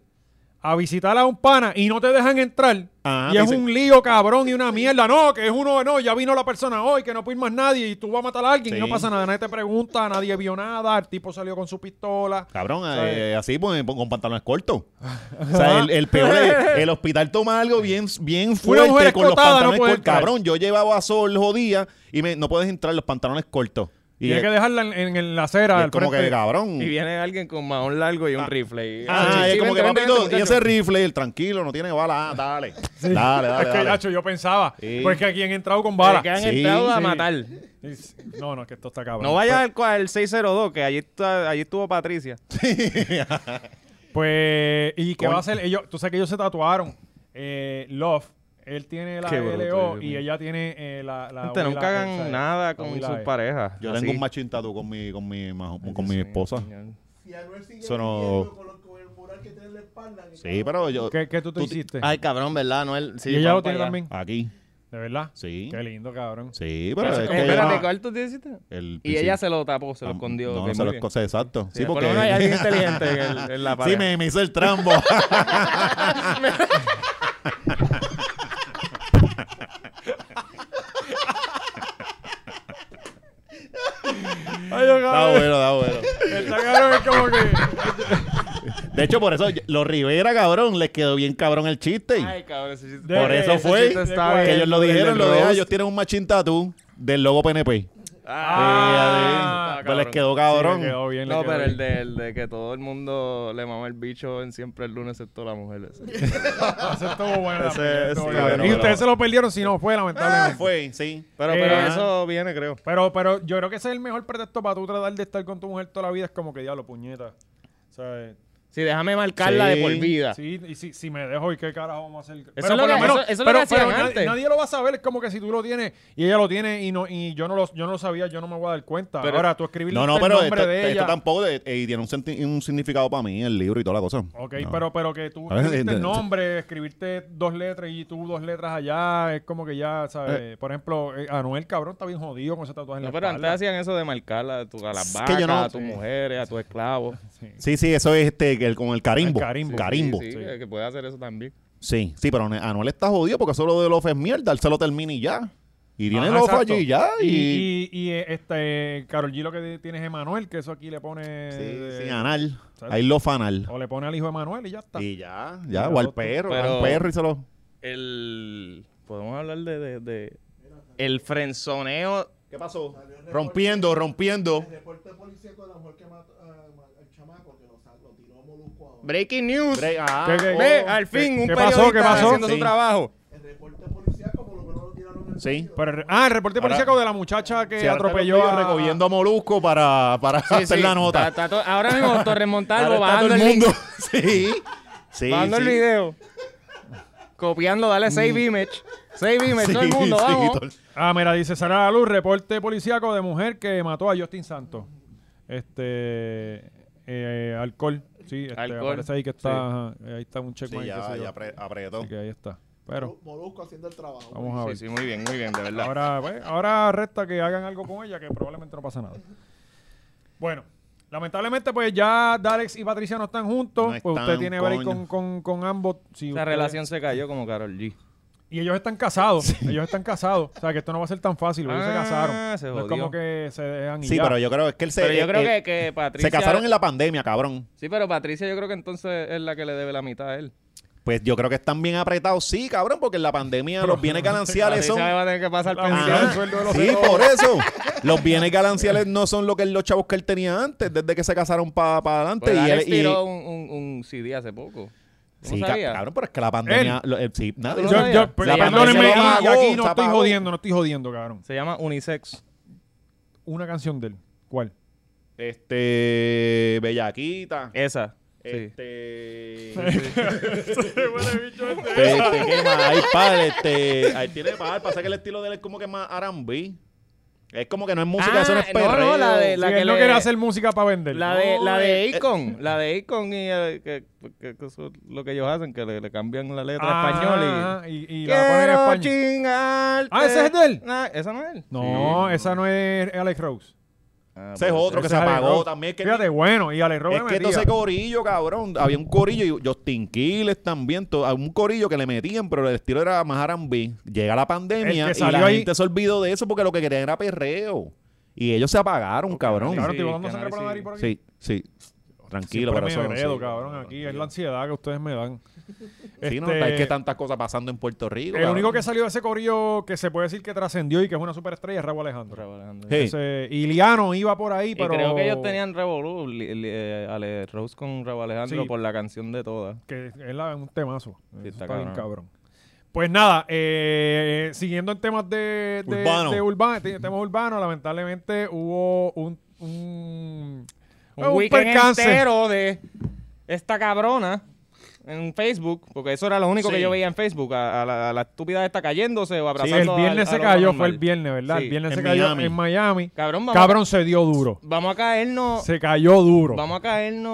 [SPEAKER 1] a visitar a un pana y no te dejan entrar.
[SPEAKER 3] Ah,
[SPEAKER 1] y es
[SPEAKER 3] dicen-
[SPEAKER 1] un lío cabrón y una mierda. No, que es uno, no, ya vino la persona hoy, que no puede ir más nadie y tú vas a matar a alguien
[SPEAKER 3] Sí.
[SPEAKER 1] y no pasa nada. Nadie te pregunta, nadie vio nada, el tipo salió con su pistola.
[SPEAKER 3] Cabrón,
[SPEAKER 1] ¿Sabes?
[SPEAKER 3] eh, así pues, con pantalones cortos. O sea, el, el peor es, el hospital toma algo bien, bien fuerte
[SPEAKER 1] mujer
[SPEAKER 3] con los
[SPEAKER 1] escotada no
[SPEAKER 3] pantalones
[SPEAKER 1] puede
[SPEAKER 3] cortos.
[SPEAKER 1] entrar.
[SPEAKER 3] Cabrón, yo llevaba a sol jodía y me, no puedes entrar los pantalones cortos. Y,
[SPEAKER 1] Tiene
[SPEAKER 3] es-
[SPEAKER 1] que dejarla en, en- en la
[SPEAKER 3] y
[SPEAKER 1] acera.
[SPEAKER 3] es
[SPEAKER 1] al
[SPEAKER 3] como
[SPEAKER 1] frente.
[SPEAKER 3] que, cabrón.
[SPEAKER 2] Y viene alguien con mahón largo y un rifle. Y,
[SPEAKER 3] Ah,
[SPEAKER 2] Sí,
[SPEAKER 3] es
[SPEAKER 2] sí,
[SPEAKER 3] como que
[SPEAKER 2] vente, vente,
[SPEAKER 3] papito,
[SPEAKER 2] vente,
[SPEAKER 3] y
[SPEAKER 2] muchacho.
[SPEAKER 3] ese rifle, el tranquilo, no tiene bala, ah, dale. Dale,
[SPEAKER 1] Es
[SPEAKER 3] dale,
[SPEAKER 1] que,
[SPEAKER 3] dale.
[SPEAKER 1] Nacho, yo pensaba,
[SPEAKER 3] Sí.
[SPEAKER 1] pues que aquí han entrado con
[SPEAKER 2] Que
[SPEAKER 1] balas.
[SPEAKER 2] han
[SPEAKER 3] Sí,
[SPEAKER 2] entrado a
[SPEAKER 1] sí.
[SPEAKER 2] matar.
[SPEAKER 1] No, no, que esto está cabrón.
[SPEAKER 2] No vayas al, cua- al 602, que allí, está, allí estuvo Patricia.
[SPEAKER 1] Pues, ¿y qué
[SPEAKER 3] Coño.
[SPEAKER 1] va a hacer? Ellos, tú sabes que ellos se tatuaron. Eh, Love, él tiene la
[SPEAKER 2] Qué bruto,
[SPEAKER 1] LO
[SPEAKER 2] Dios
[SPEAKER 1] y
[SPEAKER 2] mío.
[SPEAKER 1] ella tiene eh, la, la.
[SPEAKER 2] Gente, nunca
[SPEAKER 1] abuela,
[SPEAKER 2] hagan
[SPEAKER 3] eh.
[SPEAKER 1] ¿sabes?
[SPEAKER 2] nada
[SPEAKER 1] La
[SPEAKER 2] con
[SPEAKER 1] abuela
[SPEAKER 2] sus
[SPEAKER 1] es.
[SPEAKER 2] parejas.
[SPEAKER 3] Yo
[SPEAKER 2] así.
[SPEAKER 3] tengo un machín tatu con mi, con mi, majo- con mi esposa.
[SPEAKER 4] Si Anuel sigue
[SPEAKER 3] Eso no-
[SPEAKER 4] viviendo con, los- con el mural que tiene en la espalda. que
[SPEAKER 2] Ah,
[SPEAKER 3] Sí,
[SPEAKER 4] cabrón,
[SPEAKER 3] pero yo.
[SPEAKER 1] ¿Qué, qué tú te
[SPEAKER 3] Tú ti-
[SPEAKER 1] hiciste?
[SPEAKER 2] Ay, cabrón, ¿verdad? No, él, sí,
[SPEAKER 1] y ella
[SPEAKER 2] vamos
[SPEAKER 1] lo
[SPEAKER 2] para
[SPEAKER 1] tiene
[SPEAKER 2] allá.
[SPEAKER 1] también.
[SPEAKER 3] Aquí.
[SPEAKER 1] ¿De verdad?
[SPEAKER 3] Sí.
[SPEAKER 1] Qué lindo, cabrón.
[SPEAKER 3] Sí, pero
[SPEAKER 2] Espérate,
[SPEAKER 3] es que
[SPEAKER 2] espérate,
[SPEAKER 3] ella-
[SPEAKER 2] ¿cuál tú te hiciste?
[SPEAKER 3] el
[SPEAKER 2] Y
[SPEAKER 3] principio-
[SPEAKER 2] ella se lo tapó, se lo
[SPEAKER 3] Ah,
[SPEAKER 2] escondió.
[SPEAKER 3] No,
[SPEAKER 2] ok,
[SPEAKER 3] no se
[SPEAKER 2] muy
[SPEAKER 3] lo
[SPEAKER 2] bien.
[SPEAKER 3] escondió, exacto. Sí,
[SPEAKER 2] por
[SPEAKER 3] porque.
[SPEAKER 2] lo menos hay alguien inteligente en, el- en la
[SPEAKER 3] Sí,
[SPEAKER 2] pareja.
[SPEAKER 3] me, me hizo el trambo.
[SPEAKER 1] Ay, yo,
[SPEAKER 3] da
[SPEAKER 1] cabrón.
[SPEAKER 3] bueno, da bueno.
[SPEAKER 1] Está cabrón, es como que.
[SPEAKER 3] De hecho, por eso, los Rivera, cabrón, les quedó bien cabrón el chiste.
[SPEAKER 2] Ay, cabrón, ese chiste-
[SPEAKER 1] De-
[SPEAKER 3] por eso
[SPEAKER 1] ese
[SPEAKER 3] fue
[SPEAKER 1] chiste está
[SPEAKER 3] que
[SPEAKER 1] bien,
[SPEAKER 3] ellos lo
[SPEAKER 2] el del
[SPEAKER 3] dijeron, lo de
[SPEAKER 2] roast.
[SPEAKER 3] "Ah, ellos tienen un machín tatu del logo PNP.
[SPEAKER 1] Ah,
[SPEAKER 3] pues les quedó cabrón.
[SPEAKER 1] Sí, le quedó bien, le
[SPEAKER 2] No,
[SPEAKER 1] quedó
[SPEAKER 2] pero
[SPEAKER 1] bien.
[SPEAKER 2] el de, el de que todo el mundo le mama el bicho en siempre el lunes, excepto la mujer. ese.
[SPEAKER 1] Ese estuvo bueno.
[SPEAKER 3] Ese-
[SPEAKER 1] también, estuvo
[SPEAKER 3] sí,
[SPEAKER 1] cabrón.
[SPEAKER 3] bueno,
[SPEAKER 1] y
[SPEAKER 3] bueno.
[SPEAKER 1] ustedes se lo perdieron si no fue,
[SPEAKER 3] Ah,
[SPEAKER 1] lamentablemente.
[SPEAKER 3] fue, sí.
[SPEAKER 2] Pero,
[SPEAKER 1] Eh,
[SPEAKER 2] pero
[SPEAKER 1] ah.
[SPEAKER 2] eso viene, creo.
[SPEAKER 1] Pero, pero yo creo que ese es el mejor pretexto para tú tratar de estar con tu mujer toda la vida. Es como que diablo, puñeta. ¿Sabes?
[SPEAKER 2] Sí, déjame marcarla
[SPEAKER 3] Sí,
[SPEAKER 2] de por vida.
[SPEAKER 1] Sí, y si, si me dejo, ¿y qué carajo vamos a hacer? Eso
[SPEAKER 2] es lo que- eso- eso es lo que hacían antes.
[SPEAKER 1] Nadie, lo va a saber, es como que si tú lo tienes y ella lo tiene y no y yo no lo, yo no lo sabía, yo no me voy a dar cuenta.
[SPEAKER 2] Pero-
[SPEAKER 1] Ahora tú escribirle
[SPEAKER 3] No, no,
[SPEAKER 1] el
[SPEAKER 3] pero
[SPEAKER 1] nombre
[SPEAKER 3] esto,
[SPEAKER 1] de
[SPEAKER 3] esto
[SPEAKER 1] ella.
[SPEAKER 3] tampoco eh, eh, tiene un, senti- un significado para mí, el libro y toda la cosa.
[SPEAKER 1] Ok,
[SPEAKER 3] No.
[SPEAKER 1] pero, pero que tú
[SPEAKER 3] A ver,
[SPEAKER 1] escribiste el
[SPEAKER 3] de- de-
[SPEAKER 1] nombre, escribirte dos letras y tú dos letras allá, es como que ya, ¿sabes? Por ejemplo, eh, Anuel, cabrón, está bien jodido con ese tatuaje en
[SPEAKER 2] No,
[SPEAKER 1] la
[SPEAKER 2] pero antes
[SPEAKER 1] espalda.
[SPEAKER 2] hacían eso de marcarla a, tu, a las
[SPEAKER 3] Es
[SPEAKER 2] vacas,
[SPEAKER 3] que yo no-
[SPEAKER 2] a tus
[SPEAKER 3] sí.
[SPEAKER 2] mujeres, a tus esclavos.
[SPEAKER 1] Sí.
[SPEAKER 3] Sí, sí, eso es este, el, con el carimbo.
[SPEAKER 1] El carimbo.
[SPEAKER 3] carimbo. Carimbo.
[SPEAKER 2] Sí,
[SPEAKER 3] Sí,
[SPEAKER 2] sí,
[SPEAKER 1] Sí.
[SPEAKER 2] Que, que puede hacer eso también.
[SPEAKER 3] sí, pero ne- Anuel está jodido porque eso lo de Lofa es mierda. Él se lo termina y ya. Y tiene
[SPEAKER 1] Ajá,
[SPEAKER 3] Lofa
[SPEAKER 1] exacto.
[SPEAKER 3] allí y ya. Y,
[SPEAKER 1] Y, y, y, eh, este, Carol G lo que tiene es Emanuel, que eso aquí le pone.
[SPEAKER 3] Sí,
[SPEAKER 1] eh,
[SPEAKER 3] sí, anal.
[SPEAKER 1] exacto.
[SPEAKER 3] Hay Lofa anal.
[SPEAKER 1] O le pone al hijo de Manuel y ya está.
[SPEAKER 3] Y ya, ya,
[SPEAKER 1] Mira,
[SPEAKER 3] o al
[SPEAKER 1] otro.
[SPEAKER 3] perro,
[SPEAKER 2] Pero-
[SPEAKER 3] al perro y se lo...
[SPEAKER 2] El. Podemos hablar de. de, de- el frenzoneo.
[SPEAKER 3] ¿Qué pasó? Rompiendo, rompiendo.
[SPEAKER 4] El reporte policíaco de la mujer que mató ah, al chamaco que lo, sa- lo tiró Molusco ahora.
[SPEAKER 2] Breaking news.
[SPEAKER 3] Bre- ah,
[SPEAKER 1] ¿Qué, qué?
[SPEAKER 2] Ve,
[SPEAKER 1] Oh.
[SPEAKER 2] al fin,
[SPEAKER 1] ¿Qué-
[SPEAKER 2] un
[SPEAKER 1] qué pasó?
[SPEAKER 2] periodista
[SPEAKER 1] ¿Qué pasó?
[SPEAKER 2] haciendo
[SPEAKER 3] Sí. Ah,
[SPEAKER 2] su trabajo.
[SPEAKER 4] El reporte policíaco por lo menos lo tiraron en el
[SPEAKER 3] Sí.
[SPEAKER 4] medio.
[SPEAKER 1] Pero el re- ah, el reporte
[SPEAKER 3] Ahora-
[SPEAKER 1] policíaco de la muchacha que
[SPEAKER 3] sí, ahora
[SPEAKER 1] atropelló
[SPEAKER 3] están
[SPEAKER 1] a.
[SPEAKER 3] los medios recogiendo a Molusco para, para
[SPEAKER 2] Sí,
[SPEAKER 3] hacer
[SPEAKER 2] sí.
[SPEAKER 3] la nota.
[SPEAKER 2] Está- está to- ahora mismo Torres
[SPEAKER 3] Ahora
[SPEAKER 2] Montalvo
[SPEAKER 3] está todo
[SPEAKER 2] bajando el,
[SPEAKER 3] el
[SPEAKER 2] link,
[SPEAKER 3] mundo. sí. Sí,
[SPEAKER 2] bajando el
[SPEAKER 3] sí. Mm.
[SPEAKER 2] video. Copiando, dale save image. Save image, todo el
[SPEAKER 3] Sí,
[SPEAKER 2] mundo,
[SPEAKER 3] sí,
[SPEAKER 2] vamos.
[SPEAKER 3] todo el-
[SPEAKER 1] Ah, mira, dice Sara la Luz, reporte policíaco de mujer que mató a Justin Santos. Este. eh, alcohol. Sí, este,
[SPEAKER 2] Alcohol,
[SPEAKER 1] aparece ahí que está.
[SPEAKER 2] sí.
[SPEAKER 1] ajá, eh, ahí está un checkmate.
[SPEAKER 3] Sí,
[SPEAKER 1] qué
[SPEAKER 3] ya,
[SPEAKER 1] sé yo.
[SPEAKER 3] ya apre- apretó.
[SPEAKER 1] Así que ahí está. Pero,
[SPEAKER 4] Molusco haciendo el trabajo.
[SPEAKER 1] vamos a ver.
[SPEAKER 2] Sí, sí, muy bien, muy bien, de verdad.
[SPEAKER 1] Ahora, pues, ahora resta que hagan algo con ella, que probablemente no pasa nada. Bueno, lamentablemente, pues ya Darex y Patricia no están juntos.
[SPEAKER 3] No
[SPEAKER 1] pues usted
[SPEAKER 3] están,
[SPEAKER 1] tiene break con,
[SPEAKER 3] coño.
[SPEAKER 1] con, con ambos. Si
[SPEAKER 2] Esa
[SPEAKER 1] usted-
[SPEAKER 2] relación se cayó como Carol G.
[SPEAKER 1] Y ellos están casados. Ellos están casados. O sea, que esto no va a ser tan fácil. Ellos se
[SPEAKER 2] Ah,
[SPEAKER 1] casaron.
[SPEAKER 2] se
[SPEAKER 1] no es
[SPEAKER 2] jodió.
[SPEAKER 1] como que se dejan y
[SPEAKER 3] Sí,
[SPEAKER 1] ya.
[SPEAKER 3] pero yo creo es que él se,
[SPEAKER 2] pero yo
[SPEAKER 3] eh,
[SPEAKER 2] creo
[SPEAKER 3] eh,
[SPEAKER 2] que, que Patricia.
[SPEAKER 3] se casaron en la pandemia, cabrón.
[SPEAKER 2] Sí, pero Patricia yo creo que entonces es la que le debe la mitad a él.
[SPEAKER 3] Pues yo creo que están bien apretados, sí, cabrón, porque en la pandemia los bienes gananciales
[SPEAKER 2] Patricia
[SPEAKER 3] son.
[SPEAKER 2] va a tener que pasar
[SPEAKER 1] La
[SPEAKER 2] pensión.
[SPEAKER 1] mitad.
[SPEAKER 3] Ajá,
[SPEAKER 1] el sueldo de los
[SPEAKER 3] sí,
[SPEAKER 1] otros.
[SPEAKER 3] por eso. Los bienes gananciales no son lo que los chavos que él tenía antes, desde que se casaron para adelante.
[SPEAKER 2] Pues
[SPEAKER 3] y
[SPEAKER 2] Alex
[SPEAKER 3] él- y-
[SPEAKER 2] tiró un, un- un CD hace poco. ¿No
[SPEAKER 3] Sí, ca-
[SPEAKER 2] sabía?
[SPEAKER 3] cabrón, pero es que la pandemia. lo- eh, sí, nada,
[SPEAKER 2] Yo-
[SPEAKER 1] Yo, yo,
[SPEAKER 2] La
[SPEAKER 1] pero
[SPEAKER 3] pandemia
[SPEAKER 1] perdónenme,
[SPEAKER 3] lo
[SPEAKER 1] y
[SPEAKER 3] apagó,
[SPEAKER 1] aquí no
[SPEAKER 3] se
[SPEAKER 1] estoy
[SPEAKER 3] apagó.
[SPEAKER 1] jodiendo, no estoy jodiendo, cabrón.
[SPEAKER 2] Se llama Unisex.
[SPEAKER 1] Una canción de él. ¿Cuál?
[SPEAKER 3] Este. Bellaquita.
[SPEAKER 2] Esa. Sí.
[SPEAKER 3] Este. este, ¿qué más? Ahí, pal, este. Ahí tiene pal. Pasa que el estilo de él es como que más R&B. Es como que no es música,
[SPEAKER 2] Ah,
[SPEAKER 3] eso no es
[SPEAKER 2] no, no,
[SPEAKER 3] perreo.
[SPEAKER 2] Eh, la de-
[SPEAKER 1] Sí, él
[SPEAKER 2] que
[SPEAKER 1] no
[SPEAKER 2] le-
[SPEAKER 1] quiere hacer música para vender.
[SPEAKER 2] La de,
[SPEAKER 3] No,
[SPEAKER 2] la de
[SPEAKER 3] eh,
[SPEAKER 2] Akon, la de Akon y eh, que, que- que eso es lo que ellos hacen, que le, le cambian la letra a español
[SPEAKER 1] Ah, Oh, y, y,
[SPEAKER 2] y...
[SPEAKER 1] la ponen en
[SPEAKER 2] Quiero
[SPEAKER 1] español.
[SPEAKER 2] chingarte.
[SPEAKER 1] Ah, ¿ese es de él?
[SPEAKER 2] Ah, esa no es él.
[SPEAKER 1] No, esa no es Alex Rose.
[SPEAKER 2] Ah,
[SPEAKER 3] pues, Ese es
[SPEAKER 2] puede
[SPEAKER 3] otro que
[SPEAKER 1] Ese
[SPEAKER 3] se
[SPEAKER 1] es Alex
[SPEAKER 3] apagó
[SPEAKER 1] Rose.
[SPEAKER 3] también. es que-
[SPEAKER 1] Fíjate, bueno, y Alex Rose
[SPEAKER 3] Es
[SPEAKER 1] me
[SPEAKER 3] que
[SPEAKER 1] metía.
[SPEAKER 3] entonces corillo, cabrón. Había un corillo, y Justin Quiles también, to- a un corillo que le metían, pero el estilo era más R&B. Llega la pandemia
[SPEAKER 1] El que
[SPEAKER 3] y la
[SPEAKER 1] salió ahí-
[SPEAKER 3] gente se olvidó de eso porque lo que querían era perreo. Y ellos se apagaron, cabrón.
[SPEAKER 1] Cabrón, estoy
[SPEAKER 2] Sí,
[SPEAKER 1] botando sangre por la nariz
[SPEAKER 2] canal,
[SPEAKER 1] por aquí.
[SPEAKER 3] Sí, sí. Tranquilo,
[SPEAKER 1] Siempre
[SPEAKER 3] corazón.
[SPEAKER 1] me enredo,
[SPEAKER 3] sí.
[SPEAKER 1] cabrón, aquí. Es la ansiedad que ustedes me dan.
[SPEAKER 3] Sí, no,
[SPEAKER 1] Este,
[SPEAKER 3] es que tantas cosas pasando en Puerto Rico.
[SPEAKER 1] el
[SPEAKER 3] cabrón.
[SPEAKER 1] único que salió de ese corillo que se puede decir que trascendió y que es una superestrella es Raúl Alejandro.
[SPEAKER 2] Rabo Alejandro.
[SPEAKER 3] Sí.
[SPEAKER 1] Ese- Iliano iba por ahí,
[SPEAKER 2] Y
[SPEAKER 1] pero...
[SPEAKER 2] creo que ellos tenían Revolú, li- li- eh, Ale Rose con Rabo Alejandro
[SPEAKER 1] Sí.
[SPEAKER 2] por la canción de todas.
[SPEAKER 1] Que es la- un temazo. Eso
[SPEAKER 2] está
[SPEAKER 1] está, bien
[SPEAKER 2] cabrón.
[SPEAKER 1] cabrón. Pues nada, eh, siguiendo en temas de, de,
[SPEAKER 3] Urbano.
[SPEAKER 1] de urba- te- temas urbanos, lamentablemente hubo un, un,
[SPEAKER 2] un,
[SPEAKER 1] un
[SPEAKER 2] weekend
[SPEAKER 1] percance.
[SPEAKER 2] entero de esta cabrona en Facebook, porque eso era lo único que
[SPEAKER 3] Sí.
[SPEAKER 2] yo veía en Facebook, a, a la, a la estúpida esta cayéndose o
[SPEAKER 1] Sí,
[SPEAKER 2] abrazando
[SPEAKER 1] el
[SPEAKER 2] al-
[SPEAKER 1] viernes
[SPEAKER 2] al
[SPEAKER 1] se
[SPEAKER 2] hombre
[SPEAKER 1] cayó, fue
[SPEAKER 2] normal.
[SPEAKER 1] el viernes, ¿verdad?
[SPEAKER 2] Sí.
[SPEAKER 1] El viernes
[SPEAKER 3] En
[SPEAKER 1] se cayó
[SPEAKER 3] Miami.
[SPEAKER 1] en Miami.
[SPEAKER 2] Cabrón, vamos,
[SPEAKER 1] Cabrón, se dio duro.
[SPEAKER 2] A, vamos a caernos,
[SPEAKER 1] Se cayó duro.
[SPEAKER 2] vamos a caernos,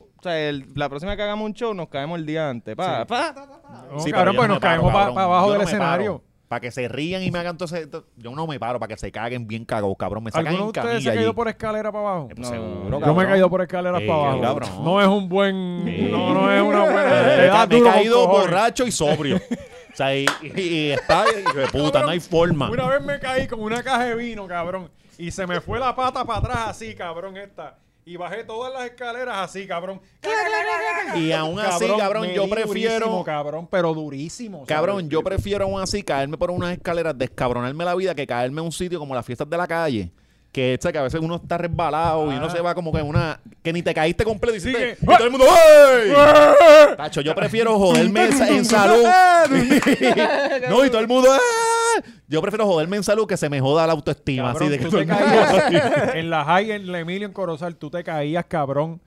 [SPEAKER 2] o sea, el- la próxima que hagamos un show nos caemos el día antes. Pa, pa, ta, ta, ta.
[SPEAKER 1] No,
[SPEAKER 3] Sí, pero
[SPEAKER 1] cabrón,
[SPEAKER 3] yo
[SPEAKER 1] pues
[SPEAKER 3] no
[SPEAKER 1] nos
[SPEAKER 3] me paro,
[SPEAKER 1] caemos para
[SPEAKER 3] cabrón.
[SPEAKER 1] abajo
[SPEAKER 3] Yo
[SPEAKER 1] del
[SPEAKER 3] no me
[SPEAKER 1] escenario.
[SPEAKER 3] paro. Para que se rían y me hagan entonces. entonces, Yo no me paro, para que se caguen bien cagados, cabrón. Me sacan
[SPEAKER 1] ¿Alguno de ustedes
[SPEAKER 3] en camilla
[SPEAKER 1] se ha caído
[SPEAKER 3] allí.
[SPEAKER 1] por escalera para abajo?
[SPEAKER 3] Eh,
[SPEAKER 2] No,
[SPEAKER 3] pues, Seguro,
[SPEAKER 2] no,
[SPEAKER 1] Yo me he
[SPEAKER 3] cabrón.
[SPEAKER 1] caído por escaleras
[SPEAKER 3] Sí,
[SPEAKER 1] para abajo.
[SPEAKER 3] cabrón.
[SPEAKER 1] No es un buen.
[SPEAKER 3] Sí.
[SPEAKER 1] No, no es una buena. te da
[SPEAKER 3] Eh, Me ca- me he
[SPEAKER 1] Ah, duro con
[SPEAKER 3] caído
[SPEAKER 1] cojones.
[SPEAKER 3] borracho y sobrio. o sea, y, y- y está, y de puta, no hay forma.
[SPEAKER 1] Una vez me caí con una caja de vino, cabrón. Y se me fue la pata para atrás así, cabrón, esta. Y bajé todas las escaleras así, cabrón.
[SPEAKER 3] Y aún así, cabrón,
[SPEAKER 1] me
[SPEAKER 3] yo
[SPEAKER 1] di durísimo,
[SPEAKER 3] prefiero.
[SPEAKER 1] cabrón, pero durísimo. ¿sabes?
[SPEAKER 3] Cabrón, yo prefiero aún así caerme por unas escaleras, descabronarme la vida, que caerme en un sitio como las fiestas de la calle. Que esta que a veces uno está resbalado y
[SPEAKER 1] Ah.
[SPEAKER 3] uno se va como que en una. que ni te caíste completo y,
[SPEAKER 1] Sí,
[SPEAKER 3] hiciste-
[SPEAKER 1] que-
[SPEAKER 3] y todo el mundo. ¡Ey! Tacho, yo prefiero joderme en, sa- en salud. no, y todo el mundo. "Ah". Yo prefiero joderme en salud que se me joda la autoestima.
[SPEAKER 1] Cabrón,
[SPEAKER 3] así de que
[SPEAKER 1] tú
[SPEAKER 3] todo
[SPEAKER 1] te
[SPEAKER 3] el mundo-
[SPEAKER 1] caías en la high, en la Emilio, en Corozal, tú te caías, cabrón.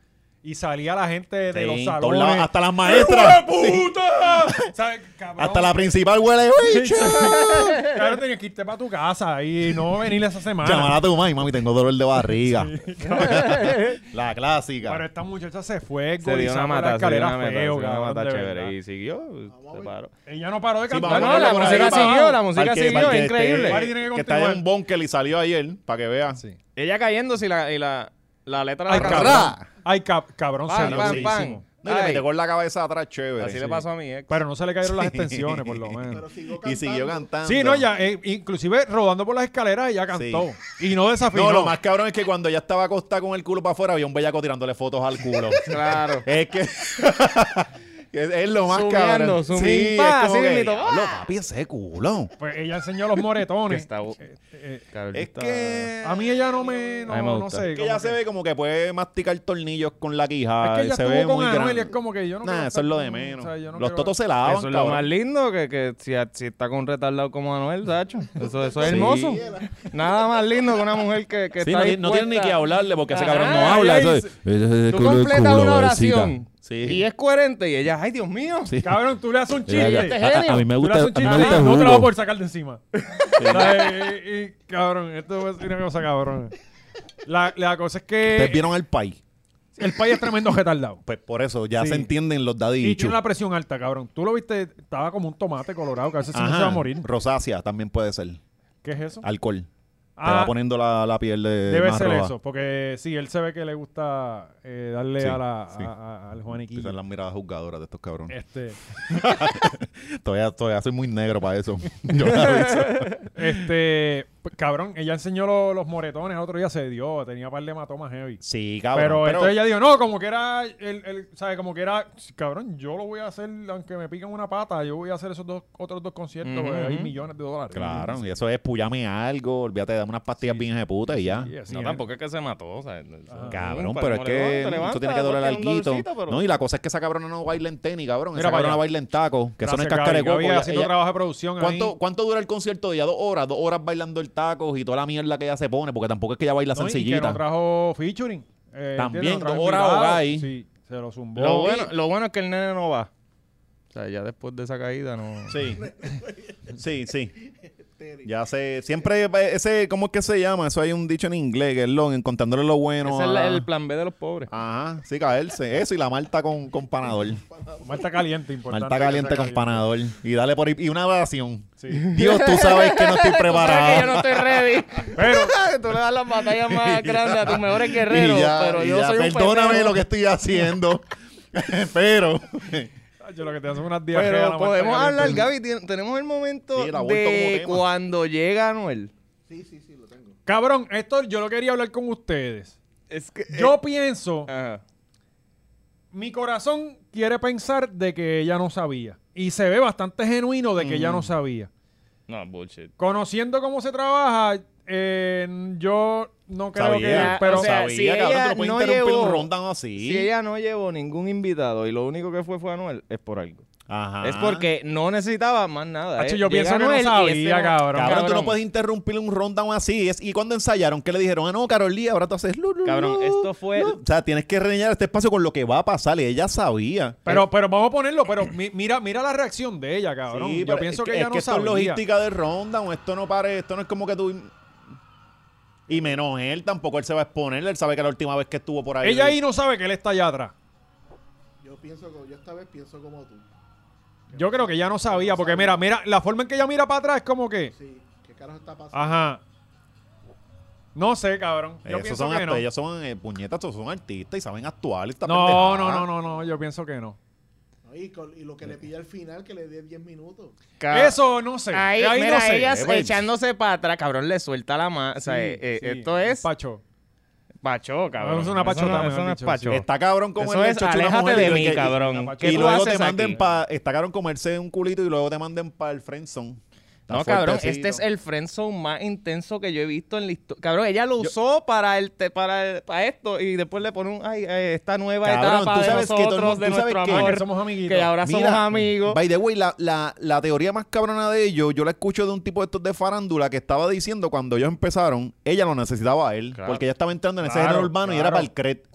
[SPEAKER 1] Y salía la gente de
[SPEAKER 3] Sí,
[SPEAKER 1] los
[SPEAKER 3] en todos
[SPEAKER 1] salones.
[SPEAKER 3] lados, hasta las maestras.
[SPEAKER 1] ¡Hijo de puta! ¿Sabes, cabrón?
[SPEAKER 3] Hasta la principal huele, bicho.
[SPEAKER 1] Claro, tenías que irte para tu casa y no venir esa semana.
[SPEAKER 3] Llamar a tu mamá y mami, tengo dolor de barriga. la clásica.
[SPEAKER 1] Pero esta muchacha se fue,
[SPEAKER 2] Se dio una
[SPEAKER 1] gorizando la
[SPEAKER 2] mata, se dio
[SPEAKER 1] escalera
[SPEAKER 2] una mata, se dio
[SPEAKER 1] feo,
[SPEAKER 2] una
[SPEAKER 1] cabrón,
[SPEAKER 2] mata
[SPEAKER 1] de
[SPEAKER 2] chévere.
[SPEAKER 1] verdad.
[SPEAKER 2] Y siguió,
[SPEAKER 4] Vamos a
[SPEAKER 2] se
[SPEAKER 4] ver.
[SPEAKER 2] paró.
[SPEAKER 1] Ella no paró de
[SPEAKER 3] Sí,
[SPEAKER 1] cantar.
[SPEAKER 3] vamos a
[SPEAKER 2] No, la
[SPEAKER 3] ponerlo por ahí,
[SPEAKER 2] música
[SPEAKER 3] vamos.
[SPEAKER 2] siguió, la música
[SPEAKER 3] Para que-
[SPEAKER 2] siguió,
[SPEAKER 3] para que
[SPEAKER 2] es increíble.
[SPEAKER 1] Party tiene que
[SPEAKER 3] Que está
[SPEAKER 1] continuar.
[SPEAKER 3] en un bunker y salió ayer, para que vean.
[SPEAKER 2] Ella cayéndose y la, y la, la letra de
[SPEAKER 1] Ay,
[SPEAKER 2] la
[SPEAKER 1] cabrón. Ay, cab- cabrón,
[SPEAKER 2] Pan,
[SPEAKER 1] salió
[SPEAKER 2] pan,
[SPEAKER 1] durísimo.
[SPEAKER 2] pan.
[SPEAKER 3] No, y le
[SPEAKER 2] Ay.
[SPEAKER 3] metió con la cabeza atrás, chévere.
[SPEAKER 2] Así
[SPEAKER 3] Sí.
[SPEAKER 2] le pasó a mi ex.
[SPEAKER 1] Pero no se le cayeron las extensiones, por lo
[SPEAKER 4] Pero
[SPEAKER 1] menos.
[SPEAKER 4] siguió
[SPEAKER 3] Y siguió cantando.
[SPEAKER 4] cantando.
[SPEAKER 1] Sí, no, ya, eh, inclusive rodando por las escaleras, ella cantó. Y no desafinó.
[SPEAKER 3] No, lo más cabrón es que cuando ella estaba acostada con el culo para afuera, había un bellaco tirándole fotos al culo.
[SPEAKER 2] Claro.
[SPEAKER 3] es que. es, es lo más
[SPEAKER 2] Sumiendo,
[SPEAKER 3] cabrón.
[SPEAKER 2] sumiendo.
[SPEAKER 3] Sí,
[SPEAKER 2] Pa,
[SPEAKER 3] es como
[SPEAKER 2] así
[SPEAKER 3] que,
[SPEAKER 2] mismito.
[SPEAKER 3] "Diablo, papi, ese culo.
[SPEAKER 1] Pues ella enseñó los
[SPEAKER 2] Que
[SPEAKER 1] moretones.
[SPEAKER 2] está-
[SPEAKER 1] Eh,
[SPEAKER 2] Carol
[SPEAKER 3] Es
[SPEAKER 2] está-
[SPEAKER 3] que.
[SPEAKER 1] a mí ella no me. No,
[SPEAKER 2] A mí me
[SPEAKER 1] no
[SPEAKER 2] gusta.
[SPEAKER 1] sé.
[SPEAKER 3] Es que ella
[SPEAKER 1] Ah, como
[SPEAKER 3] se
[SPEAKER 1] que-
[SPEAKER 3] ve como que puede masticar tornillos con la
[SPEAKER 1] Es
[SPEAKER 3] quija.
[SPEAKER 1] que ella
[SPEAKER 3] se ve
[SPEAKER 1] estuvo con
[SPEAKER 3] muy
[SPEAKER 1] Anuel y
[SPEAKER 3] grande.
[SPEAKER 1] es como que yo no
[SPEAKER 3] Nah,
[SPEAKER 1] quiero
[SPEAKER 3] eso es
[SPEAKER 1] estar
[SPEAKER 3] lo de
[SPEAKER 1] con-
[SPEAKER 3] menos.
[SPEAKER 1] o sea, yo no
[SPEAKER 3] Los
[SPEAKER 1] quiero-
[SPEAKER 3] totos se lavan,
[SPEAKER 2] Eso es lo
[SPEAKER 3] cabrón.
[SPEAKER 2] más lindo que, que si, si está con un retardado como Manuel, Sacho. Eso, eso es
[SPEAKER 3] Sí.
[SPEAKER 2] hermoso. Nada más lindo que una mujer que, que
[SPEAKER 3] Sí,
[SPEAKER 2] está
[SPEAKER 3] no, ti- no
[SPEAKER 2] dispuesta-
[SPEAKER 3] tiene ni que hablarle porque ese
[SPEAKER 2] Ajá,
[SPEAKER 3] cabrón no
[SPEAKER 1] Ah,
[SPEAKER 2] ella
[SPEAKER 3] habla. eso
[SPEAKER 2] dice-
[SPEAKER 3] es- ese es
[SPEAKER 2] Tú
[SPEAKER 3] culo,
[SPEAKER 2] completas
[SPEAKER 3] culo,
[SPEAKER 2] una
[SPEAKER 3] besita.
[SPEAKER 2] oración
[SPEAKER 3] Sí.
[SPEAKER 2] y es coherente y ella, ay Dios mío.
[SPEAKER 3] Sí.
[SPEAKER 1] Cabrón, tú le haces un
[SPEAKER 3] Mira,
[SPEAKER 1] chiste.
[SPEAKER 3] ya-
[SPEAKER 2] este
[SPEAKER 3] a- a,
[SPEAKER 2] genio.
[SPEAKER 3] a mí me
[SPEAKER 1] Tú le
[SPEAKER 3] gusta,
[SPEAKER 1] haces
[SPEAKER 3] a
[SPEAKER 1] un
[SPEAKER 3] mí me
[SPEAKER 1] chiste,
[SPEAKER 3] gusta
[SPEAKER 1] no te la voy a
[SPEAKER 3] Hugo.
[SPEAKER 1] poder sacar de encima. O sea, y, y- cabrón, esto es una cosa cabrón. La, la cosa es
[SPEAKER 3] Ustedes
[SPEAKER 1] que
[SPEAKER 3] vieron al país.
[SPEAKER 1] el país es tremendo retardado.
[SPEAKER 3] Pues por eso ya
[SPEAKER 1] Sí.
[SPEAKER 3] se entienden los daddy
[SPEAKER 1] Y
[SPEAKER 3] issues.
[SPEAKER 1] tiene una presión alta, cabrón. Tú lo viste, estaba como un tomate colorado, que a veces si no
[SPEAKER 3] Ajá.
[SPEAKER 1] se va a morir.
[SPEAKER 3] Rosácea también puede ser.
[SPEAKER 1] ¿Qué es eso?
[SPEAKER 3] Alcohol. Te
[SPEAKER 1] Ah,
[SPEAKER 3] va poniendo la, la piel de.
[SPEAKER 1] debe
[SPEAKER 3] más
[SPEAKER 1] ser
[SPEAKER 3] roja.
[SPEAKER 1] eso, porque sí, él se ve que le gusta eh, darle
[SPEAKER 3] Sí,
[SPEAKER 1] a la, a-
[SPEAKER 3] sí.
[SPEAKER 1] a- al
[SPEAKER 3] Esas son
[SPEAKER 1] Juaniquillo.
[SPEAKER 3] las miradas juzgadoras de estos cabrones.
[SPEAKER 1] Este,
[SPEAKER 3] Todavía, todavía soy muy negro para eso. Yo te aviso.
[SPEAKER 1] este, Pues, cabrón, ella enseñó lo- los moretones, el otro día se dio, tenía par de hematomas heavy.
[SPEAKER 3] Sí,
[SPEAKER 1] pero,
[SPEAKER 3] cabrón. Pero,
[SPEAKER 1] entonces ella dijo, no, como que era, el, el, ¿sabes? Como que era, sí, cabrón, yo lo voy a hacer, aunque me piquen una pata, yo voy a hacer esos dos, otros dos conciertos,
[SPEAKER 2] Ujú,
[SPEAKER 1] porque hay
[SPEAKER 2] ujú.
[SPEAKER 1] millones de dólares.
[SPEAKER 3] Claro, y eso es puyame algo, olvídate de dar unas pastillas bien de puta y ya.
[SPEAKER 1] Y así,
[SPEAKER 2] no,
[SPEAKER 1] ¿eh?
[SPEAKER 2] tampoco es Ah, que se mató. O sea,
[SPEAKER 3] Cabrón, pero es que esto tiene que doler alguito. No, y la cosa es que esa cabrona no baila en tenis, cabrón.
[SPEAKER 1] Mira
[SPEAKER 3] Esa
[SPEAKER 1] para
[SPEAKER 3] cabrona
[SPEAKER 1] allá.
[SPEAKER 3] baila en taco, que eso no es
[SPEAKER 1] Gracias, Gaby.
[SPEAKER 3] cascarecuaco.
[SPEAKER 1] Gaby
[SPEAKER 3] Ella-
[SPEAKER 1] haciendo
[SPEAKER 3] ella-
[SPEAKER 1] trabajo de producción ahí.
[SPEAKER 3] ¿Cuánto, ¿Cuánto dura el concierto de ella? ¿Dos horas? ¿Dos horas bailando el taco y toda la mierda que ella se pone? Porque tampoco es que ella baila
[SPEAKER 1] No, y
[SPEAKER 3] sencillita.
[SPEAKER 1] que no trajo featuring. eh,
[SPEAKER 3] También,
[SPEAKER 1] ¿entiendes? No trajo
[SPEAKER 3] dos horas
[SPEAKER 1] invitados.
[SPEAKER 3] ahogada ahí.
[SPEAKER 1] Sí, se lo zumbó.
[SPEAKER 2] Lo bueno, lo bueno es que el nene no va. O sea, ya después de esa caída no.
[SPEAKER 3] Sí. Sí, sí.
[SPEAKER 4] Tenis.
[SPEAKER 3] Ya sé. Siempre ese, ¿cómo es que se llama? Eso hay un dicho en inglés, que es lo, encontrándole lo bueno.
[SPEAKER 2] Ese es
[SPEAKER 3] a
[SPEAKER 2] la-
[SPEAKER 3] la-
[SPEAKER 2] el plan B de los pobres.
[SPEAKER 3] Ajá, sí, caerse. Eso y la Marta con, con panador.
[SPEAKER 1] Marta caliente, importante.
[SPEAKER 3] Marta
[SPEAKER 1] que
[SPEAKER 3] caliente
[SPEAKER 1] sea
[SPEAKER 3] con panador. Y dale por ahí. Y una oración.
[SPEAKER 1] Sí.
[SPEAKER 3] Dios, tú sabes que no estoy
[SPEAKER 2] Sabes que yo no
[SPEAKER 3] preparado.
[SPEAKER 2] estoy ready.
[SPEAKER 1] Pero,
[SPEAKER 2] Tú le das las batallas más grandes a tus mejores guerreros,
[SPEAKER 3] Y ya,
[SPEAKER 2] pero
[SPEAKER 3] y
[SPEAKER 2] yo
[SPEAKER 3] ya,
[SPEAKER 2] soy un
[SPEAKER 3] perdóname
[SPEAKER 2] pendejo.
[SPEAKER 3] lo que estoy haciendo. pero.
[SPEAKER 1] yo lo que te hacen unas días.
[SPEAKER 2] Pero podemos hablar, Gaby, tien- tenemos el momento
[SPEAKER 3] Sí, la vuelta como
[SPEAKER 2] de
[SPEAKER 3] tema.
[SPEAKER 2] cuando llega Noel.
[SPEAKER 4] Sí, sí, sí, lo tengo.
[SPEAKER 1] Cabrón, esto yo lo quería hablar con ustedes.
[SPEAKER 2] Es que
[SPEAKER 1] Yo
[SPEAKER 3] Eh.
[SPEAKER 1] pienso,
[SPEAKER 2] Ajá.
[SPEAKER 1] mi corazón quiere pensar de que ella no sabía. Y se ve bastante genuino de que ella
[SPEAKER 3] Mm.
[SPEAKER 1] no sabía.
[SPEAKER 2] No, bullshit.
[SPEAKER 1] Conociendo cómo se trabaja, eh, yo no creo
[SPEAKER 3] Sabía,
[SPEAKER 1] que... Pero,
[SPEAKER 2] o sea,
[SPEAKER 3] sabía,
[SPEAKER 2] si
[SPEAKER 3] cabrón,
[SPEAKER 2] ella
[SPEAKER 3] tú no puedes
[SPEAKER 2] no
[SPEAKER 3] interrumpir
[SPEAKER 2] llevó-
[SPEAKER 3] un rundown así.
[SPEAKER 2] Si ella no llevó ningún invitado y lo único que fue fue Anuel, es por algo.
[SPEAKER 3] Ajá.
[SPEAKER 2] Es porque no necesitaba más nada.
[SPEAKER 1] Hacho,
[SPEAKER 2] eh.
[SPEAKER 1] yo
[SPEAKER 2] Llega
[SPEAKER 1] pienso que no
[SPEAKER 2] Anuel y este
[SPEAKER 1] sabía,
[SPEAKER 2] ese-
[SPEAKER 1] cabrón.
[SPEAKER 3] Cabrón, tú no puedes interrumpir un rundown así. Es, y cuando ensayaron, ¿qué le dijeron? Ah, no, Carol Lee, ahora tú haces lu, lu,
[SPEAKER 2] Cabrón,
[SPEAKER 3] lu,
[SPEAKER 2] esto fue-
[SPEAKER 3] lu. O sea, tienes que reñar este espacio con lo que va a pasar. Y ella sabía.
[SPEAKER 1] pero, pero vamos a ponerlo, pero mi- mira, mira la reacción de ella, cabrón.
[SPEAKER 3] Sí,
[SPEAKER 1] yo
[SPEAKER 3] pero
[SPEAKER 1] pienso
[SPEAKER 3] es
[SPEAKER 1] que ella
[SPEAKER 3] es
[SPEAKER 1] no
[SPEAKER 3] que esto
[SPEAKER 1] sabía.
[SPEAKER 3] es logística de rundown. Esto no pare, esto no es como que tú. Y menos él, tampoco él se va a exponer. Él sabe que la última vez que estuvo por ahí.
[SPEAKER 1] Ella ahí no sabe que él está allá atrás.
[SPEAKER 4] Yo pienso como, yo esta vez pienso como tú.
[SPEAKER 1] Yo creo que ella no sabía, porque mira, mira, la forma en que ella mira para atrás es como que...
[SPEAKER 4] Sí, ¿qué carajo está pasando?
[SPEAKER 1] Ajá. No sé, cabrón. Yo
[SPEAKER 3] Esos
[SPEAKER 1] pienso
[SPEAKER 3] son
[SPEAKER 1] que
[SPEAKER 3] act-
[SPEAKER 1] no.
[SPEAKER 3] Ellas son eh, puñetas, estos son artistas y saben actuar. y esta pendejada.
[SPEAKER 1] No, no, no, no, no, yo pienso que no.
[SPEAKER 4] No, y, con- y lo que le pide al final, que le dé 10 minutos.
[SPEAKER 2] Ca-
[SPEAKER 1] Eso no sé.
[SPEAKER 2] Ahí,
[SPEAKER 1] Ahí
[SPEAKER 2] mira,
[SPEAKER 1] no sé.
[SPEAKER 2] ellas
[SPEAKER 3] Eh, pues.
[SPEAKER 2] echándose para atrás, cabrón, le suelta la mano. o sea,
[SPEAKER 1] Sí,
[SPEAKER 2] eh, eh,
[SPEAKER 1] sí,
[SPEAKER 2] esto es
[SPEAKER 1] Pacho.
[SPEAKER 2] pacho, cabrón.
[SPEAKER 1] Eso es una
[SPEAKER 2] Eso
[SPEAKER 1] pachota,
[SPEAKER 2] no,
[SPEAKER 1] me
[SPEAKER 2] eso
[SPEAKER 1] han
[SPEAKER 2] no es
[SPEAKER 1] dicho,
[SPEAKER 2] pacho.
[SPEAKER 1] sí.
[SPEAKER 3] Está cabrón como
[SPEAKER 2] Eso
[SPEAKER 3] el
[SPEAKER 2] es,
[SPEAKER 3] chocho una
[SPEAKER 2] aléjate
[SPEAKER 3] mujer y
[SPEAKER 2] de
[SPEAKER 3] lo
[SPEAKER 2] mí,
[SPEAKER 3] que-
[SPEAKER 2] cabrón.
[SPEAKER 1] ¿Qué
[SPEAKER 3] Y
[SPEAKER 2] ¿Qué tú
[SPEAKER 3] luego te
[SPEAKER 2] haces
[SPEAKER 3] manden
[SPEAKER 2] aquí?
[SPEAKER 3] para. Está cabrón comerse un culito y luego te manden para el friendzone. Está
[SPEAKER 2] No, cabrón,
[SPEAKER 3] fuertecito.
[SPEAKER 2] este es el friendzone más intenso que yo he visto en la historia. Cabrón, ella lo usó para el te- para, el- para esto y después le pone un, ay, eh, esta nueva
[SPEAKER 3] Cabrón,
[SPEAKER 2] etapa
[SPEAKER 3] tú
[SPEAKER 2] de
[SPEAKER 3] sabes que todo el
[SPEAKER 2] nosotros,
[SPEAKER 3] mundo-
[SPEAKER 2] de
[SPEAKER 3] tú sabes
[SPEAKER 2] nuestro
[SPEAKER 3] que-
[SPEAKER 1] Ah,
[SPEAKER 2] amor,
[SPEAKER 1] que somos amiguitos.
[SPEAKER 2] que ahora somos
[SPEAKER 3] Mira, mm,
[SPEAKER 2] amigos.
[SPEAKER 3] By the way, la, la, la teoría más cabrona de ellos, yo la escucho de un tipo de estos de farándula que estaba diciendo cuando ellos empezaron, ella lo necesitaba a él,
[SPEAKER 2] Claro.
[SPEAKER 3] porque ella estaba entrando en ese
[SPEAKER 1] Claro,
[SPEAKER 3] género urbano y era
[SPEAKER 1] claro.
[SPEAKER 3] para el cret.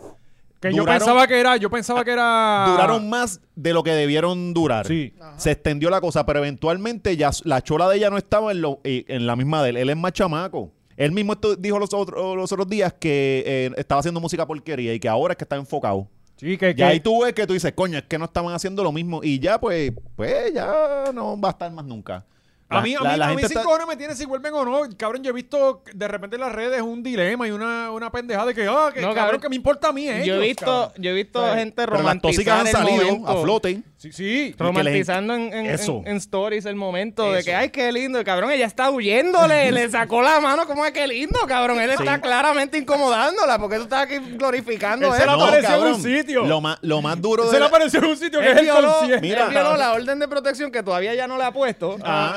[SPEAKER 1] Que yo
[SPEAKER 3] Duraron-
[SPEAKER 1] pensaba que era, yo pensaba que era...
[SPEAKER 3] Duraron más de lo que debieron durar.
[SPEAKER 1] Ah. Sí.
[SPEAKER 4] Ajá.
[SPEAKER 3] Se extendió la cosa, pero eventualmente ya s- la chola de ella no estaba en, lo, eh, en la misma de él. Él es más chamaco. Él mismo esto- dijo los, otros los otros días que eh, estaba haciendo música porquería y que ahora es que está enfocado.
[SPEAKER 1] Sí, que,
[SPEAKER 3] Y
[SPEAKER 1] que-
[SPEAKER 3] ahí tú ves que tú dices, coño, es que no estaban haciendo lo mismo. Y ya, pues, pues ya no va a estar más nunca.
[SPEAKER 1] A mí, a mí, a mí
[SPEAKER 3] gente
[SPEAKER 1] sin
[SPEAKER 3] está-
[SPEAKER 1] cojones me tiene si vuelven o no. Cabrón, yo he visto de repente en las redes un dilema y una, una pendejada de que, ah, que
[SPEAKER 2] No,
[SPEAKER 1] cabrón,
[SPEAKER 2] cabrón.
[SPEAKER 1] que me importa a mí, eh.
[SPEAKER 2] yo he visto, yo he visto
[SPEAKER 1] Sí.
[SPEAKER 2] gente
[SPEAKER 3] Pero las tóxicas
[SPEAKER 2] romantizar
[SPEAKER 3] han
[SPEAKER 2] el
[SPEAKER 3] salido
[SPEAKER 2] momento.
[SPEAKER 3] a flote.
[SPEAKER 1] Sí, sí.
[SPEAKER 3] que les en-
[SPEAKER 2] Romantizando en, en-
[SPEAKER 3] Eso.
[SPEAKER 2] en- en stories el momento de
[SPEAKER 1] Eso.
[SPEAKER 2] que, ay, qué lindo. El cabrón, ella está huyéndole, le sacó la mano, como es que lindo, cabrón. Él está claramente incomodándola porque tú estás aquí glorificando
[SPEAKER 1] Él se la
[SPEAKER 2] eso.
[SPEAKER 1] No, apareció en un sitio.
[SPEAKER 3] Lo más, lo más duro de
[SPEAKER 1] Se le
[SPEAKER 3] la-
[SPEAKER 1] apareció en un sitio que es
[SPEAKER 2] Él
[SPEAKER 1] el
[SPEAKER 2] violó, él
[SPEAKER 1] concierto.
[SPEAKER 3] Mira.
[SPEAKER 2] violó la orden de protección que todavía ya no le ha puesto.
[SPEAKER 3] Ah.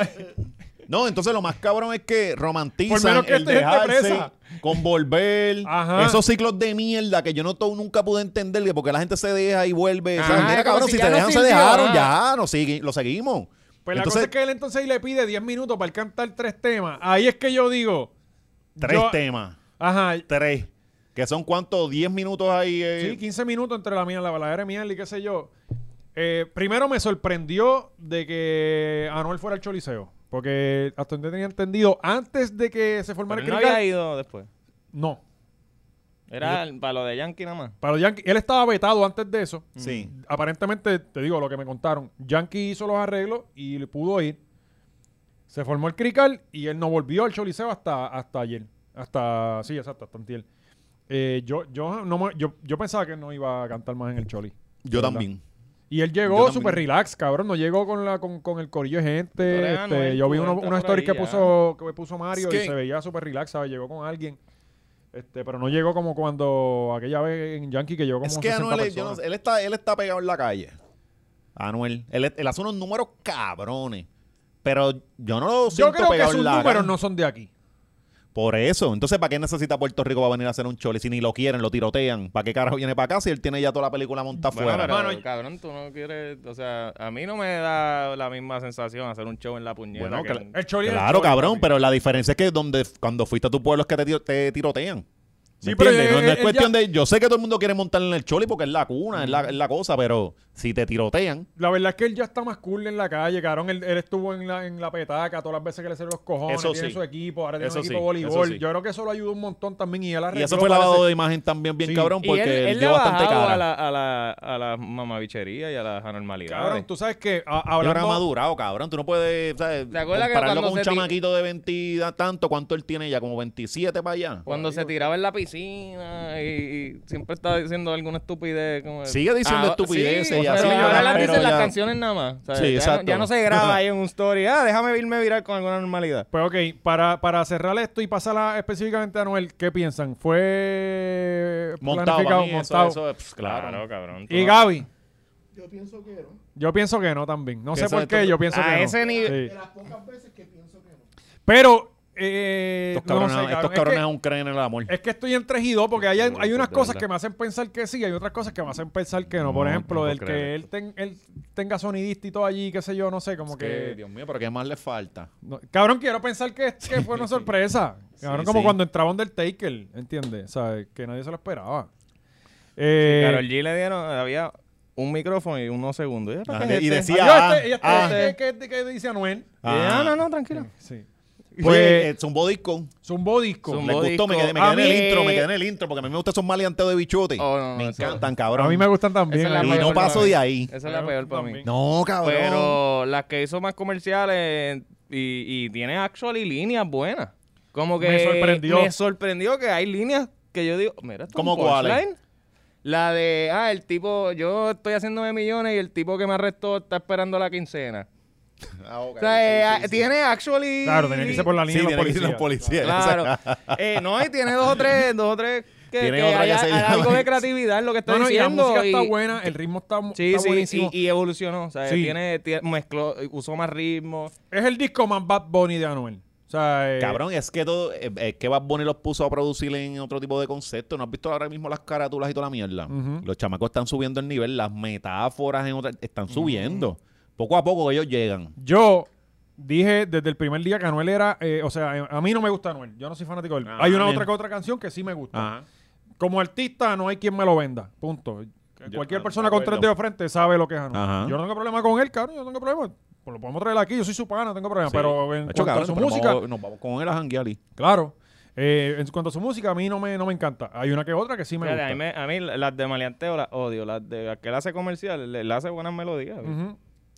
[SPEAKER 3] No, entonces lo más cabrón es que romantizan
[SPEAKER 1] Por menos que
[SPEAKER 3] el
[SPEAKER 1] esté gente
[SPEAKER 3] dejarse
[SPEAKER 1] presa.
[SPEAKER 3] con volver.
[SPEAKER 1] Ajá.
[SPEAKER 3] Esos ciclos de mierda que yo no to- nunca pude entender que porque la gente se deja y vuelve. O sea,
[SPEAKER 2] Ajá,
[SPEAKER 3] mira,
[SPEAKER 2] es como
[SPEAKER 3] cabrón,
[SPEAKER 2] si
[SPEAKER 3] si,
[SPEAKER 2] ya
[SPEAKER 3] te
[SPEAKER 2] no
[SPEAKER 3] dejan, se
[SPEAKER 2] sintió,
[SPEAKER 3] dejaron,
[SPEAKER 2] ajá.
[SPEAKER 3] ya, no sigue, lo seguimos.
[SPEAKER 1] Pues la
[SPEAKER 3] entonces,
[SPEAKER 1] cosa es que él entonces ahí le pide 10 minutos para él cantar tres temas. Ahí es que yo digo.
[SPEAKER 3] tres
[SPEAKER 1] yo-
[SPEAKER 3] temas.
[SPEAKER 1] Ajá.
[SPEAKER 3] Tres. Que son cuántos, 10 minutos ahí. eh,
[SPEAKER 1] Sí, 15 minutos entre la mía, la baladera mía y qué sé yo. Eh, primero me sorprendió de que Anuel fuera al Choliseo. Porque hasta donde tenía entendido, antes de que se formara
[SPEAKER 2] Pero
[SPEAKER 1] el
[SPEAKER 2] no
[SPEAKER 1] Crical-
[SPEAKER 2] había ido después.
[SPEAKER 1] No.
[SPEAKER 2] Era el- para lo de Yankee nada más.
[SPEAKER 1] Para los Yankees, él estaba vetado antes de eso.
[SPEAKER 3] sí.
[SPEAKER 1] Aparentemente, te digo lo que me contaron. Yankee hizo los arreglos y le pudo ir. Se formó el Crical y él no volvió al Choliseo hasta, hasta ayer. Hasta, sí, exacto, hasta antier. Eh, yo, yo, no, me- yo, yo pensaba que él no iba a cantar más en el Choli.
[SPEAKER 3] Yo
[SPEAKER 1] ¿Verdad?
[SPEAKER 3] también.
[SPEAKER 1] Y él
[SPEAKER 3] Yo
[SPEAKER 1] llegó
[SPEAKER 3] también.
[SPEAKER 1] súper relax, cabrón. No llegó con la con, con el corillo de gente.
[SPEAKER 2] Torea,
[SPEAKER 1] este,
[SPEAKER 2] Noel,
[SPEAKER 1] yo vi
[SPEAKER 2] tú
[SPEAKER 1] uno-
[SPEAKER 2] entras
[SPEAKER 1] una
[SPEAKER 2] por
[SPEAKER 1] story
[SPEAKER 2] ahí,
[SPEAKER 1] que
[SPEAKER 2] ya.
[SPEAKER 1] puso, que puso Mario
[SPEAKER 5] Es que-
[SPEAKER 1] y se veía súper relax, ¿sabes? Llegó con alguien. Este, pero no llegó como cuando aquella vez en Yankee que llegó como
[SPEAKER 3] Es que
[SPEAKER 1] 60
[SPEAKER 3] Anuel, yo
[SPEAKER 1] personas.
[SPEAKER 3] no sé, él, está, él está pegado en la calle. Anuel. Él, él hace unos números cabrones. Pero yo no lo
[SPEAKER 1] Yo
[SPEAKER 3] siento
[SPEAKER 1] creo que
[SPEAKER 3] pegado
[SPEAKER 1] sus
[SPEAKER 3] en la
[SPEAKER 1] números
[SPEAKER 3] calle.
[SPEAKER 1] no son de aquí.
[SPEAKER 3] Por eso. Entonces, ¿para qué necesita Puerto Rico para venir a hacer un chole? Si ni lo quieren, lo tirotean. ¿Para qué carajo viene para acá si él tiene ya toda la película montada
[SPEAKER 2] Bueno,
[SPEAKER 3] fuera?
[SPEAKER 2] pero, cabrón, tú no quieres. O sea, a mí no me da la misma sensación hacer un show en la puñeta.
[SPEAKER 3] Bueno,
[SPEAKER 2] que
[SPEAKER 3] cla-
[SPEAKER 2] en-
[SPEAKER 1] El Choli es el
[SPEAKER 3] Claro,
[SPEAKER 1] Choli,
[SPEAKER 3] cabrón,
[SPEAKER 1] papi.
[SPEAKER 3] pero la diferencia es que donde cuando fuiste a tu pueblo es que te, ti- te tirotean. ¿Me
[SPEAKER 1] Sí, pero eh,
[SPEAKER 3] entiendes? No,
[SPEAKER 1] él-
[SPEAKER 3] no es
[SPEAKER 1] él
[SPEAKER 3] cuestión de. Yo sé que todo el mundo quiere montar en el choli porque es la cuna, es, la,
[SPEAKER 1] Mm.
[SPEAKER 3] es la cosa, pero si te tirotean.
[SPEAKER 1] La verdad es que él ya está más cool en la calle, cabrón. Él, él estuvo en la, en la petaca todas las veces que le hicieron los cojones.
[SPEAKER 3] Eso
[SPEAKER 1] tiene
[SPEAKER 3] sí.
[SPEAKER 1] su equipo, ahora tiene
[SPEAKER 3] Eso
[SPEAKER 1] un equipo de
[SPEAKER 3] sí,
[SPEAKER 1] voleibol.
[SPEAKER 3] eso sí.
[SPEAKER 1] Yo creo que eso lo ayudó un montón también. Y, él
[SPEAKER 3] Y
[SPEAKER 1] arregló,
[SPEAKER 3] eso fue lavado
[SPEAKER 1] parece-
[SPEAKER 3] de imagen también bien
[SPEAKER 1] Sí.
[SPEAKER 3] cabrón porque
[SPEAKER 2] y él,
[SPEAKER 3] él
[SPEAKER 2] él le
[SPEAKER 3] dio
[SPEAKER 2] ha
[SPEAKER 3] bastante
[SPEAKER 2] bajado
[SPEAKER 3] cara.
[SPEAKER 2] a la, a la, a las mamabicherías y a las anormalidades.
[SPEAKER 1] Cabrón, tú sabes que a-
[SPEAKER 3] Y ahora
[SPEAKER 1] hablando,
[SPEAKER 3] madurado, cabrón. Tú no puedes ¿sabes?
[SPEAKER 2] ¿Te acuerdas que
[SPEAKER 3] compararlo
[SPEAKER 2] cuando
[SPEAKER 3] con un
[SPEAKER 2] se ti-
[SPEAKER 3] chamaquito de 20 y da tanto. ¿Cuánto él tiene ya? Como 27 para allá.
[SPEAKER 2] Cuando se tiraba en la piscina y, y siempre estaba diciendo alguna estupidez. Como "Ah,
[SPEAKER 3] Sigue diciendo estupideces y
[SPEAKER 2] pero
[SPEAKER 1] así,
[SPEAKER 2] Ahora
[SPEAKER 1] ya,
[SPEAKER 2] las
[SPEAKER 1] pero
[SPEAKER 2] dicen las
[SPEAKER 3] ya-
[SPEAKER 2] canciones nada más. o sea,
[SPEAKER 3] Sí,
[SPEAKER 2] ya, no-
[SPEAKER 3] exacto.
[SPEAKER 2] ya no se graba ahí en un story. Ah, déjame irme viral con alguna normalidad.
[SPEAKER 1] Pues ok, para, para cerrar esto y pasar a- específicamente a Noel, ¿qué piensan? ¿Fue
[SPEAKER 3] Montado, para
[SPEAKER 1] planificado,
[SPEAKER 3] mí, eso-
[SPEAKER 1] montado?
[SPEAKER 3] eso, pff, Pues claro.
[SPEAKER 2] cabrón. tú
[SPEAKER 1] Y
[SPEAKER 2] no-
[SPEAKER 1] Gaby,
[SPEAKER 4] Yo pienso que no.
[SPEAKER 1] yo pienso que no también. No
[SPEAKER 3] Que
[SPEAKER 1] sé
[SPEAKER 3] eso
[SPEAKER 1] por
[SPEAKER 3] es
[SPEAKER 1] qué,
[SPEAKER 3] todo-
[SPEAKER 1] yo pienso
[SPEAKER 2] A
[SPEAKER 1] que no.
[SPEAKER 2] Ah, ese nivel-
[SPEAKER 1] Sí.
[SPEAKER 4] De las pocas veces que pienso que no.
[SPEAKER 1] Pero, eh,
[SPEAKER 3] Estos
[SPEAKER 1] no
[SPEAKER 3] cabrones,
[SPEAKER 1] sé, cabrón,
[SPEAKER 3] estos
[SPEAKER 1] es
[SPEAKER 3] cabrones
[SPEAKER 1] que-
[SPEAKER 3] aún creen en el amor.
[SPEAKER 1] Es que estoy entre y dos, porque hay, hay
[SPEAKER 3] Brutal,
[SPEAKER 1] unas
[SPEAKER 3] de
[SPEAKER 1] cosas
[SPEAKER 3] verdad.
[SPEAKER 1] que me hacen pensar que sí y hay otras cosas que me hacen pensar que no.
[SPEAKER 3] No,
[SPEAKER 1] Por ejemplo,
[SPEAKER 3] no
[SPEAKER 1] del
[SPEAKER 3] puedo
[SPEAKER 1] que
[SPEAKER 3] creer
[SPEAKER 1] él, ten- él tenga sonidista y todo allí, qué sé yo, no sé, como
[SPEAKER 3] Es
[SPEAKER 1] que...
[SPEAKER 3] que, Dios mío, pero ¿qué más le falta?
[SPEAKER 1] no- cabrón, quiero pensar que, que fue una sorpresa. Cabrón,
[SPEAKER 3] Sí,
[SPEAKER 1] como
[SPEAKER 3] sí.
[SPEAKER 1] cuando entraba Undertaker, ¿entiendes? O sea, que nadie se lo esperaba. Eh,
[SPEAKER 2] Carol G le dieron, había un micrófono y unos segundos. Y,
[SPEAKER 3] Ah,
[SPEAKER 2] ¿para qué
[SPEAKER 3] de-
[SPEAKER 2] es
[SPEAKER 3] y
[SPEAKER 2] este?
[SPEAKER 3] decía-
[SPEAKER 1] adiós,
[SPEAKER 3] ah,
[SPEAKER 1] este- y este-
[SPEAKER 3] ah.
[SPEAKER 1] este que- que dice Anuel.
[SPEAKER 2] Ah, no, no, tranquilo.
[SPEAKER 1] Sí.
[SPEAKER 3] Oye,
[SPEAKER 1] Pues,
[SPEAKER 3] eh, Zumbo Disco.
[SPEAKER 1] Zumbó Disco.
[SPEAKER 2] Zumbó
[SPEAKER 3] Les gustó, me quedé, me
[SPEAKER 1] A
[SPEAKER 3] quedé en el
[SPEAKER 1] mí-
[SPEAKER 3] intro, me quedé en el intro, porque a mí me gustan esos maleanteos de bichote.
[SPEAKER 2] Oh, no, no,
[SPEAKER 3] me
[SPEAKER 2] eso-
[SPEAKER 3] encantan,
[SPEAKER 1] A
[SPEAKER 3] cabrón.
[SPEAKER 1] mí me gustan
[SPEAKER 2] Esa
[SPEAKER 1] también.
[SPEAKER 2] es la
[SPEAKER 1] a mí-
[SPEAKER 3] Y no
[SPEAKER 2] peor para
[SPEAKER 3] paso
[SPEAKER 2] mí.
[SPEAKER 3] de ahí.
[SPEAKER 2] Esa es la peor para mí.
[SPEAKER 3] No, cabrón.
[SPEAKER 2] Pero las que hizo más comerciales y, y tiene actually líneas buenas. Como que
[SPEAKER 1] Me sorprendió.
[SPEAKER 2] me sorprendió que hay líneas que yo digo, mira, esto es
[SPEAKER 3] ¿Cómo
[SPEAKER 2] un
[SPEAKER 3] cuáles?
[SPEAKER 2] punchline. La de, ah, el tipo, yo estoy haciéndome millones y el tipo que me arrestó está esperando la quincena.
[SPEAKER 3] Ah, ok,
[SPEAKER 2] o sea,
[SPEAKER 3] sí,
[SPEAKER 2] eh,
[SPEAKER 3] sí, sí.
[SPEAKER 2] tiene actually...
[SPEAKER 1] Claro, tenía que irse por la
[SPEAKER 3] Sí,
[SPEAKER 1] línea de
[SPEAKER 3] tiene
[SPEAKER 1] los
[SPEAKER 3] que ser
[SPEAKER 1] policías.
[SPEAKER 3] los policías.
[SPEAKER 2] Claro. Eh, no, y tiene dos o tres, dos o tres que,
[SPEAKER 3] Tiene
[SPEAKER 2] que
[SPEAKER 3] otra que
[SPEAKER 2] hay-
[SPEAKER 3] se
[SPEAKER 2] hay
[SPEAKER 3] llama-
[SPEAKER 2] algo de creatividad en lo que está
[SPEAKER 1] No, no, y la
[SPEAKER 2] diciendo.
[SPEAKER 1] música está
[SPEAKER 2] y-
[SPEAKER 1] buena, el ritmo está, mu-
[SPEAKER 2] Sí,
[SPEAKER 1] está
[SPEAKER 2] sí,
[SPEAKER 1] buenísimo.
[SPEAKER 2] y, y evolucionó. O sea,
[SPEAKER 1] Sí.
[SPEAKER 2] tiene, tie- mezcló, usó más ritmos.
[SPEAKER 1] Es el disco más Bad Bunny de Anuel. O sea, eh,
[SPEAKER 3] Cabrón, es que todo, eh, es que Bad Bunny los puso a producir en otro tipo de concepto. ¿No has visto ahora mismo las carátulas y toda la mierda?
[SPEAKER 1] Ujú.
[SPEAKER 3] Los chamacos están subiendo el nivel, las metáforas en otra- están subiendo. Poco a poco ellos llegan.
[SPEAKER 1] Yo dije desde el primer día que Anuel era, eh, o sea, eh, a mí no me gusta Anuel, yo no soy fanático de él.
[SPEAKER 3] Ah,
[SPEAKER 1] hay una
[SPEAKER 3] bien.
[SPEAKER 1] otra que otra canción que sí me gusta. Como artista no hay quien me lo venda, punto. Cualquier
[SPEAKER 3] ah,
[SPEAKER 1] persona
[SPEAKER 3] de
[SPEAKER 1] con tres
[SPEAKER 3] acuerdo.
[SPEAKER 1] dedos frente sabe lo que es Anuel.
[SPEAKER 3] Ajá.
[SPEAKER 1] Yo no tengo problema con él, cabrón, yo no tengo problema. Pues lo podemos traer aquí, yo soy su pana, no tengo problema.
[SPEAKER 3] Sí.
[SPEAKER 1] Pero en
[SPEAKER 3] Hacho,
[SPEAKER 1] cuanto
[SPEAKER 3] cabrón,
[SPEAKER 1] a su
[SPEAKER 3] pero
[SPEAKER 1] música,
[SPEAKER 3] vamos- nos vamos con él a janguear y-
[SPEAKER 1] claro. eh, en cuanto a su música, a mí no me, no me encanta. Hay una que otra que sí me
[SPEAKER 2] Fíjate, a, mí,
[SPEAKER 1] gusta.
[SPEAKER 2] me- a mí las de Maleanteo las odio. Las de las que él hace comerciales, le, le hace buenas melodías.
[SPEAKER 1] Ujú.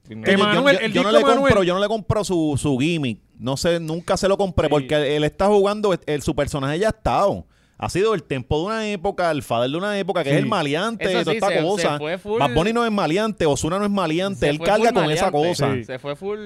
[SPEAKER 2] Y no-
[SPEAKER 1] Que
[SPEAKER 3] Yo- yo-
[SPEAKER 1] Manuel,
[SPEAKER 3] yo,
[SPEAKER 1] el
[SPEAKER 3] yo no
[SPEAKER 1] disco
[SPEAKER 3] le compro,
[SPEAKER 1] Manuel.
[SPEAKER 3] yo no le compro su, su gimmick. No sé, nunca se lo compré
[SPEAKER 1] Sí.
[SPEAKER 3] porque él está jugando, el, su personaje ya ha estado. Ha sido el tempo de una época, el fader de una época, que
[SPEAKER 1] Sí.
[SPEAKER 3] es el maleante,
[SPEAKER 2] Eso
[SPEAKER 3] toda
[SPEAKER 2] sí,
[SPEAKER 3] esta
[SPEAKER 2] se-
[SPEAKER 3] cosa.
[SPEAKER 2] se fue full-
[SPEAKER 3] Bad Bunny no es maleante, Osuna no es maleante,
[SPEAKER 2] se
[SPEAKER 3] él
[SPEAKER 2] fue
[SPEAKER 3] carga
[SPEAKER 2] full
[SPEAKER 3] con esa
[SPEAKER 2] maleante.
[SPEAKER 3] cosa.
[SPEAKER 1] Sí.
[SPEAKER 2] Se fue full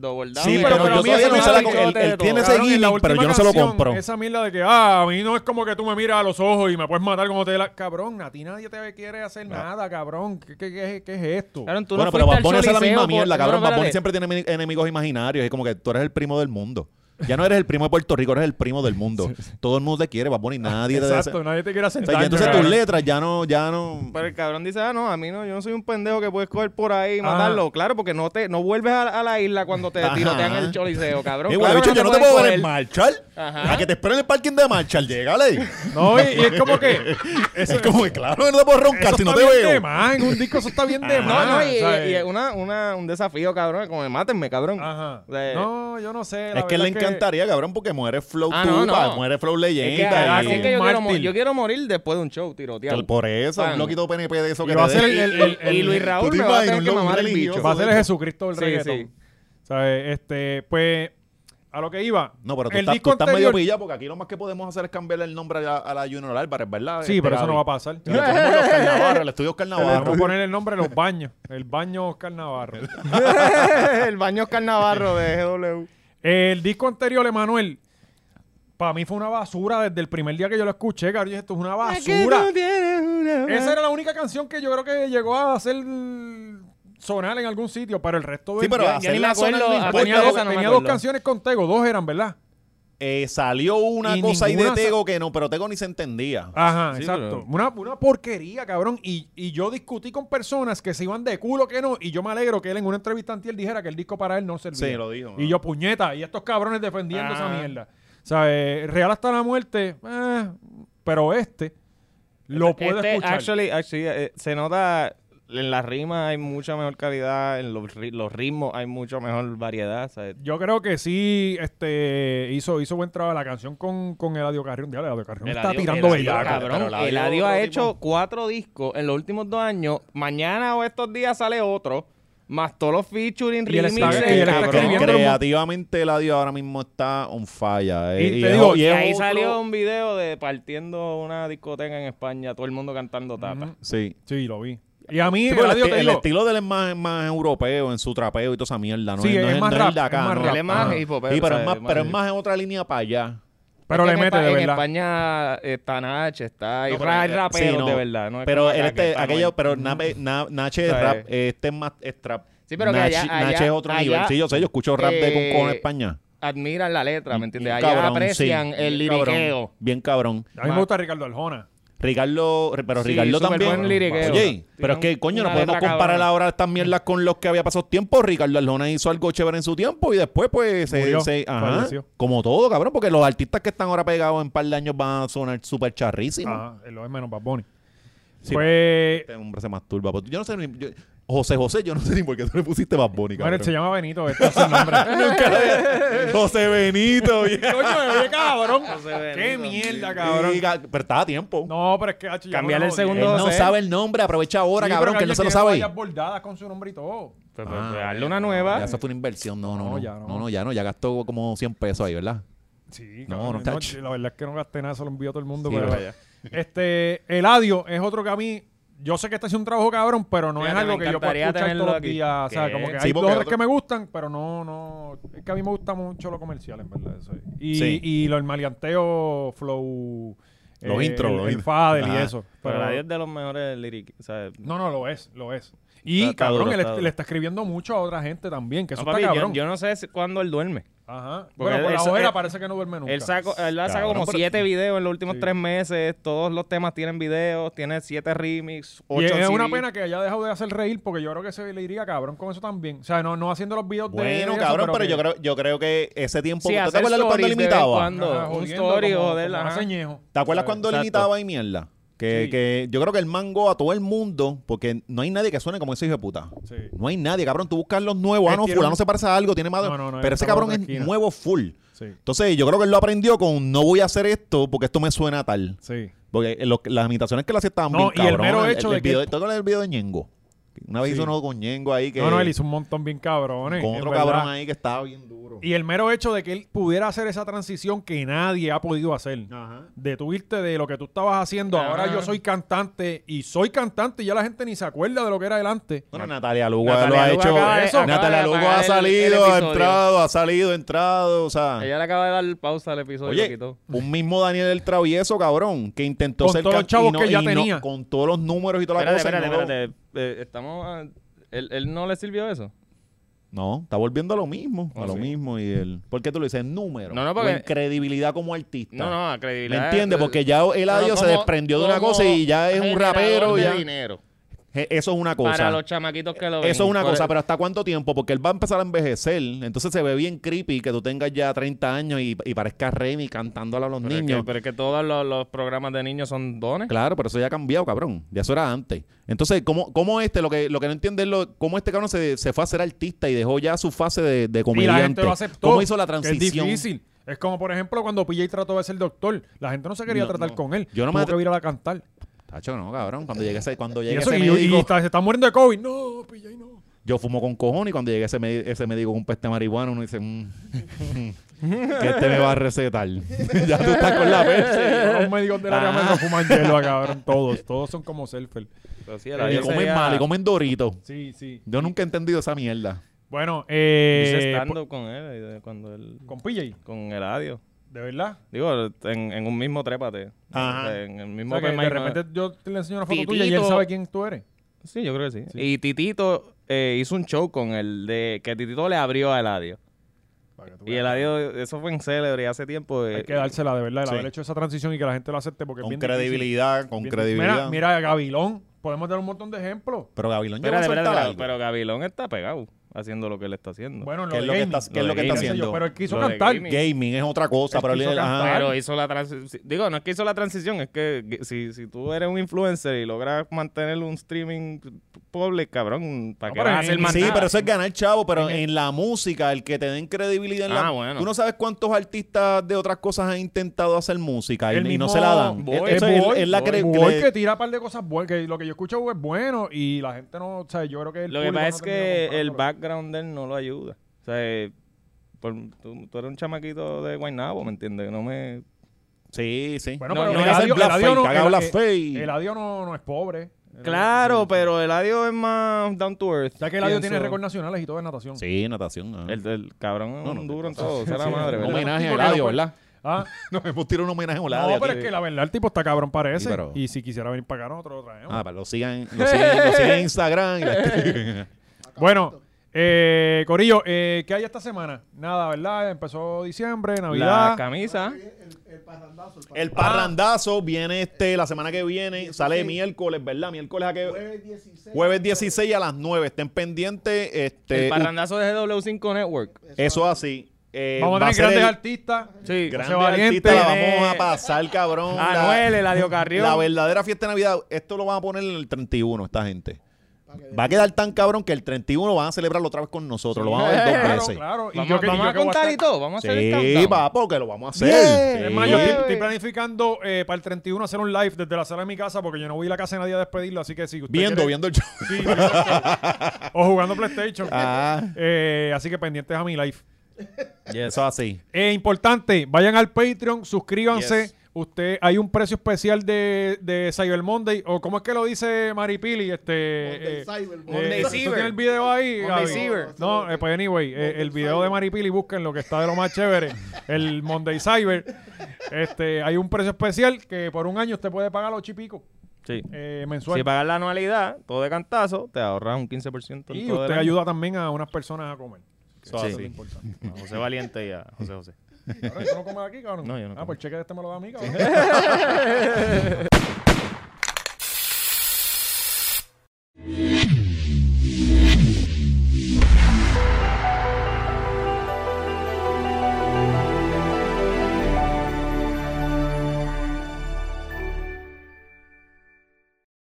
[SPEAKER 2] double down.
[SPEAKER 3] Sí,
[SPEAKER 2] Eh,
[SPEAKER 3] pero- pero
[SPEAKER 2] yo
[SPEAKER 3] a mí eso
[SPEAKER 2] todavía
[SPEAKER 3] no
[SPEAKER 2] no
[SPEAKER 3] se la
[SPEAKER 2] sé
[SPEAKER 3] con-
[SPEAKER 2] qué
[SPEAKER 3] él-
[SPEAKER 2] bote de
[SPEAKER 3] él
[SPEAKER 2] todo.
[SPEAKER 3] tiene ese
[SPEAKER 1] Cabrón, en la
[SPEAKER 3] gimmick, pero
[SPEAKER 1] última
[SPEAKER 3] yo no se lo
[SPEAKER 1] canción,
[SPEAKER 3] compro.
[SPEAKER 1] Esa mierda de que, ah, a mí no es como que tú me miras a los ojos y me puedes matar como te dé la... Cabrón, a ti nadie te quiere hacer nada, cabrón. ¿Qué, qué- qué- qué es esto?
[SPEAKER 2] Cabrón, tú
[SPEAKER 3] Bueno,
[SPEAKER 2] no
[SPEAKER 3] pero
[SPEAKER 2] fuiste
[SPEAKER 3] Bad
[SPEAKER 2] al
[SPEAKER 3] Bunny hace la
[SPEAKER 2] Choliseo
[SPEAKER 3] misma
[SPEAKER 2] por-
[SPEAKER 3] mierda,
[SPEAKER 2] no,
[SPEAKER 3] cabrón. Bad Bunny
[SPEAKER 2] espérate.
[SPEAKER 3] siempre tiene enem- enemigos imaginarios. Es como que tú eres el primo del mundo. Ya no eres el primo de Puerto Rico, eres el primo del mundo. Todo el mundo te quiere, Bad Bunny, nadie te desea.
[SPEAKER 1] Exacto, nadie te quiere hacer
[SPEAKER 3] O sea, ya
[SPEAKER 1] daño,
[SPEAKER 3] entonces tus
[SPEAKER 1] cabrón.
[SPEAKER 3] letras ya no, ya no.
[SPEAKER 2] Pero el cabrón dice, ah, no, a mí no, yo no soy un pendejo que puedes coger por ahí y matarlo. Claro, porque no te no vuelves a, a la isla cuando te
[SPEAKER 3] Ah. Ajá.
[SPEAKER 2] tirotean el choliseo, cabrón.
[SPEAKER 3] Eh, güey,
[SPEAKER 2] Claro
[SPEAKER 3] bicho,
[SPEAKER 2] que
[SPEAKER 3] yo no te puedo ver en
[SPEAKER 2] pueden coger.
[SPEAKER 3] Marshall.
[SPEAKER 2] Ajá.
[SPEAKER 3] A que te espero en el parking de Marshall, llégale.
[SPEAKER 1] No, y, y es como que... Eso,
[SPEAKER 3] es como que, claro, que no te puedo roncar si no
[SPEAKER 1] está
[SPEAKER 3] te
[SPEAKER 1] bien de
[SPEAKER 3] veo. Ah,
[SPEAKER 1] más, en un disco eso está bien de
[SPEAKER 2] No,
[SPEAKER 1] más.
[SPEAKER 2] no, y,
[SPEAKER 1] ¿sabes?
[SPEAKER 2] y- y
[SPEAKER 3] eh.
[SPEAKER 2] es una, una, un desafío, cabrón, es como que mátenme, cabrón.
[SPEAKER 1] Ajá.
[SPEAKER 2] O sea,
[SPEAKER 1] No, yo no sé. la
[SPEAKER 3] Es que
[SPEAKER 1] verdad
[SPEAKER 3] le encantaría, cabrón, porque muere Flow
[SPEAKER 2] Ah, no,
[SPEAKER 3] Tupa,
[SPEAKER 2] no.
[SPEAKER 3] muere Flow
[SPEAKER 2] Es que,
[SPEAKER 3] Leyenda.
[SPEAKER 2] ah,
[SPEAKER 1] ahí.
[SPEAKER 2] es que yo, quiero, mo-
[SPEAKER 1] Mártir.
[SPEAKER 2] yo quiero morir después de un show tiroteado.
[SPEAKER 3] y- Por eso,
[SPEAKER 2] Ah.
[SPEAKER 3] un loquito PNP de eso que
[SPEAKER 1] Y va a
[SPEAKER 3] te
[SPEAKER 1] ser
[SPEAKER 3] dé.
[SPEAKER 1] el- el-
[SPEAKER 2] Y- y Luis Raúl
[SPEAKER 3] tú te
[SPEAKER 2] me va a
[SPEAKER 3] imaginas
[SPEAKER 2] tener
[SPEAKER 3] un
[SPEAKER 2] que
[SPEAKER 3] loco
[SPEAKER 2] mamar el
[SPEAKER 3] religioso.
[SPEAKER 2] bicho.
[SPEAKER 1] Va a ser el Jesucristo del
[SPEAKER 2] Sí,
[SPEAKER 1] reggaetón.
[SPEAKER 2] sí.
[SPEAKER 1] ¿Sabes? Este, pues... a lo que iba.
[SPEAKER 3] No, pero tú
[SPEAKER 1] el
[SPEAKER 3] estás, tú
[SPEAKER 1] disco
[SPEAKER 3] estás
[SPEAKER 1] anterior-
[SPEAKER 3] medio pilla porque aquí lo más que podemos hacer es cambiarle el nombre a la, a la Junior Álvarez, ¿verdad?
[SPEAKER 1] Sí,
[SPEAKER 3] Este,
[SPEAKER 1] pero eso no
[SPEAKER 3] Gaby?
[SPEAKER 1] va a pasar.
[SPEAKER 3] Y le ponemos los carnavarros, el estudio Oscar Navarro.
[SPEAKER 1] Vamos a poner el nombre de los baños. El baño Oscar Navarro.
[SPEAKER 2] el baño Oscar Navarro de GW.
[SPEAKER 1] El disco anterior, Emanuel, para mí fue una basura desde el primer día que yo lo escuché, cabrón. Yo dije, Esto es una basura. Esa era la única canción que yo creo que llegó a hacer sonar en algún sitio, pero el resto de
[SPEAKER 3] Sí, pero
[SPEAKER 1] tenía,
[SPEAKER 3] hacerla
[SPEAKER 2] ni me
[SPEAKER 3] sonar
[SPEAKER 2] acuerdo,
[SPEAKER 3] no importa.
[SPEAKER 2] hacer-
[SPEAKER 1] dos,
[SPEAKER 2] esa no me
[SPEAKER 1] tenía
[SPEAKER 2] acuerdo.
[SPEAKER 1] dos canciones con Tego, dos eran, ¿verdad?
[SPEAKER 3] Eh, salió una
[SPEAKER 1] Y
[SPEAKER 3] cosa ahí de
[SPEAKER 1] ninguna sa-
[SPEAKER 3] Tego que no, pero Tego ni se entendía.
[SPEAKER 1] Ajá,
[SPEAKER 3] Sí,
[SPEAKER 1] exacto.
[SPEAKER 3] pero-
[SPEAKER 1] Una, una porquería, cabrón. Y, y yo discutí con personas que se iban de culo que no. Y yo me alegro que él en una entrevista él dijera que el disco para él no servía.
[SPEAKER 3] Sí, lo dijo,
[SPEAKER 1] Y
[SPEAKER 3] ¿no?
[SPEAKER 1] yo, puñeta, y estos cabrones defendiendo esa
[SPEAKER 2] Ah.
[SPEAKER 1] mierda. O sea, eh, Real hasta la muerte, eh, pero este lo puedo
[SPEAKER 2] Este,
[SPEAKER 1] escuchar.
[SPEAKER 2] actually, actually, eh, se nota en las rimas hay mucha mejor calidad, en los, ri- los ritmos hay mucha mejor variedad. ¿sabes?
[SPEAKER 1] Yo creo que sí este, hizo, hizo buen trabajo la canción con, con Eladio Carrión. Diablo, Eladio Carrión está
[SPEAKER 2] Eladio-
[SPEAKER 1] tirando
[SPEAKER 2] Eladio,
[SPEAKER 1] bellaco.
[SPEAKER 2] cabrón,
[SPEAKER 3] Pero Eladio
[SPEAKER 2] Eladio
[SPEAKER 3] otro
[SPEAKER 2] ha
[SPEAKER 3] tipo.
[SPEAKER 2] hecho cuatro discos en los últimos dos años. Mañana o estos días sale otro. Más todos los featuring,
[SPEAKER 1] Y él está-
[SPEAKER 2] remixes,
[SPEAKER 1] y él está
[SPEAKER 2] cabrón.
[SPEAKER 1] escribiendo
[SPEAKER 3] Cre- Este, Creativamente Eladio ahora mismo está on falla. eh,
[SPEAKER 1] Y te
[SPEAKER 3] es-
[SPEAKER 1] digo,
[SPEAKER 2] Y
[SPEAKER 3] es
[SPEAKER 2] ahí
[SPEAKER 3] otro-
[SPEAKER 2] salió un video de partiendo una discoteca en España, todo el mundo cantando tata.
[SPEAKER 1] Ujú.
[SPEAKER 3] Sí.
[SPEAKER 1] Sí, lo vi. Y a mí,
[SPEAKER 3] Sí, pero el,
[SPEAKER 1] Eladio,
[SPEAKER 3] esti-
[SPEAKER 1] te
[SPEAKER 3] el
[SPEAKER 1] digo,
[SPEAKER 3] estilo de él es más, más europeo en su trapeo y toda esa mierda. No
[SPEAKER 1] Sí,
[SPEAKER 3] es, no
[SPEAKER 1] es
[SPEAKER 3] es-
[SPEAKER 1] más
[SPEAKER 3] no es el
[SPEAKER 1] rap,
[SPEAKER 3] de acá.
[SPEAKER 1] es más
[SPEAKER 3] ¿no?
[SPEAKER 1] rap.
[SPEAKER 2] Él es más
[SPEAKER 3] Ajá.
[SPEAKER 2] hipopero,
[SPEAKER 3] Sí, pero es
[SPEAKER 2] ¿sabes?
[SPEAKER 3] más, pero es
[SPEAKER 2] Más-
[SPEAKER 3] más en otra línea para allá.
[SPEAKER 1] pero
[SPEAKER 2] Es
[SPEAKER 1] le
[SPEAKER 2] que en
[SPEAKER 1] mete
[SPEAKER 2] Espa-
[SPEAKER 1] de
[SPEAKER 2] En
[SPEAKER 1] verdad.
[SPEAKER 2] España está Nach, está hay
[SPEAKER 3] No,
[SPEAKER 2] ra- hay
[SPEAKER 3] eh,
[SPEAKER 2] raperos
[SPEAKER 3] sí, no.
[SPEAKER 2] de verdad. No es
[SPEAKER 3] pero
[SPEAKER 2] como
[SPEAKER 3] él
[SPEAKER 2] acá que
[SPEAKER 3] este,
[SPEAKER 2] está
[SPEAKER 3] aquello,
[SPEAKER 2] Noel.
[SPEAKER 3] pero Nape- Na- Nache es
[SPEAKER 2] O sea,
[SPEAKER 3] rap,
[SPEAKER 2] eh.
[SPEAKER 3] eh, este es más es trap.
[SPEAKER 2] Sí, pero que
[SPEAKER 3] Nachi-
[SPEAKER 2] allá- allá-
[SPEAKER 3] Nache es otro
[SPEAKER 2] allá,
[SPEAKER 3] nivel. Sí, yo sé, yo escucho rap de
[SPEAKER 2] eh,
[SPEAKER 3] con, con España.
[SPEAKER 2] Admiran la letra, ¿me entiendes?
[SPEAKER 3] Bien
[SPEAKER 2] Allá
[SPEAKER 3] cabrón,
[SPEAKER 2] aprecian
[SPEAKER 3] sí.
[SPEAKER 2] el
[SPEAKER 3] Bien cabrón,
[SPEAKER 2] liriqueo.
[SPEAKER 3] Bien cabrón.
[SPEAKER 1] A mí me gusta Ricardo Arjona.
[SPEAKER 3] Ricardo, pero
[SPEAKER 2] Sí,
[SPEAKER 3] Ricardo
[SPEAKER 2] súper
[SPEAKER 3] también.
[SPEAKER 2] buen liriqueo.
[SPEAKER 3] Oye, pero es
[SPEAKER 2] Tiene
[SPEAKER 3] que, coño,
[SPEAKER 2] una
[SPEAKER 3] no podemos
[SPEAKER 2] letra
[SPEAKER 3] comparar
[SPEAKER 2] cabrona.
[SPEAKER 3] ahora estas mierdas con los que había pasado tiempo. Ricardo Arjona hizo algo chévere en su tiempo y después, pues, se.
[SPEAKER 1] Murió,
[SPEAKER 3] se- ajá,
[SPEAKER 1] falleció.
[SPEAKER 3] como todo, cabrón, porque los artistas que están ahora pegados en par de años van a sonar súper charrísimos.
[SPEAKER 1] Ajá, él lo es Ah, menos Bad Bunny.
[SPEAKER 3] Sí.
[SPEAKER 1] Pues,
[SPEAKER 3] Este hombre se masturba. porque Yo no sé ni. yo- José José, yo no sé ni por qué tú le pusiste más bonito.
[SPEAKER 1] bueno, él se llama Benito, este es el nombre.
[SPEAKER 3] José Benito, viejo.
[SPEAKER 1] Coño, oye, cabrón.
[SPEAKER 2] José
[SPEAKER 1] Qué
[SPEAKER 2] Benito.
[SPEAKER 1] mierda, cabrón.
[SPEAKER 3] Diga, Pero estaba a tiempo.
[SPEAKER 1] No, pero es que hacho, ya
[SPEAKER 2] Cambiarle
[SPEAKER 1] me
[SPEAKER 2] el
[SPEAKER 1] lo
[SPEAKER 3] Él
[SPEAKER 2] segundo
[SPEAKER 1] odié.
[SPEAKER 3] no
[SPEAKER 1] Sí,
[SPEAKER 2] José.
[SPEAKER 3] sabe el nombre, aprovecha ahora,
[SPEAKER 1] pero
[SPEAKER 3] cabrón, que él no se lo
[SPEAKER 1] tiene
[SPEAKER 3] sabe.
[SPEAKER 1] vallas bordadas con su nombre y todo.
[SPEAKER 2] Pues, pues,
[SPEAKER 3] Ah,
[SPEAKER 2] pues, darle una
[SPEAKER 3] Ya
[SPEAKER 2] nueva.
[SPEAKER 3] eso fue una inversión. No, no,
[SPEAKER 1] No,
[SPEAKER 3] no.
[SPEAKER 1] ya
[SPEAKER 3] Ya
[SPEAKER 1] no.
[SPEAKER 3] no. no, ya no. Ya gastó como 100 pesos ahí, ¿verdad?
[SPEAKER 1] Sí,
[SPEAKER 3] No,
[SPEAKER 1] cabrón,
[SPEAKER 3] no, tacho.
[SPEAKER 1] La verdad es que no gasté nada, se lo envió a todo el mundo.
[SPEAKER 3] Sí,
[SPEAKER 1] pero
[SPEAKER 3] vaya.
[SPEAKER 1] este, Eladio es otro que a mí. Yo sé que este es un trabajo cabrón, pero no
[SPEAKER 2] Fíjate,
[SPEAKER 1] es algo
[SPEAKER 2] me
[SPEAKER 1] que yo pueda
[SPEAKER 2] encantaría
[SPEAKER 1] escuchar
[SPEAKER 2] tenerlo
[SPEAKER 1] todos los
[SPEAKER 2] aquí.
[SPEAKER 1] días. O sea,
[SPEAKER 2] ¿Qué?
[SPEAKER 1] como que
[SPEAKER 3] Sí,
[SPEAKER 1] hay dos o
[SPEAKER 3] porque
[SPEAKER 1] tres
[SPEAKER 3] otro-
[SPEAKER 1] que me gustan, pero no, no. Es que a mí me gusta mucho lo comercial, en verdad. eso es. Y,
[SPEAKER 3] Sí.
[SPEAKER 1] y lo del maleanteo, flow.
[SPEAKER 3] Los intros,
[SPEAKER 1] el,
[SPEAKER 3] los
[SPEAKER 1] el
[SPEAKER 3] intros.
[SPEAKER 1] Fadel y
[SPEAKER 3] Ajá.
[SPEAKER 1] eso.
[SPEAKER 2] Pero
[SPEAKER 1] Pero-
[SPEAKER 2] Eladio es de los mejores liriqueos. ¿sabes?
[SPEAKER 1] no, no, lo es, lo es. Y
[SPEAKER 2] Está- está
[SPEAKER 1] cabrón,
[SPEAKER 2] duro,
[SPEAKER 1] él
[SPEAKER 2] está
[SPEAKER 1] est-
[SPEAKER 2] duro.
[SPEAKER 1] le está escribiendo mucho a otra gente también, que eso
[SPEAKER 2] No,
[SPEAKER 1] está
[SPEAKER 2] papi, yo,
[SPEAKER 1] cabrón.
[SPEAKER 2] yo no sé si- cuándo él duerme.
[SPEAKER 1] Ajá.
[SPEAKER 2] Porque
[SPEAKER 1] Bueno, por la
[SPEAKER 2] eso-
[SPEAKER 1] ojera
[SPEAKER 2] él-
[SPEAKER 1] parece que no duerme nunca.
[SPEAKER 2] Él sacó, él ha sacado
[SPEAKER 3] Cabrón,
[SPEAKER 2] como
[SPEAKER 3] pero-
[SPEAKER 2] siete videos en los últimos
[SPEAKER 1] Sí.
[SPEAKER 2] tres meses. Todos los temas tienen videos. Tiene siete remix,
[SPEAKER 1] Y
[SPEAKER 2] ocho
[SPEAKER 1] es
[SPEAKER 2] CD.
[SPEAKER 1] una pena que haya dejado de hacer reír porque yo creo que se le iría cabrón con eso también. O sea, no, no haciendo los videos de
[SPEAKER 3] Bueno,
[SPEAKER 1] eso,
[SPEAKER 3] cabrón, pero
[SPEAKER 1] que-
[SPEAKER 3] yo creo, yo creo que ese tiempo. ¿Tú
[SPEAKER 2] Sí,
[SPEAKER 3] te
[SPEAKER 2] hacer
[SPEAKER 3] acuerdas cuando
[SPEAKER 2] stories de vez en
[SPEAKER 3] limitaba?
[SPEAKER 2] cuando.
[SPEAKER 1] Ajá,
[SPEAKER 2] un
[SPEAKER 1] jodiendo
[SPEAKER 2] story,
[SPEAKER 1] como-
[SPEAKER 2] joder,
[SPEAKER 1] como
[SPEAKER 2] ajá.
[SPEAKER 1] hace Ñejo.
[SPEAKER 3] ¿Te acuerdas cuando
[SPEAKER 2] Exacto.
[SPEAKER 3] limitaba y mierda? Que,
[SPEAKER 1] Sí.
[SPEAKER 3] que yo creo que el mango a todo el mundo, porque no hay nadie que suene como ese hijo de puta.
[SPEAKER 1] Sí.
[SPEAKER 3] No hay nadie, cabrón. Tú buscas los nuevos. Ah,
[SPEAKER 1] Él
[SPEAKER 3] no,
[SPEAKER 1] tiene
[SPEAKER 3] fulano
[SPEAKER 1] un-
[SPEAKER 3] se parece a algo, tiene más.
[SPEAKER 1] No, no, no, él
[SPEAKER 3] pero ese
[SPEAKER 1] está por
[SPEAKER 3] cabrón
[SPEAKER 1] otra
[SPEAKER 3] es
[SPEAKER 1] esquina.
[SPEAKER 3] nuevo full.
[SPEAKER 1] Sí,
[SPEAKER 3] Entonces, yo creo que él lo aprendió con no voy a hacer esto porque esto me suena a tal.
[SPEAKER 1] sí.
[SPEAKER 3] Porque eh, lo- las imitaciones que le hacía estaban
[SPEAKER 1] No,
[SPEAKER 3] bien
[SPEAKER 1] y el
[SPEAKER 3] cabrón.
[SPEAKER 1] mero hecho de que-
[SPEAKER 3] video, ¿Te acuerdas del video de Ñengo? Una vez
[SPEAKER 1] Sí.
[SPEAKER 3] hizo uno con Ñengo ahí que...
[SPEAKER 1] No, no, él hizo un montón bien cabrones.
[SPEAKER 3] Con
[SPEAKER 1] es
[SPEAKER 3] otro
[SPEAKER 1] verdad.
[SPEAKER 3] cabrón ahí que estaba bien duro.
[SPEAKER 1] Y el mero hecho de que él pudiera hacer esa transición que nadie ha podido hacer.
[SPEAKER 3] Ajá.
[SPEAKER 1] De tú irte de lo que tú estabas haciendo. Ahora
[SPEAKER 2] Ajá.
[SPEAKER 1] yo soy cantante y soy cantante y ya la gente ni se acuerda de lo que era delante.
[SPEAKER 3] Bueno, Natalia Lugo
[SPEAKER 2] Natalia
[SPEAKER 3] lo ha
[SPEAKER 2] Lugo
[SPEAKER 3] hecho.
[SPEAKER 2] acaba de- acaba
[SPEAKER 3] Natalia
[SPEAKER 2] de
[SPEAKER 3] Lugo
[SPEAKER 2] apagar
[SPEAKER 3] ha
[SPEAKER 2] el-
[SPEAKER 3] salido,
[SPEAKER 2] el
[SPEAKER 3] ha
[SPEAKER 2] episodio.
[SPEAKER 3] entrado, ha salido, ha entrado. O sea,
[SPEAKER 2] Ella le acaba de dar pausa al episodio.
[SPEAKER 3] oye,
[SPEAKER 2] Quito.
[SPEAKER 3] un mismo Daniel el Travieso, cabrón, que intentó
[SPEAKER 1] Con
[SPEAKER 3] ser
[SPEAKER 1] todos
[SPEAKER 3] can-
[SPEAKER 1] los chavos
[SPEAKER 3] y no-
[SPEAKER 1] que ya
[SPEAKER 3] y no-
[SPEAKER 1] tenía.
[SPEAKER 3] con todos los números y toda la cosa.
[SPEAKER 2] Espérate,
[SPEAKER 3] y
[SPEAKER 2] espérate,
[SPEAKER 3] no lo-
[SPEAKER 2] espérate. Eh, estamos. a- ¿él, él no le sirvió eso?
[SPEAKER 3] No, está volviendo a lo mismo.
[SPEAKER 2] Oh,
[SPEAKER 3] a lo
[SPEAKER 2] sí.
[SPEAKER 3] mismo. Y el, ¿Por qué tú lo dices? Número.
[SPEAKER 2] No, no, porque-
[SPEAKER 3] o en credibilidad como artista.
[SPEAKER 2] No, no, a
[SPEAKER 3] ¿Me
[SPEAKER 2] credibilidad.
[SPEAKER 3] entiendes? Porque ya el
[SPEAKER 2] Pero
[SPEAKER 3] adiós se
[SPEAKER 2] como-
[SPEAKER 3] desprendió de una
[SPEAKER 2] como
[SPEAKER 3] cosa y ya es un
[SPEAKER 2] generador
[SPEAKER 3] rapero.
[SPEAKER 2] de
[SPEAKER 3] ya-
[SPEAKER 2] dinero
[SPEAKER 3] Je- Eso es una cosa.
[SPEAKER 2] para los chamaquitos que lo ven.
[SPEAKER 3] Eso es una
[SPEAKER 2] Por-
[SPEAKER 3] cosa, pero ¿hasta cuánto tiempo? Porque él va a empezar a envejecer, entonces se ve bien creepy que tú tengas ya 30 años y, y parezcas Remy cantándole a los
[SPEAKER 2] pero es que-
[SPEAKER 3] niños.
[SPEAKER 2] pero es que todos los, los programas de niños son dones.
[SPEAKER 3] Claro, pero eso ya ha cambiado, cabrón. Ya eso era antes. Entonces, ¿cómo, cómo este, lo que, lo que no entiende es lo, cómo este cabrón se, se fue a ser artista y dejó ya su fase de, de
[SPEAKER 1] Y
[SPEAKER 3] comediante?
[SPEAKER 1] la gente lo aceptó.
[SPEAKER 3] ¿Cómo hizo la
[SPEAKER 1] que
[SPEAKER 3] transición?
[SPEAKER 1] Es difícil. Es como, por ejemplo, cuando PJ trató de ser doctor. La gente no se quería
[SPEAKER 3] No,
[SPEAKER 1] tratar
[SPEAKER 3] no.
[SPEAKER 1] con él.
[SPEAKER 3] Yo no
[SPEAKER 1] Tuvo
[SPEAKER 3] me
[SPEAKER 1] que
[SPEAKER 3] atre-
[SPEAKER 1] ir a la cantar.
[SPEAKER 3] Tacho, no, cabrón. Cuando llegue ese, cuando
[SPEAKER 1] Y,
[SPEAKER 3] llegue
[SPEAKER 1] eso,
[SPEAKER 3] ese
[SPEAKER 1] y- y
[SPEAKER 3] médico,
[SPEAKER 1] está- se está muriendo de COVID. No, PJ, no.
[SPEAKER 3] yo fumo con cojones y cuando llegue ese, me- ese médico con un peste de marihuana, uno dice, mm,
[SPEAKER 6] que este me va a recetar. ya tú estás con la Pepsi.
[SPEAKER 1] Todos los médicos de la cama no fuman hielo, ah, cabrón. Todos, todos son como selfer.
[SPEAKER 6] Y comen mal, y comen Doritos.
[SPEAKER 1] Sí, sí.
[SPEAKER 6] Yo nunca he entendido esa mierda.
[SPEAKER 1] Bueno,
[SPEAKER 2] Hice
[SPEAKER 1] eh. po-
[SPEAKER 2] stand-up con él, y de- cuando él...
[SPEAKER 1] Con PJ,
[SPEAKER 2] Con el adiós.
[SPEAKER 1] de verdad.
[SPEAKER 2] Digo, en, en un mismo trépate.
[SPEAKER 6] Ajá.
[SPEAKER 2] O sea, En el
[SPEAKER 1] O
[SPEAKER 2] mismo
[SPEAKER 1] sea, que
[SPEAKER 2] open
[SPEAKER 1] de
[SPEAKER 2] mic, ¿no?
[SPEAKER 1] repente yo te le enseño una foto tuya y él
[SPEAKER 2] Titito-
[SPEAKER 1] sabe quién tú eres.
[SPEAKER 2] Sí, yo creo que sí.
[SPEAKER 1] Sí.
[SPEAKER 2] Y Titito eh, hizo un show con el de... Que Titito le abrió a Eladio. Y Eladio, eso fue en Celebre hace tiempo. eh,
[SPEAKER 1] Hay que dársela, de verdad, el
[SPEAKER 3] Sí.
[SPEAKER 1] haber hecho esa transición y que la gente lo acepte porque es
[SPEAKER 3] Con
[SPEAKER 1] bien difícil.
[SPEAKER 3] credibilidad, con
[SPEAKER 1] Bien difícil.
[SPEAKER 3] credibilidad.
[SPEAKER 1] Mira, mira, Gavilón. Podemos dar un montón de ejemplos.
[SPEAKER 3] Pero Gabilón ya va
[SPEAKER 2] espérate,
[SPEAKER 3] a soltar
[SPEAKER 2] espérate,
[SPEAKER 3] algo.
[SPEAKER 2] pero Gavilón está pegado haciendo lo que él está haciendo.
[SPEAKER 1] Bueno, lo
[SPEAKER 3] ¿Qué es
[SPEAKER 1] de
[SPEAKER 3] lo que
[SPEAKER 1] gaming,
[SPEAKER 3] estás- qué es
[SPEAKER 2] lo que
[SPEAKER 1] de
[SPEAKER 2] estás
[SPEAKER 1] gaming,
[SPEAKER 3] haciendo?
[SPEAKER 1] Pero él quiso
[SPEAKER 2] Lo de
[SPEAKER 1] cantar.
[SPEAKER 2] gaming.
[SPEAKER 3] Gaming es otra cosa,
[SPEAKER 1] Es
[SPEAKER 3] pero ah,
[SPEAKER 1] que
[SPEAKER 3] él-
[SPEAKER 1] hizo
[SPEAKER 3] ajá.
[SPEAKER 1] cantar.
[SPEAKER 2] Pero hizo la transición. Digo, no es que hizo la transición, es que que si, si tú eres un influencer y logras mantener un streaming public, cabrón, ¿para
[SPEAKER 1] No,
[SPEAKER 2] qué
[SPEAKER 1] pero
[SPEAKER 2] vas
[SPEAKER 1] en-
[SPEAKER 2] a hacer más
[SPEAKER 3] Sí,
[SPEAKER 2] nada?
[SPEAKER 3] pero eso es ganar chavo, pero en la música, el que te den credibilidad en la...
[SPEAKER 2] Ah, bueno.
[SPEAKER 3] Tú no sabes cuántos artistas de otras cosas han intentado hacer música y,
[SPEAKER 1] El
[SPEAKER 3] y no
[SPEAKER 1] mismo
[SPEAKER 3] se la dan. E-,
[SPEAKER 2] Boy,
[SPEAKER 3] Eso es,
[SPEAKER 1] Boy,
[SPEAKER 3] es la
[SPEAKER 2] Boy,
[SPEAKER 3] cre-
[SPEAKER 1] Boy
[SPEAKER 3] cre-
[SPEAKER 1] que tira un par de cosas buenas, que lo que yo escucho es bueno y la gente no, o sea, yo creo que el
[SPEAKER 2] Lo que
[SPEAKER 1] público
[SPEAKER 2] pasa
[SPEAKER 1] no
[SPEAKER 2] es
[SPEAKER 1] termina
[SPEAKER 2] que el
[SPEAKER 1] comprándolo.
[SPEAKER 2] background de él no lo ayuda. O sea, eh, por- tú, tú eres un chamaquito de Guaynabo, ¿me entiendes? No me...
[SPEAKER 3] Sí, sí.
[SPEAKER 1] Bueno,
[SPEAKER 2] No,
[SPEAKER 1] pero
[SPEAKER 2] no,
[SPEAKER 1] el
[SPEAKER 2] el
[SPEAKER 1] adiós- el
[SPEAKER 3] blackface,
[SPEAKER 1] adiós no-
[SPEAKER 3] caga
[SPEAKER 1] el-
[SPEAKER 3] blackface.
[SPEAKER 1] el adiós no no es pobre. El-
[SPEAKER 2] Claro, pero el adiós es más down to earth.
[SPEAKER 1] Ya que el adiós tiene
[SPEAKER 2] pienso.
[SPEAKER 1] récords nacionales y todo de natación.
[SPEAKER 3] Sí, natación. ajá.
[SPEAKER 2] El, el cabrón es
[SPEAKER 3] No,
[SPEAKER 2] un
[SPEAKER 3] no,
[SPEAKER 2] duro en todo, o sea, la
[SPEAKER 1] sí,
[SPEAKER 2] madre,
[SPEAKER 1] no,
[SPEAKER 3] un
[SPEAKER 2] ¿verdad?
[SPEAKER 1] mira.
[SPEAKER 3] homenaje
[SPEAKER 1] Tipo
[SPEAKER 3] al
[SPEAKER 1] que no
[SPEAKER 3] adiós,
[SPEAKER 1] puede-
[SPEAKER 3] ¿verdad?
[SPEAKER 1] Ah,
[SPEAKER 3] Nos hemos tirado un homenaje a
[SPEAKER 1] no,
[SPEAKER 3] Oladio.
[SPEAKER 1] pero es que la verdad el tipo está cabrón parece.
[SPEAKER 3] Sí, pero-
[SPEAKER 1] Y si quisiera venir para acá nosotros lo traemos.
[SPEAKER 3] Ah, pero lo sigan, lo sigan, lo sigan en Instagram. y la-
[SPEAKER 1] bueno, eh, Corillo, eh, ¿qué hay esta semana? Nada, ¿verdad? Empezó diciembre,
[SPEAKER 2] La
[SPEAKER 1] Navidad.
[SPEAKER 2] camisa.
[SPEAKER 4] El, el parrandazo.
[SPEAKER 1] Eh,
[SPEAKER 3] El
[SPEAKER 4] parrandazo.
[SPEAKER 3] parrandazo viene este la semana que viene. Sale miércoles, ¿verdad? Miércoles a que...
[SPEAKER 1] eh,
[SPEAKER 4] Jueves 16.
[SPEAKER 3] Jueves 16 a las 9. Estén pendientes. Este,
[SPEAKER 2] el parrandazo de GW5 Network.
[SPEAKER 3] Eso así. Eh,
[SPEAKER 1] Vamos
[SPEAKER 3] va
[SPEAKER 1] a
[SPEAKER 3] ser
[SPEAKER 1] tener grandes
[SPEAKER 3] el-
[SPEAKER 1] artistas.
[SPEAKER 2] Sí.
[SPEAKER 1] Gran-
[SPEAKER 3] Grande
[SPEAKER 1] Valiente.
[SPEAKER 3] artista, la vamos a pasar, cabrón. La-
[SPEAKER 2] Anuel, Eladio
[SPEAKER 3] La
[SPEAKER 2] Carrión.
[SPEAKER 3] verdadera fiesta de Navidad, esto lo van a poner en el 31, esta gente. Va a quedar tan cabrón que el 31 van a celebrarlo otra vez con nosotros. Lo vamos a ver dos
[SPEAKER 1] Claro,
[SPEAKER 3] veces.
[SPEAKER 1] claro.
[SPEAKER 2] Vamos,
[SPEAKER 1] que-
[SPEAKER 2] vamos
[SPEAKER 1] yo
[SPEAKER 2] a
[SPEAKER 1] que voy
[SPEAKER 2] contar
[SPEAKER 1] estar-
[SPEAKER 2] y todo. Vamos a hacer el
[SPEAKER 3] Sí,
[SPEAKER 2] countdown.
[SPEAKER 3] va, porque lo vamos a hacer.
[SPEAKER 2] Bien.
[SPEAKER 3] Sí.
[SPEAKER 1] Es más, yo estoy,
[SPEAKER 2] Sí.
[SPEAKER 1] estoy planificando eh, para el 31 hacer un live desde la sala de mi casa porque yo no voy a la casa de nadie a despedirlo, así que si usted
[SPEAKER 3] Viendo,
[SPEAKER 1] quiere-
[SPEAKER 3] viendo el show.
[SPEAKER 1] Sí, viendo el show. o jugando PlayStation.
[SPEAKER 3] Ah,
[SPEAKER 1] Eh, así que pendientes a mi live.
[SPEAKER 3] eso así.
[SPEAKER 1] Eh, importante, vayan al Patreon, suscríbanse.
[SPEAKER 3] Yes.
[SPEAKER 1] Usted, hay un precio especial de, de Cyber Monday, o ¿cómo es que lo dice Maripili? Este, eh,
[SPEAKER 2] Monday
[SPEAKER 1] eh, ¿tú
[SPEAKER 2] Cyber.
[SPEAKER 1] tienes el video ahí?
[SPEAKER 2] Monday
[SPEAKER 1] Gaby?
[SPEAKER 2] Cyber.
[SPEAKER 1] No, eh, pues anyway, eh, el video de Maripili, busquen lo que está de lo más chévere, el Monday Cyber. Este, hay un precio especial que por un año usted puede pagar los chipico
[SPEAKER 2] Sí.
[SPEAKER 1] eh, mensual.
[SPEAKER 2] Si pagas la anualidad, todo de cantazo, te ahorras un 15% en
[SPEAKER 1] y
[SPEAKER 2] todo
[SPEAKER 1] usted
[SPEAKER 2] el año.
[SPEAKER 1] ayuda también a unas personas a comer. que
[SPEAKER 2] Eso
[SPEAKER 1] eso es
[SPEAKER 2] así.
[SPEAKER 1] lo importante.
[SPEAKER 2] A José Valiente y a José José.
[SPEAKER 1] Cabrón, ¿tú no comes aquí, cabrón?
[SPEAKER 2] No, yo no
[SPEAKER 1] Ah,
[SPEAKER 2] como.
[SPEAKER 1] pues el cheque de este me lo da a mí, cabrón.